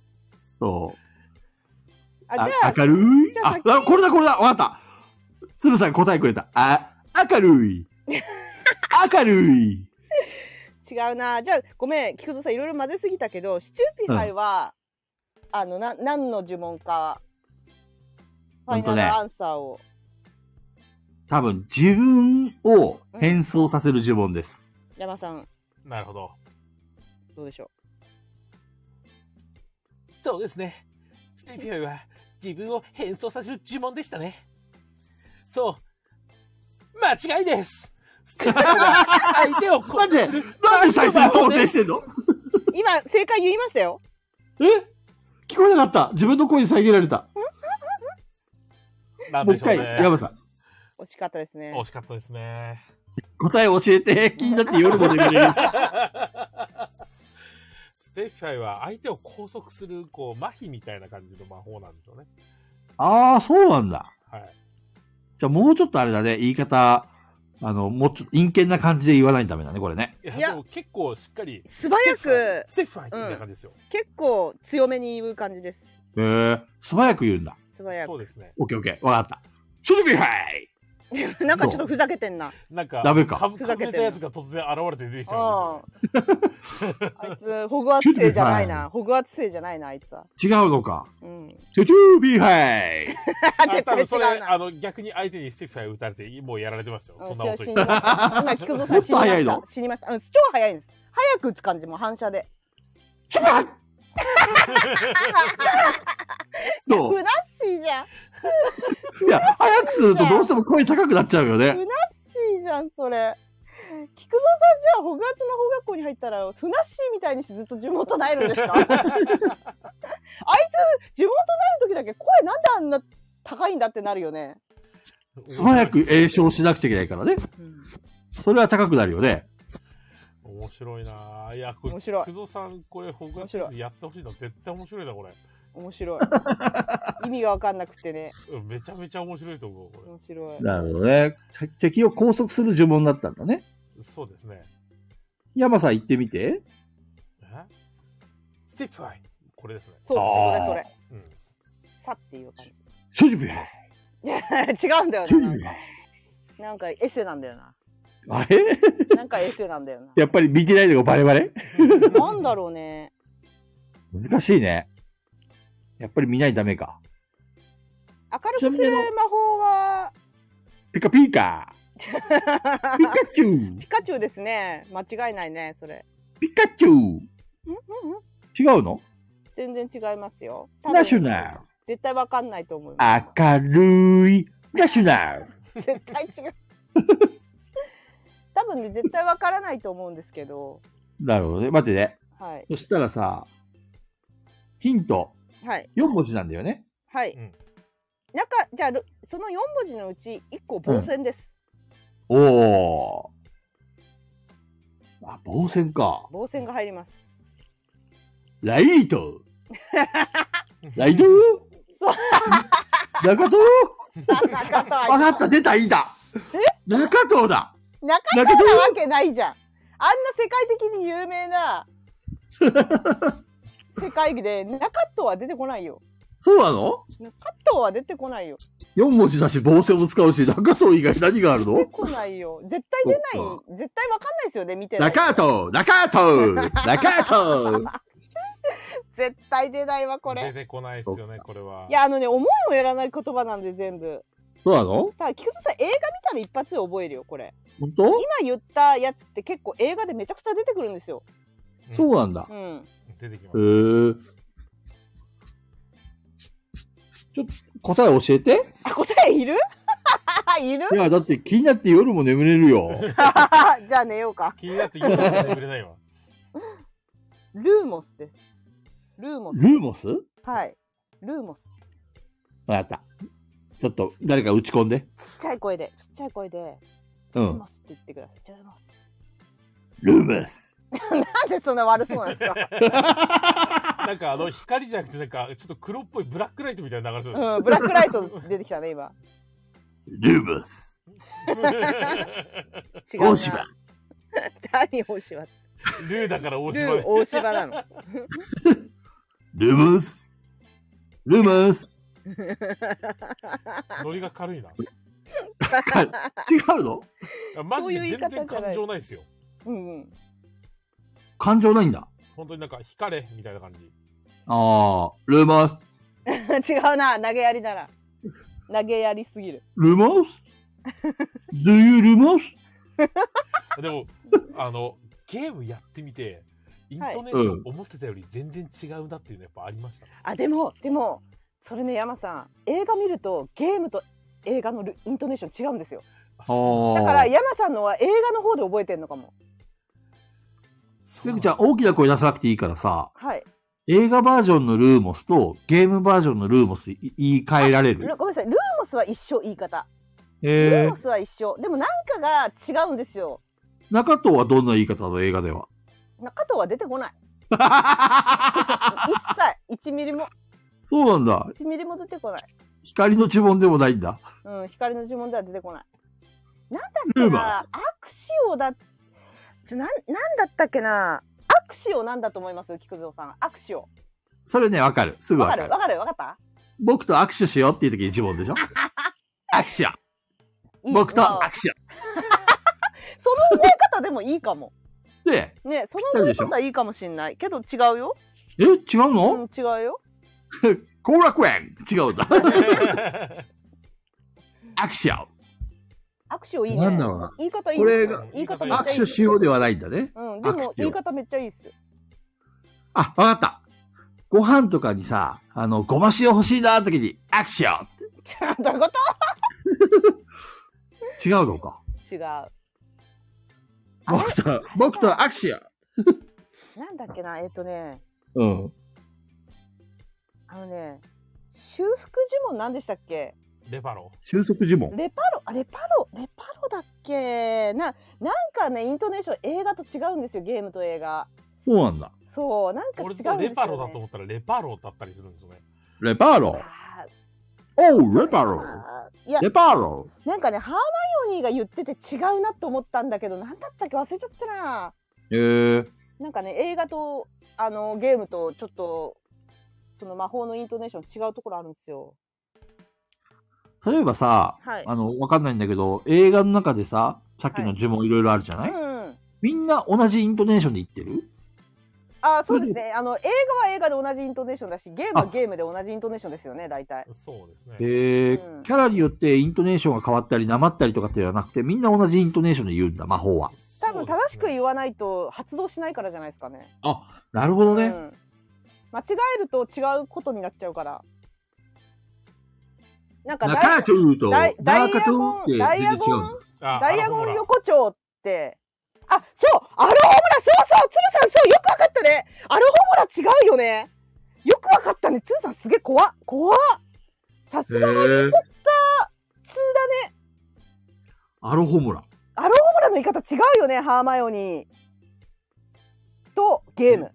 そう。
あ
あ
じゃあ
明るい
じゃあ
ああ、これだこれだわかった鶴さん答えくれた。あ、明るい明るい
違うなじゃあごめん菊蔵さんいろいろ混ぜすぎたけどシチューピハイは、あのな何の呪文かファ
ほ
イ
んと
ナル
ね
アンサーを、
多分、自分を変装させる呪文です。
山さん
なるほど。
どうでしょ
そうですね。ステイピオイは自分を変装させる呪文でしたね。そう。
間違いですステッカーは相手を鼓舞する
なんで最初に肯定してんの
今正解言いましたよ
え聞こえなかった。自分の声に遮られた。
なん
もう一
でしょう
回、ヤ
ね。
マさん。
惜しかったですね
惜しかったですね。
答え教えて、気になって夜も眠れる。
ステッカイは相手を拘束する、こう、麻痺みたいな感じの魔法なんですよね。
ああ、そうなんだ。
はい。
じゃあもうちょっとあれだね、言い方、あの、もうちょっと陰険な感じで言わないとダメだね、これね。
いや、
いや
でも結構しっかり、
素早く
ステッファイってみたいな感じですよ。
結構強めに言う感じです
へえ、素早く言うんだ。
素早
そうですね。
オッケーオッケー、わかった。それではい
く なんかちょっとふざけてんな
なんか、
ダメか
ぶかぶれたやつが突然現れて出てきたん
あああいつホグワーツ生じゃないなホグワーツ生じゃないなあいつは
違うのか。
うん
トゥトゥービーハイ
ですよ。
絶
あ多
対
分そ
違う
れ、
な
あの、逆に相手にステッファイ打たれて、もうやられてますよ。そんな
うん
遅
死
い
に。ました今菊蔵さん
もっ
死にま
と早い
した
の
死にましたうん超早いんです早く打つ感じも反射で
ど
ふ
う
なっしーじゃん
いや、早くするとどうしても声高くなっちゃうよね。
しーじゃんそれ菊蔵さんじゃあホグワーツ魔法学校に入ったらふなっしーみたいにしてずっと地元なえるんで すかあいつ地元なる時だけ声なんであんな高いんだってなるよね
素早く栄唱しなくちゃいけないからね。それは高くなるよね。
面白いなぁ。いや、これ、
面白い
久蔵さん、これ、ホグワーツやってほしいの絶対面白いな、これ。
面白い意味が分かんなくてね
うんめちゃめちゃ面白いと思う、こ
面白い
なるほどね。て敵を拘束する呪文だったんだね。
れ。そうですね。
山さん行ってみて。
えステップファイこれですね。
そうそ
あ
れ
ー
それ
うん。
さっていう感じ
トゥトゥービーハイ
いや違うんだよ
トゥトゥー
ね
ビーハイ
なんかエセなんだよな
あれ
なんかエセなんだよな
やっぱり見てないのがバレバレ
なんだろうね
難しいね。やっぱり見ないとダメか。
明るくする魔法 は
ピカピカピカチュウ
ピカチュウですね間違いないねそれ
ピカチュウ
うんうんうん
違うの
全然違いますよ多分
ナショナル
絶対わかんないと思います
明るいナショナル
絶対違う多分ね絶対わからないと思うんですけど
なるほどね。待ってね。
はい
そしたらさ、ヒント
はい
4文字なんだよね。
はい、
うん
中じゃあろその4文字のうち1個防線です、
おお。あ、防線か。
防線が入 ります
ライトライト中藤
中藤は
わかった出たいいだ中藤だ
中藤なわけないじゃんあんな世界的に有 名な世界で中藤は出てこないよ
そうなの
中藤は出てこないよ
?4 文字だし、防線も使うし、中藤以外何がある
出て
の
こないよ絶対出な
そ
い絶対わかんないですよね見てない
中藤中藤中藤
絶対出ないわこれ
出てこないですよね、これは。
いやあのね思いもよらない言葉なんで全部
そうなの
ただ菊池さん映画見たら一発で覚えるよこれ
本当
今言ったやつって結構映画でめちゃくちゃ出てくるんですよ
うん
そうなんだ
う。ん
出てきま
へ
す。
え。ちょっと答え教え て。
あ答えいるいる
いや、だって気になって夜も眠れるよ。
じゃあ寝ようか
気になって言うから眠れないわ。
ルーモスですルーモス
ルーモス
はいルーモス
わかった。ちょっと誰か打ち込んで。
ちっちゃい声でちっちゃい声で
う
ルー
ん。
モスって言ってくださいルーモス
ルーモス。
なんでそんな悪そうなんですか
なんかあの光じゃなくてなんかちょっと黒っぽいブラックライトみたいな流れてる。
うんブラックライト出てきたね今
ルーモス。
違うな
大芝。
何大芝って
ルーだから大
ル
島
ー大芝なの
ルーモス。ルーモス。
ノリが軽いな。
違うの
マジで
そういう言
全
い方じゃ
然感
ない
情ないですよ。
うんうん
感情ないんだ。
本当になんか惹かれみたいな感じ。
ああ、ルーモス。
違うな投げやりだな投げやりすぎる
ルモ ス Do you ルモス
でも、あの、ゲームやってみて、イントネーシ
はい
ョ
う
ン思ってたより全然違うなっていうのやっぱありました。
あでもでもそれね山さん映画見るとゲームと映画のルイントネーション違うんですよ
あ、
だから山さんのは映画の方で覚えてるのかも。
ペグちゃん、大きな声出さなくていいからさ、
はい。
映画バージョンのルーモスとゲームバージョンのルーモスい言い換えられ
ル
る。
ごめんなさい。ルーモスは一緒言い方。ル
え
ーモスは一緒。でもなんかが違うんですよ。
ー、中藤はどんな言い方の映画で は
中藤は出てこない。一切1ミリも
そうなんだ。
1ミリも出てこない。
光の呪文でもないんだ。
うん、光の呪文では出てこない。なんだっ
ル
け
ーマ
な、アクシオだ。ちょ、なん、なんだったっけな。アクシオなんだと思います、菊蔵さん。アクシオ。
それね、わかる。すぐ
わ
わ
か
か
る、
る。
わかる、わかった。
僕と握手しようっていう時に呪文でしょ握手や
いい
僕と握
まあ
手や
その覚え方でもいいかも。
で、
ね、その
ぴったりで
覚え
しょ
方いいかもしんない。けど違うよ。
え違う
うん、
の
違うよ。
後楽園違うんだ。握手や
握手をいいね。
なんだろうな。
言い方いい
こ
ね
れが
言い方めっちゃいい。
握手しようで
は。
はないんだね。
うん、で
握手
も
を
言い方めっちゃいいっす。
あ、わかった。ご飯とかにさ、あの、ごま塩欲しいなーって時に、握手や
どういうこ
違うのか。
と違う。
僕と、僕と握手や
なんだっけな、えっとね、
うん。
あのね、修復呪文なんでしたっけ
レバロ
収束呪文。
レパロ、あレパロ、レパロだっけな、なんかね、イントネーション映画と違うんですよ、ゲームと映画。
そうなんだ。
そう、なんか違うん
俺
です
と
よ、ね。
レバロだと思ったらレバロだったりするんですよね。
レパーロ。
あー
おう、レパーロ。
あーいや、
レパーロ。
なんかね、ハーマイオニーが言ってて違うなと思ったんだけど、なんだったっけ忘れちゃったな。
えー、
なんかね、映画と、あの、ゲームと、ちょっと、その魔法のイントネーション違うところあるんですよ。
例えばさ、
はい。
あの、わかんないんだけど、映画の中でさ、さっきの呪文いろいろあるじゃない、
うん。
みんな同じイントネーションで言ってる
あそうですね。あの映画は映画で同じイントネーションだし、ゲームはゲームで同じイントネーションですよね、大体。
そうですね。
え
うん
ー、キャラによってイントネーションが変わったり、なまったりとかっていうのはなくて、みんな同じイントネーションで言うんだ、魔法は。
多分正しく
う。
言わないと発動しないからじゃないですかね。
なるほど
う
ね。
ん、間違えると違うことになっちゃうから。なんか
中
ダイ
トゥーと、
ダイ
ダーカトゥーって
ダイ
全然違
ヤ
う
ゴン
んだ。
ダ
ダイヤゴン横丁って。あ、そうアロホモラそうそう鶴さんそうよくわかったねアロホモラ違うよねよくわかったね鶴さんすげえ怖っ怖っさすがハリーポッター2だね
アロホモラ。
アロームラの言い方違うよねハーマイオニーとゲーム、
へ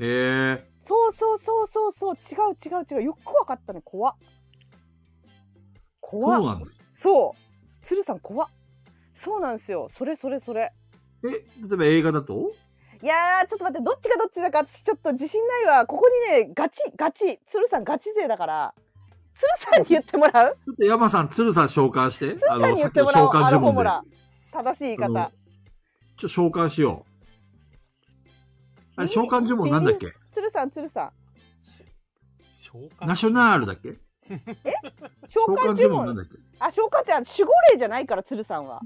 え。
そうそうそうそうそう違う違う違うよくわかったね怖っ怖
そう
っ
なんだ。
そう鶴さん怖っそうなんですよそれそれそれ
え、例えば映画だと
いやーちょっと待ってどっちがどっちだか私ちょっと自信ないわここにねガチガチ鶴さんガチ勢だから鶴さんに言ってもらう
ちょっと山さん、鶴さん召喚して。あ
鶴さん
の、
に
さ
言
っ
っ
き
て
の
もら
召
おう
喚
ア
呪
ロホ
文
モ
で。
ラ正しい言い
あの
方
ちょ、召喚しよう。あれ、召喚呪文なんだっけ
鶴さん鶴さん
消化
ナショナールだっけ
召
召喚
喚
呪
呪
文なん
文
だっけ
あ召喚ってあの守護霊じゃないから鶴さんは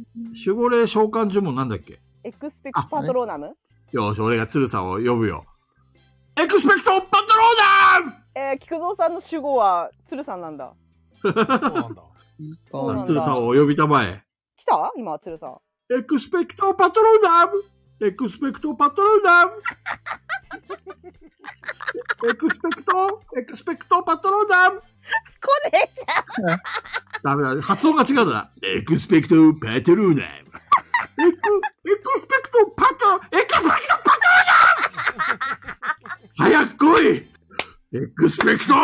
守護霊召喚呪文なんだっけ
エクスペクトパトローナム、
よし、俺が鶴さんを呼ぶよ。エクスペクトパトローナ
えー、菊蔵さんの主語は鶴さんなんだ。
そうなんだ。
そうな
ム
ん
鶴
だ
さんを呼びたまえ。
来た今、鶴さん。
エクスペクトパトローナムエクスペクトパトローナムエクスペクトエクスペクトパトローナム
来ねえじ
ダメだ、発音が違うだな。エクスペクトパトローナムエク、エクスペクトパトロ、エクスペクトパトローナム早く来いエクスペクト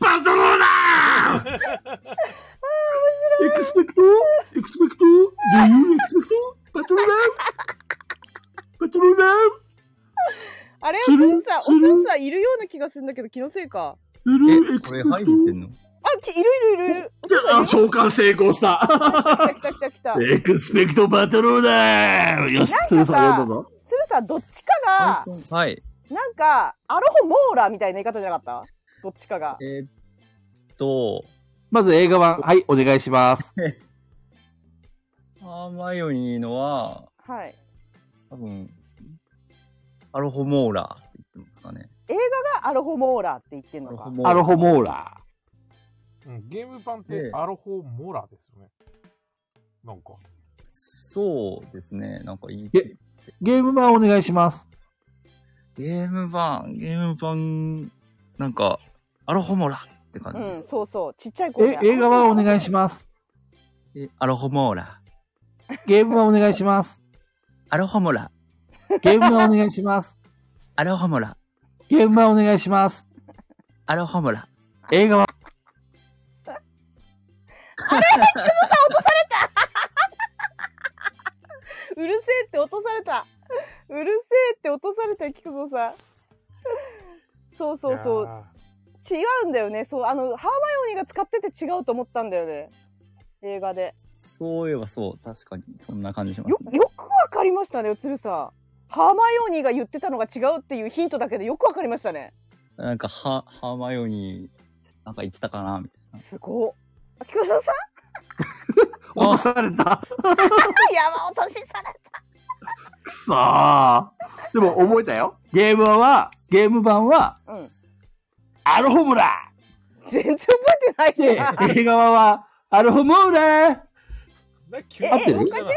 パトローナムエクスペクトエクスペクト Do you expect パトローナムパトローナム
ゃん。あれ
する
鶴さん、お
する
鶴さんいるような気がするんだけど、気のせいか。
するエク
これ
ス
入
ペ
っ
ク
て
ト
んの
あ、きいるいるいる。
あ召喚成功した。
来た来た来た来た。鶴
エクスペクトパトローナムよし、
な
鶴
んかさ
さん呼んだぞ。
さん、どっちか
はい。
が、なんか、アロホモーラみたいな言い方じゃなかったどっちかが。
えーっと、
まず映画版、はい、お願いします。
ハーマイオニーのは、
はい。
多分、アロホモーラって言ってますかね。
がアロホモーラって言ってん
ア
の
ロ
か
ホ。モー
アロ
ラ。
ホモーラ。
うん、ゲーム版っ
え
て
え
アロホモラですよね。なんか。
そうですね。なんかいい。
えゲーム版お願いします。
ゲーム版、ゲーム版、なんか、アロホモラって感じ
う
で
ん、
す。
そうそう。ちっちゃい子
え、映画版お願いします。
えアロホモラ、
ゲーム版お願いします。
アロホモラ、
ゲーム版お願いします。
アロホモラ、
ゲーム版お願いします。
アロホモラ。
映画版。
うるせえって落とされた。うるせえって落とされた、菊蔵さん。そうそうそう。違うんだよね。そう、あの、ハーマイオニーが使ってて違うと思ったんだよね。映画で。
そういえばそう、確かにそんな感じしま
よ
す、ね。
よくわかりましたね、うつるさん。ハーマイオニーが言ってたのが違うっていうヒントだけでよくわかりましたね。
なんか、ハハーマヨに、なんか言ってたかな、みたいな。
すごっ。あ菊蔵さん
落とされた。
山落としされた。
くそー。でも覚えたよ。ゲーム版は、ゲーム版は、
うん。
アルホムラ
全然覚えてない
で
じゃん。、
映画版は、アルホムラ
な急に
え合ってる
陽気だな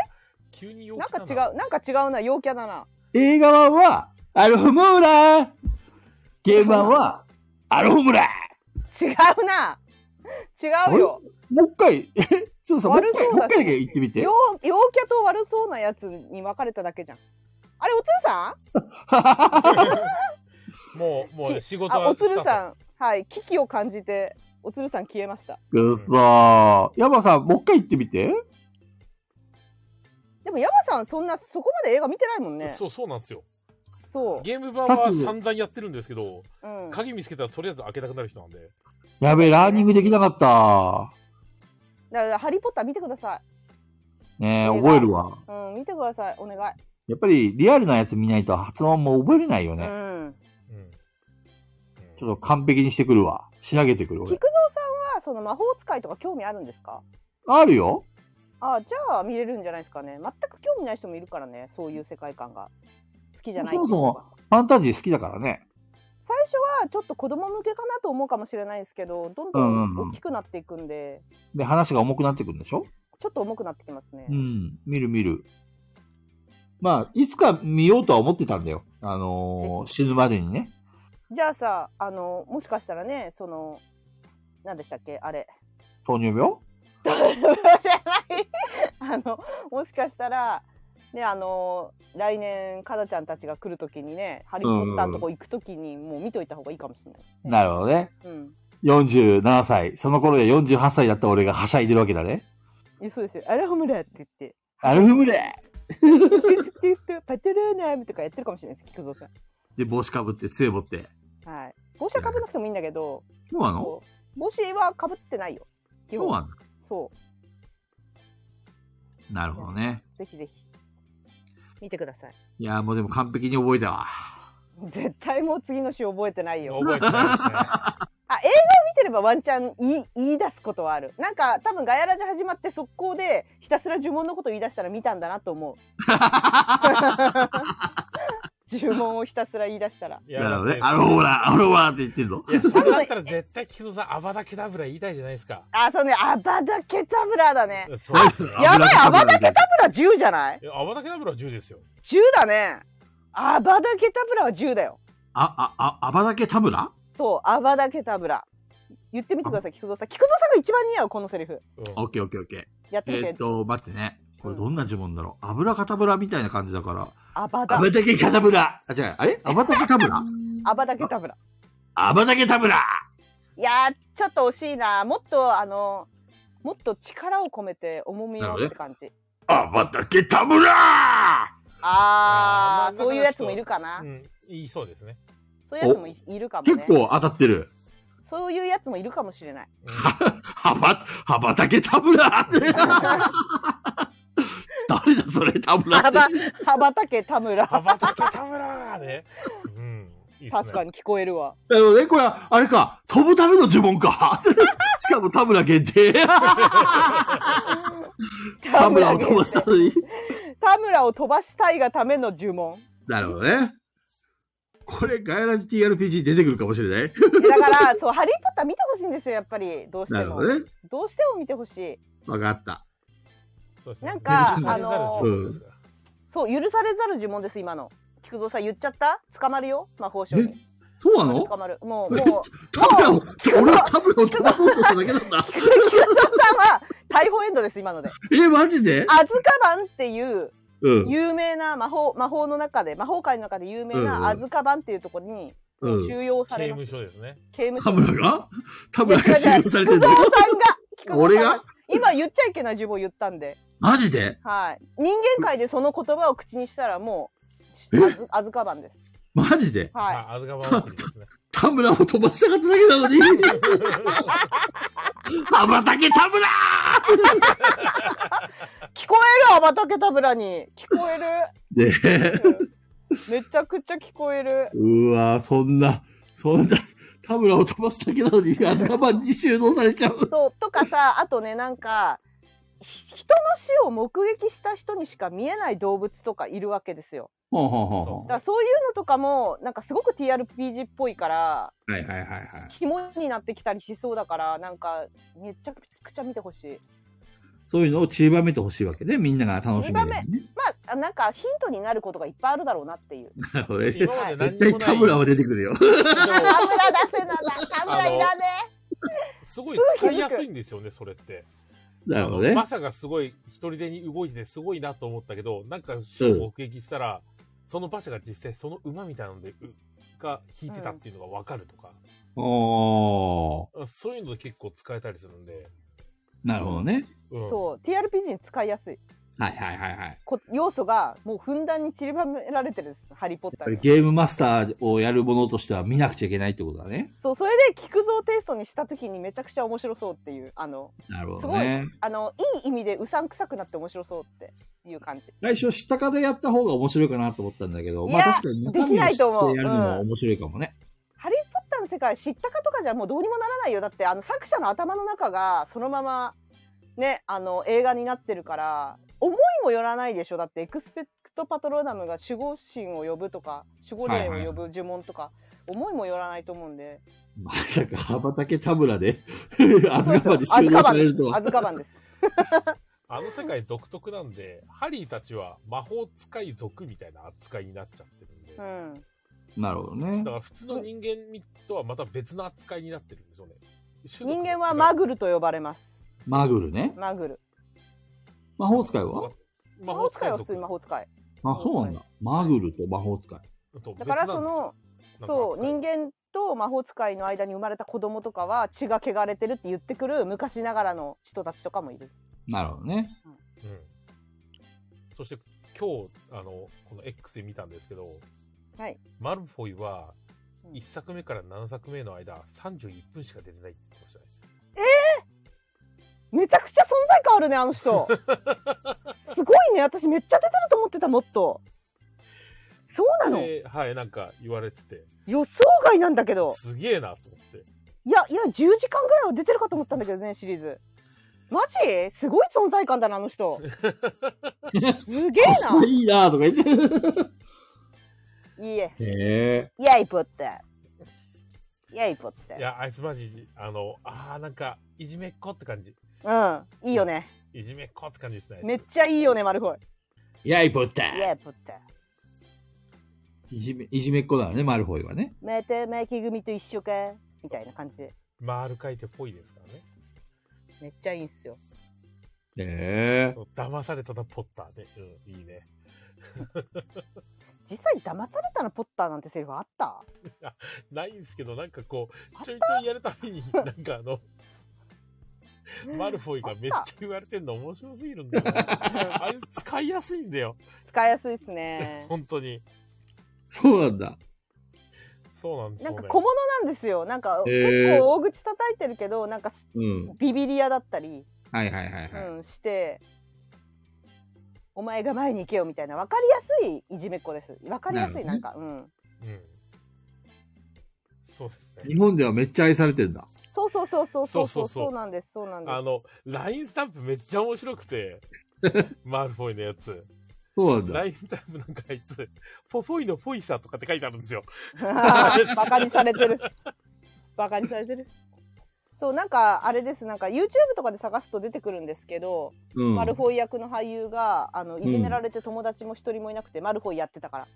急に陽気
なんか
だ
違う、なんか違うな、陽キャだな。
映画版は、アルホムラゲーム版は、アルホムラ
違うな。違うよ。
もう一回、え、ちょっとさ、もう一回、
悪そ
も
う
う
だ
一回だ
し
け言ってみて
陽。陽キャと悪そうなやつに分かれただけじゃん。あれ、おつるさ
もう、もう仕
ん
事
あ、
は
お
スタ
つ
ー
る
ト
さん。はい、危機を感じて、おつるさん消えました。
くそー。ヤマさん、もう一回言ってみて。
でも、山さん、そんな、そこまで映画見てないもんね。
そう、そうなんですよ。
そう。
ゲーム版
さっ
は
き
散々やってるんですけど、
うん。
鍵見つけたらとりあえず開けたくなる人なんで。
やべえ、ラーニングできなかった。
だから、ハリー・ポッター見てください。
ねえ、覚えるわ。
うん、見てください。お願い。
やっぱりリアルなやつ見ないと発音も覚えれないよ
う
ね。
ん。
うん。うん
ちょっと完璧にしてくるわ。仕上げてくる
菊
俺。
蔵さんは、その魔法使いとか興味あるんですか
あるよ。
あじゃあ見れるんじゃないですかね。全く興味ない人もいるからね、そういう世界観が。好きじゃないっていう人が
そもそファンタジー好きだからね。
最初はちょっと子供向けかなと思うかもしれないですけど、どんど
うんうん
ん
うん
大きくなっていくんで、
で、話が重くなってくるんでしょ
ちょっと重くなってきますね。
うん。見る見る。まあ、いつか見ようとは思ってたんだよ。あのー死ぬまでにね。
じゃあさ、あの、もしかしたらね、その、何でしたっけ、あれ。
糖尿病
じゃない。 あの、もしかしたら、ね、あの、来年、かなちゃんたちが来るときにね、ハリー・ポッターのとこ行くときに、もう見といた方がいいかもしれない。
なるほどね。
うん。
47歳。その頃で48歳だった俺がはしゃいでるわけだね。
いやそうですよ。アラホムラって言って。
アルフムレ
パトルーナムとかやってるかもしれないです、菊蔵さ
で、帽子かぶって、杖持って。
ん。はい。帽子はかぶなくてもいいんだけど、
そうなの
こう帽子はかぶってないよ。基
そう
本
なの
そ
なるほどね。
う。ぜひぜひ。見てください。
いやーもうでも完璧に覚えたわ。
絶対もう次の週覚えてないよ。
覚えてな いですね。
あ、映画を見てればワンチャン言い言い出すことはある。なんか多分ガヤラジ始まって速攻でひたすら呪文のこと言い出したら見たんだなと 思う。呪文をひたすら言い出したら。
いや
なるほどね。
だ
アローラー、アローラーって言ってるの
っていや、それだったら絶対菊蔵さん、アバダケダブラ言いたいじゃないですか。
あ、そうね、アバダケタブラだね。
そうですね。
やばい、アバダケ
だ
タブラ10じゃない
いやアバダケダブラは10ですよ。
10だねアバダケタブラは10だよ
あ、あ、あ、アバダケタブラ
そうアバダケタブラ言ってみてください菊蔵さん菊蔵さんが一番似合うこのセリフ
うん
オッケーオッケーオッケー。
やって
え
みて、
ーっと、待ってね。これどんな呪文だろう。油かたぶらみたいな感じだから。
アバ
ア
ダ
バタケカタブラあ、違う、あれアバタケタブラ
アバダケタブラ
アバタケタブラ
いやーちょっと惜しいなもっとあのもっと力を込めて重みをって感じ、
アバタケタブラ
あ
あ
ーまあ
ーそういうやつもいるかな、
うん、言いそうですね。
そういうやつもいいるかも
結
ね
構当たってる。
そういうやつもいるかもしれない
うん
はば、はばたけタブラって。誰だそれ、タブラ
ア
って
バ。アバタケタブラ
アバダケダブラーね。うん、いいっすね。
確かに聞こえるわ
なるほどね、これは、あれか、飛ぶための呪文か。 しかも田村限定。田村を飛ばしたのに。
田村を飛ばしたいがための呪文
なるほどね。これ、ガイラジ TRPG 出てくるかもしれない。
でだから、 そう、ハリー・ポッター見てほしいんですよ、やっぱり。どうして
な
も。
るほどね。
どうしても見てほしい。
わかった。
そうです
なんか
許されざる
あ
呪
の
文ですから
そう許されざる呪文です今の菊蔵さん言っちゃった捕まるよ魔法省
え
に
そうなの
捕まるもう
え
もう
タブラを、俺はタブラを飛ばそうとしただけなんだ。
菊蔵さんは逮捕エンドです今ので
え、マジで
アズカバンっていう
うん。
有名な魔法魔法の中で魔法界の中で有名
うんうん
なアズカバンっていうところに
うん。
収容さ
刑
れます
務所ですね。
刑務
タ
所
ブラがタブラが収容されてるの
菊蔵さんが菊蔵さん
俺が
今言っちゃいけない呪文言ったんで
マジで
はい人間界でその言葉を口にしたらもう
え
アズアズカバンです
マジで
はい
あ、アズガバン送りですね。
田村を飛ばしたかっただけなの に羽ばたけ田村
聞こえるアバタケタブラに聞こえ
ねえ
るうんめちゃくちゃ聞こえる
うわそんなそんな田村を飛ばすだけな のに頭に収納されちゃう
そうとかさあとねなんかひ人の死を目撃した人にしか見えない動物とかいるわけですよ
ほうほうほう
そう
ほ
だからそういうのとかもなんかすごく TRPG っぽいから
うはいはいはいはい
肝になってきたりしそうだからなんかめちゃくちゃ見てほしい
そういうのをちりばめてほしいわけねみんなが楽しめるようにね
まあなんかヒントになることがいっぱいあるだろうなっていう
なるほどね
今まで何
絶
にもない
対田村は出てくるよ
でも
田村出せなだ田村いらね
すごい使いやすいんですよね、それって。
なるほど
あの
ね
馬車がすごい一人でに動いててすごいなと思ったけど、なんか死を目撃したら、その馬車が実際その馬みたいなので、うが引いてたっていうのがわかるとか、
おー
そういうので結構使えたりするんで。
なるほどね
うん、
そう TRPG に使いやすい
はいはいはいはい
こ要素がもうふんだんに散りばめられてるんです「ハリー・ポッ
やっぱ
ター
り
に
ゲームマスターをやるものとしては見なくちゃいけないってことだね。」
そうそれで菊蔵テイストにした時にめちゃくちゃ面白そうっていうあの
なるほ
す
ど
ごい
ね。
あのいい意味でうさんくさくなって面白そうっていう感じ
来週、知ったかでやった方が面白いかなと思ったんだけど、
い
ま
や
あ確かに中
でき
身を
ないと
知
思う
ってやるのも面白いかもね。
「ハリー・ポッター」の世界知ったかとかじゃもうどうにもならないよだってあの作者の頭の中がそのままねあの映画になってるから思いもよらないでしょだってエクスペクト・パトローナムが守護神を呼ぶとか守護霊を呼ぶ呪文とか、思いもよらないと思うんで
まさか、羽ばたけ田村で、あず
そう
かま
で
です収
よ
納されると
ア
は。
ズカバンです
あの世界独特なんで、ハリーたちは魔法使い族みたいな扱いになっちゃってるんで、
う
だか
ん
なるほどね。
ら普通の人間とはまた別の扱いになってるんですよね。種族
人
が違う
間はマグルと呼ばれます
マグルね。
マグル
魔法使いは
魔
魔
法
法
使
使
い
いは普
族
通に魔法使い
あ、そうなんだ。マグルと魔法使い。
と
だ
別な
から
んです
そ
よ
のそう人間と魔法使いの間に生まれた子供とかは血が汚れてるって言ってくる昔ながらの人たちとかもいる
なるほどね。
うん、そして今日あのこの X で見たんですけど、
はい
マルフォイは
うん
1作目から7作目の間31分しか出てないって言ってましたね
めちゃくちゃ存在感あるねあ の人すごいね私めっちゃ出てると思ってたもっとそうなの
ではいなんか言われてて
予想外なんだけど
すげえなと思って
いやいや10時間ぐらいは出てるかと思ったんだけどねシリーズマジすごい存在感だなあ の人すげえ
コスパいいなとか言っ て。
ないいえ
へえ。
イェイポッターイェイポッタ
いやあいつマジあのあーなんかいじめっ子って感じ
ーうんいいよね
いじめっ子って感じですね
めっちゃいいよねマルフォイ
やい、ポッタ
イェイポッター
ー。いじめ、いじめっ子だよね、マルフォイはね。
またマイキ組と一緒かみたいな感じで
丸書いてっぽいですからね
めっちゃいいんすよ
へえ。
騙されたなポッターで、うん、いいね
実際騙されたのポッターなんてセリフあった
ないんですけどなんかこうちょいちょいやるたびになんかあのマルフォイがめっちゃ言われてんの面白すぎるんだよな。あいつ使いやすいんだよ。
使いやすいですね
本当に。
そうなんだ。
そうなんです
な
よ
んか
ね。
小物なんですよなんか
へ
結
ー
構大口叩いてるけどなんか
うん。
ビビリアだったり、
はいはいはいはい。
うん、してお前が前に行けよみたいな分かりやすいいじめっ子です分かりやすい
な
なん
る
か、うん
うん。そうです
日
ね。
本ではめっちゃ愛されてんだ。
そうそうそうそうそ
そ
うそう
そうそう
うそうなんですそうなんで
あ
す
の、LINE スタンプめっちゃ面白くて。マルフォイのやつ。
そうなんだ。
LINE スタンプなんかあいつ、ポフォイのポイサーとかって 書いてあるんですよ。
バカにされてるバカにされてるそうなんかあれですなんか YouTube とかで探すと出てくるんですけど、
うん。
マルフォイ役の俳優があのいじめられて友達も一人もいなくて、マルフォイやってたから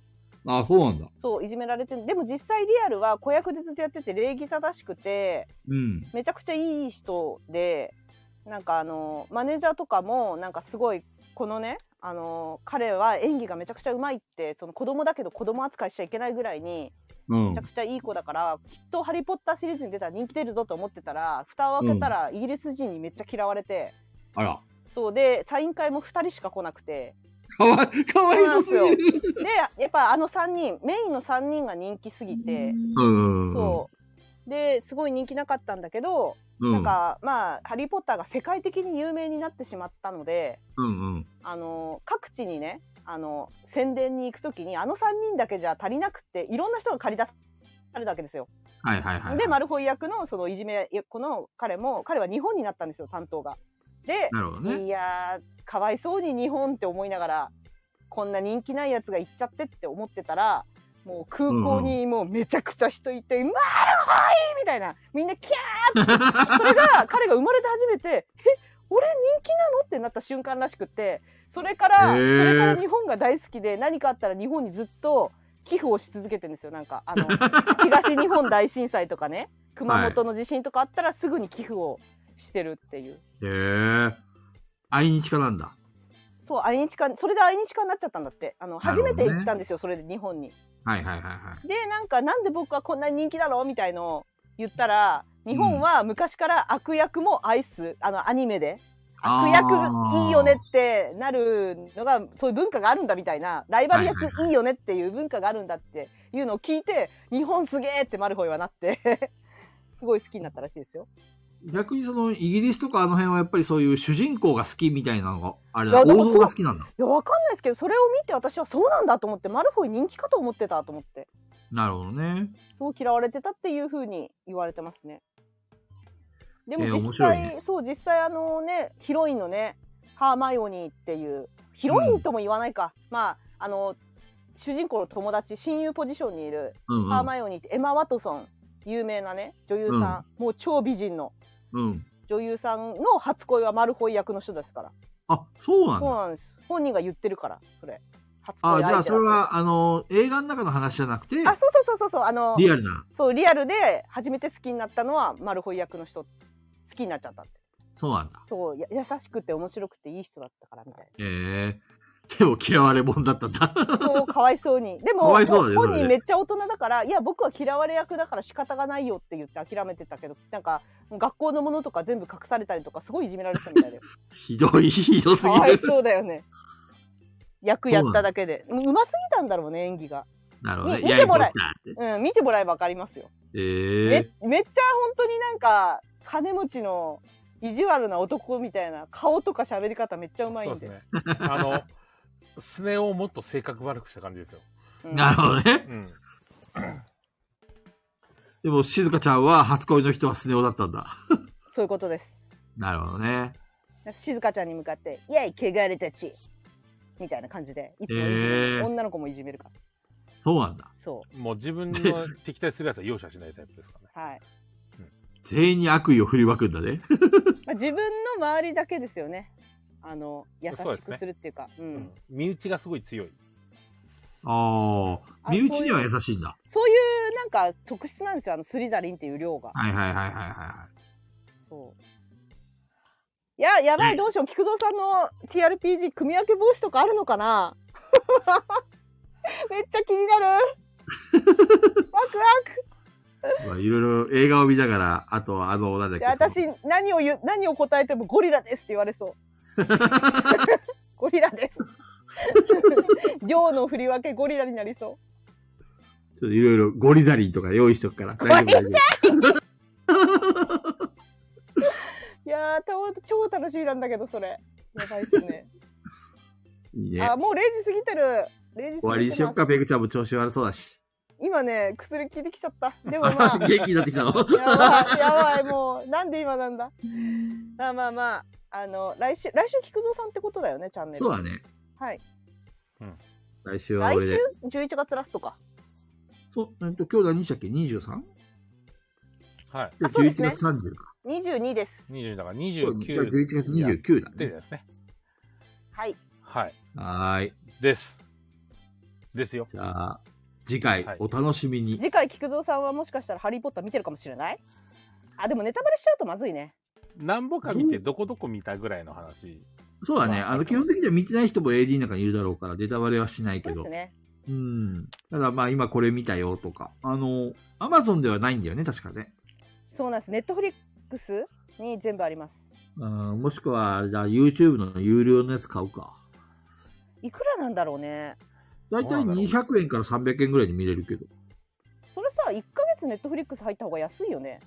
あ、そうなんだ。
そういじめられてでも実際リアルは子役でずっとやってて礼儀正しくて
うん。
めちゃくちゃいい人でなんかあのマネージャーとかもなんかすごいこのねあの彼は演技がめちゃくちゃうまいってその子供だけど子供扱いしちゃいけないぐらいに
うん
めちゃ。くちゃいい子だからきっと「ハリー・ポッター」シリーズに出たら人気出るぞと思ってたら蓋を開けたらイギリス人にめっちゃ嫌われて、
あら。
そうでサイン会も2人しか来なくて
かわい、かわいそうすぎる。
でやっぱあの3人メインの3人が人気すぎて、
うん。
そうですごい人気なかったんだけど、
う
なんかまあ「ハリー・ポッター」が世界的に有名になってしまったので
うんうん。
あの各地にねあの宣伝に行く時にあの3人だけじゃ足りなくていろんな人が借り出されるわけですよ。
はいはいはい。
で、マルフォイ役のそのいじめ役の彼も、彼は日本になったんですよ、担当が。で、
なるほどね。
いやー、かわいそうに日本って思いながら、こんな人気ないやつが行っちゃってって思ってたら、もう空港にもうめちゃくちゃ人いて、マルフォイみたいな、みんなキャーって、そ れが彼が生まれて初めて、え、俺人気なのってなった瞬間らしくって、それから、
へ
そ
ー
れから日本が大好きで、何かあったら日本にずっと寄付をし続けてるんですよ、なんか。あの東日本大震災とかね熊本の地震とかあったらすぐに寄付をしてるっていう、
へえ。愛日家なんだ。
そう愛日館それで愛日館になっちゃったんだってあの
なる
初
ほどね
めて行ったんですよ、それで日本に
はいはいはいは
でなんかなんで僕はこんなに人気なのみたいのを言ったら日本は昔から悪役も愛すあのアニメで悪
あー
役いいよねってなるのがそういう文化があるんだみたいなライバル
はいはい
役いいよねっていう文化があるんだっていうのを聞いて日本すげえってマルホイはなって すごい好きになったらしいですよ。
い。逆にそのイギリスとかあの辺はやっぱりそういう主人公が好きみたいなのが、あれだ、
いや
王
でもそう
道が好きなんだ。
いや、わかんないですけど、それを見て私はそうなんだと思って、マルフォイ人気かと思ってたと思って、
なるほどね。
そう嫌われてたっていうふうに言われてますね。でも
えー面
実
白い
際、
ね
そう、実際あのね、ヒロインのね、ハーマイオニーっていう、ヒロインとも言わないか、まあ、あの、主人公の友達、親友ポジションにいる
うんう
ハー
ん。
マイオニーって、エマ・ワトソン、有名なね、女優さん、もう超美人の
うん。
女優さんの初恋はマルフォイ役の人ですから。
あ、そうなん
そう
だ。
なんです。本人が言ってるから、それ。初恋
あ、
相
じ
手だ
ゃ
っ
あ
て
それは、あの、映画の中の話じゃなくて、
あ、そうそうそうそうそう、あの、
リアルな。
そう、リアルで初めて好きになったのは、マルホイ役の人。好きになっちゃったって。
そうなんだ。
そう、や優しくて面白くていい人だったからみ たい
ええでも嫌われ者だったんだ。
な。そう、かわいそうに。で
か
も、
わいそうだね
本
それ
人
ね
めっちゃ大人だから、いや、僕は嫌われ役だから仕方がないよって言って諦めてたけど、なんか、もう学校のものとか全部隠されたりとか、すごいいじめられてたみたいだよ。
ひどい、ひど す
か
ぎ
わい
る。
そうだよね。役やっただけで。うま、上手すぎたんだろうね、演技が。
なるほどね。
見見てもらえ
いやいいことだって
うん、見てもらえばわかりますよ。
ええ
めめっちゃ本当になんか金持ちの意地悪な男みたいな顔とか喋り方めっちゃうまい
そうんで
で。
すね。あの、スネをもっと性格悪くした感じですよ。
うん
なるほどね。
うん。
でも、静香ちゃんは初恋の人はスネ夫だったんだ。
そういうことです。
なるほどね。
静香ちゃんに向かって「イエイ汚れたち」みたいな感じでいつもいじめる
へー
女の子もいじめるから
そうなんだ。
そ
もう自分の敵対するやつは容赦しないタイプですかね。
うはい、
全員に悪意を振りまくんだね。
まあ、自分の周りだけですよねあの優し
そうです
く
ね
するっていうかう
うんん。身内がすごい強い。
ああ、
あ
身内には優しいんだ。
そういうなんか特質なんですよあのスリザリンっていう量が
はいはいはいはいは
そういややば
うん
いどうしよう菊蔵さんの TRPG 組み分け防止とかあるのかな めっちゃ気になるワクワク
い。まあ、いろいろ映画を見ながら、あとはあの、なんだっ
い
け。
や
その
私何を言う何を答えてもゴリラですって言われそう ゴリラです量の振り分けゴリラになりそ
ちょっといろいろゴリザリンとか用意しとくか ら。大丈夫大丈
ういやーた超楽しみなんだけどそれやばいっすね
夫。いいね。終
あもう0時過ぎてる0時過ぎてます
わりにしよっか、ペグちゃんも調子悪そうだし。
今ね薬効いてきちゃったでも
あ
ま
ら、
あ
元気になってきたの
やばい、やばい、もう、なんで 今なんだ。まあまあまあ、あの、来週、来週菊蔵さんってことだよね、チャンネル。
そうだね。
はい。
来週は
来
俺
週
で。、
十一月ラストか。
そう、えっと、今日何日だっけ ?23?
はい。
で
あそうです
11
ね
月30か。
22です。
20だから
じゃあ
29
11月29だ
で
ね。
ですね。
はい。
はい。
はーい。
です。ですよ。
じゃあ、次回
はい
お楽しみに。
次回、菊蔵さんはもしかしたらハリー・ポッター見てるかもしれないあ、でもネタバレしちゃうとまずいね。
なんぼか見てどこどこ見たぐらいの話。
そうだね。あの、基本的には見てない人も AD の中にいるだろうから、ネタバレはしない
そ
け
うで
ど
す。ね。
うん。ただまあ今これ見たよとか。あの、アマゾンではないんだよね、確かね。
そうなんです。ネットフリックスに全部あります。
うん、もしくは、じゃあ YouTube の有料のやつ買うか。
いくらなんだろうね。
だいた
そ
い
うなんだろう
200円から300円ぐらいで見れるけど。
それさ、1ヶ月ネットフリックス入った方が安いよね。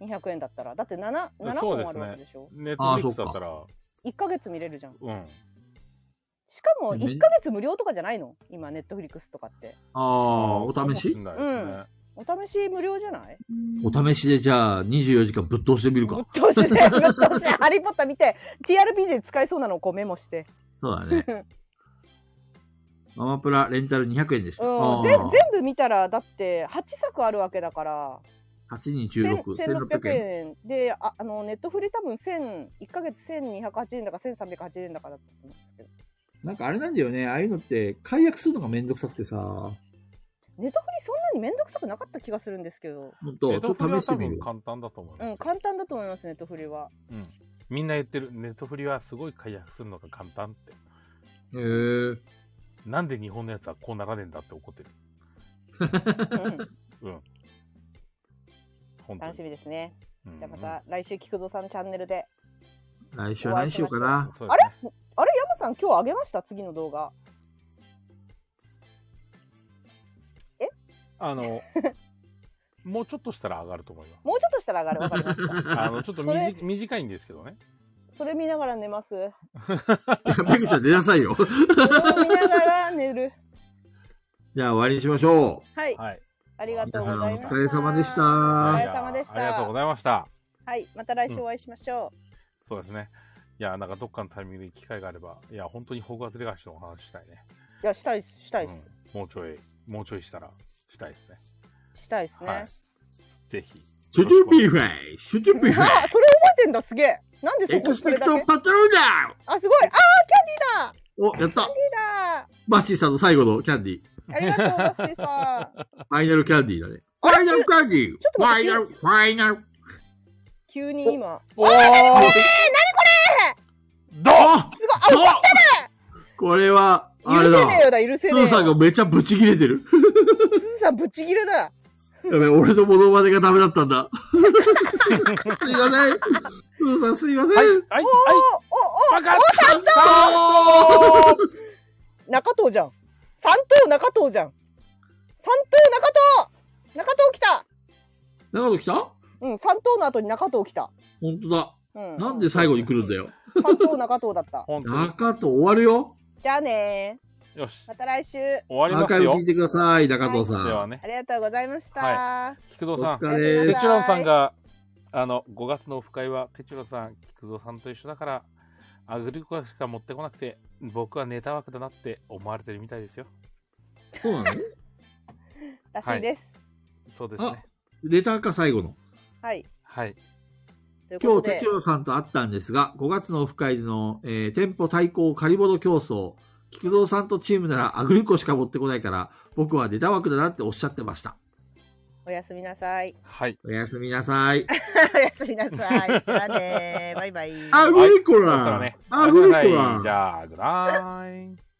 200円だったら。だって7、7
そうで
本あ
す
る
ね
わけでしょ。
ネットフリックスだったら、
1ヶ月見れるじゃん。
うん。
しかも
め
1ヶ月無料とかじゃないの今、ネットフリックスとかって。
ああ、お試し
うん
うんお試し無料じゃない
お試しでじゃあ24時間ぶっ通してみる
ぶっ
か。
通しで、ぶっ通しで、 ハリー・ポッター見て、TRP で使えそうなのをこうメモして。
そうだ ね。アマプラレンタル200円でした。
うん、
あ
ぜ
あ
全部見たらだって8作あるわけだから
8人
千
16、1600
1600
円。
円でああのネットフリ多分1000 1ヶ月1280円だか1380円だかだったと思うんですけど
なんかあれなんだよね。ああいうのって解約するのがめんどくさくてさ。ほ
ネットフリそんなに面倒くさくなかった気がするんですけど、
んと、
ネッ
ち
ト
ょっ
フリ
と
は
試して
多
みる
分
よ。
簡単だと思います
う
よ
ん、簡単だと思いますネットフリは
みんな言ってる、ネットフリはすごい解約するのが簡単って。
へえ。
なんで日本のやつはこうならねえんだって怒ってる。
うん
本当
楽し
に。
みですね
うん
じゃあまた来週菊蔵さんチャンネルで
来週は何しようかな。
そう
あ
で
れ
すね
あれ山さん今日あげました次の動画
あの、 もうちょっとしたら上がると思いま
もうちょっとしたら上がるわかりまし た
す。あの、ちょっと
それ
短短いんですけどね。
それ見ながら寝ますそれ
ペグちゃん出なさいよ。
を見ながら寝る
じゃあ終わりにしましょ
はい
はい。
あり
う。
がと
皆さ
うござ
ん
い
お
ました
疲れ様でした。
お疲
は
れ様でした
いやありがとうございました。
はい、また来週お会いしましょ
そうですね。いや、なんかどっかのタイミングで機会があれば、いや、本当にホグワーツレガシーのお話したいね。
う。いや、したいっす、したいっす、
うん、もうちょい、もうちょいしたら、したいですね。
したいっすね。
はい。ぜひ。
シュトゥピーフェイシュトゥピーフェ
あ、それ覚えてんだ、すげえ。なんで
イ
そ
エ
こ
クス
そ
ペ
れ
ク
だ
ト
け。
パトローダ
あ、すごい。あー、
ーお、やった
キ
バッシーさんの最後のキャンディー。
ャンディーだ。ありがとう、マッシーさん。
ファイナルキャンディーだね。ファイナルキャンディーフ
ちょっと
ァイ
待って
ナル、ファイナル。
急に今。
おー
どうどうこれは、あれ
許せねえよ
だ。
だ、許
ツ
せね
ー
えよ。
さんがめちゃブチ切れてる。
すずさん、ぶっちぎれだ。
やべ、俺のモノマネがダメだったんだ。すいません。すーさんすいません。
はい、はい、はい。
お、お、
バカ
やったー
中藤じゃん。三等中藤じゃん。三等中藤中藤来た
長野来た
うん、三等の後に中藤来た。
本当だ。
うん。
なんで最後に来るんだよ。
三等中藤だ った。
本当に
中藤終わるよ。
じゃあね
よし
ー。また来週。
終わり
アー
ま
カ
す
イブ
よ
聞い。てください、中藤さ
では
ん。
ね
あ、りがとうございました。
は菊
お
蔵さん。
疲
あり
テ
れ
がとうございま
チュロンさんが、あの、5月のオフ会は、テチュロンさん、菊蔵さんと一緒だから、アグリコしか持ってこなくて、僕はネタ枠だなって思われてるみたいですよ。
そうなの
らしいです。
そうですね。
レターか最後の。
はい。
はい。
というこ
今
と
日、
で
哲郎さんと会ったんですが、5月のオフ会の、えー店舗対抗カリボド競争、菊蔵さんとチームならアグリコしか持ってこないから、僕はネタ枠だなっておっしゃってました。
おやすみなさい。
はい。
おやすみなさい。
おやすみなさい。じゃあねー。バイバイ。
アグリコ
そした
ラ
らね、
アグリコ
ごめんなさいじ
ラ
ゃあ、グライ。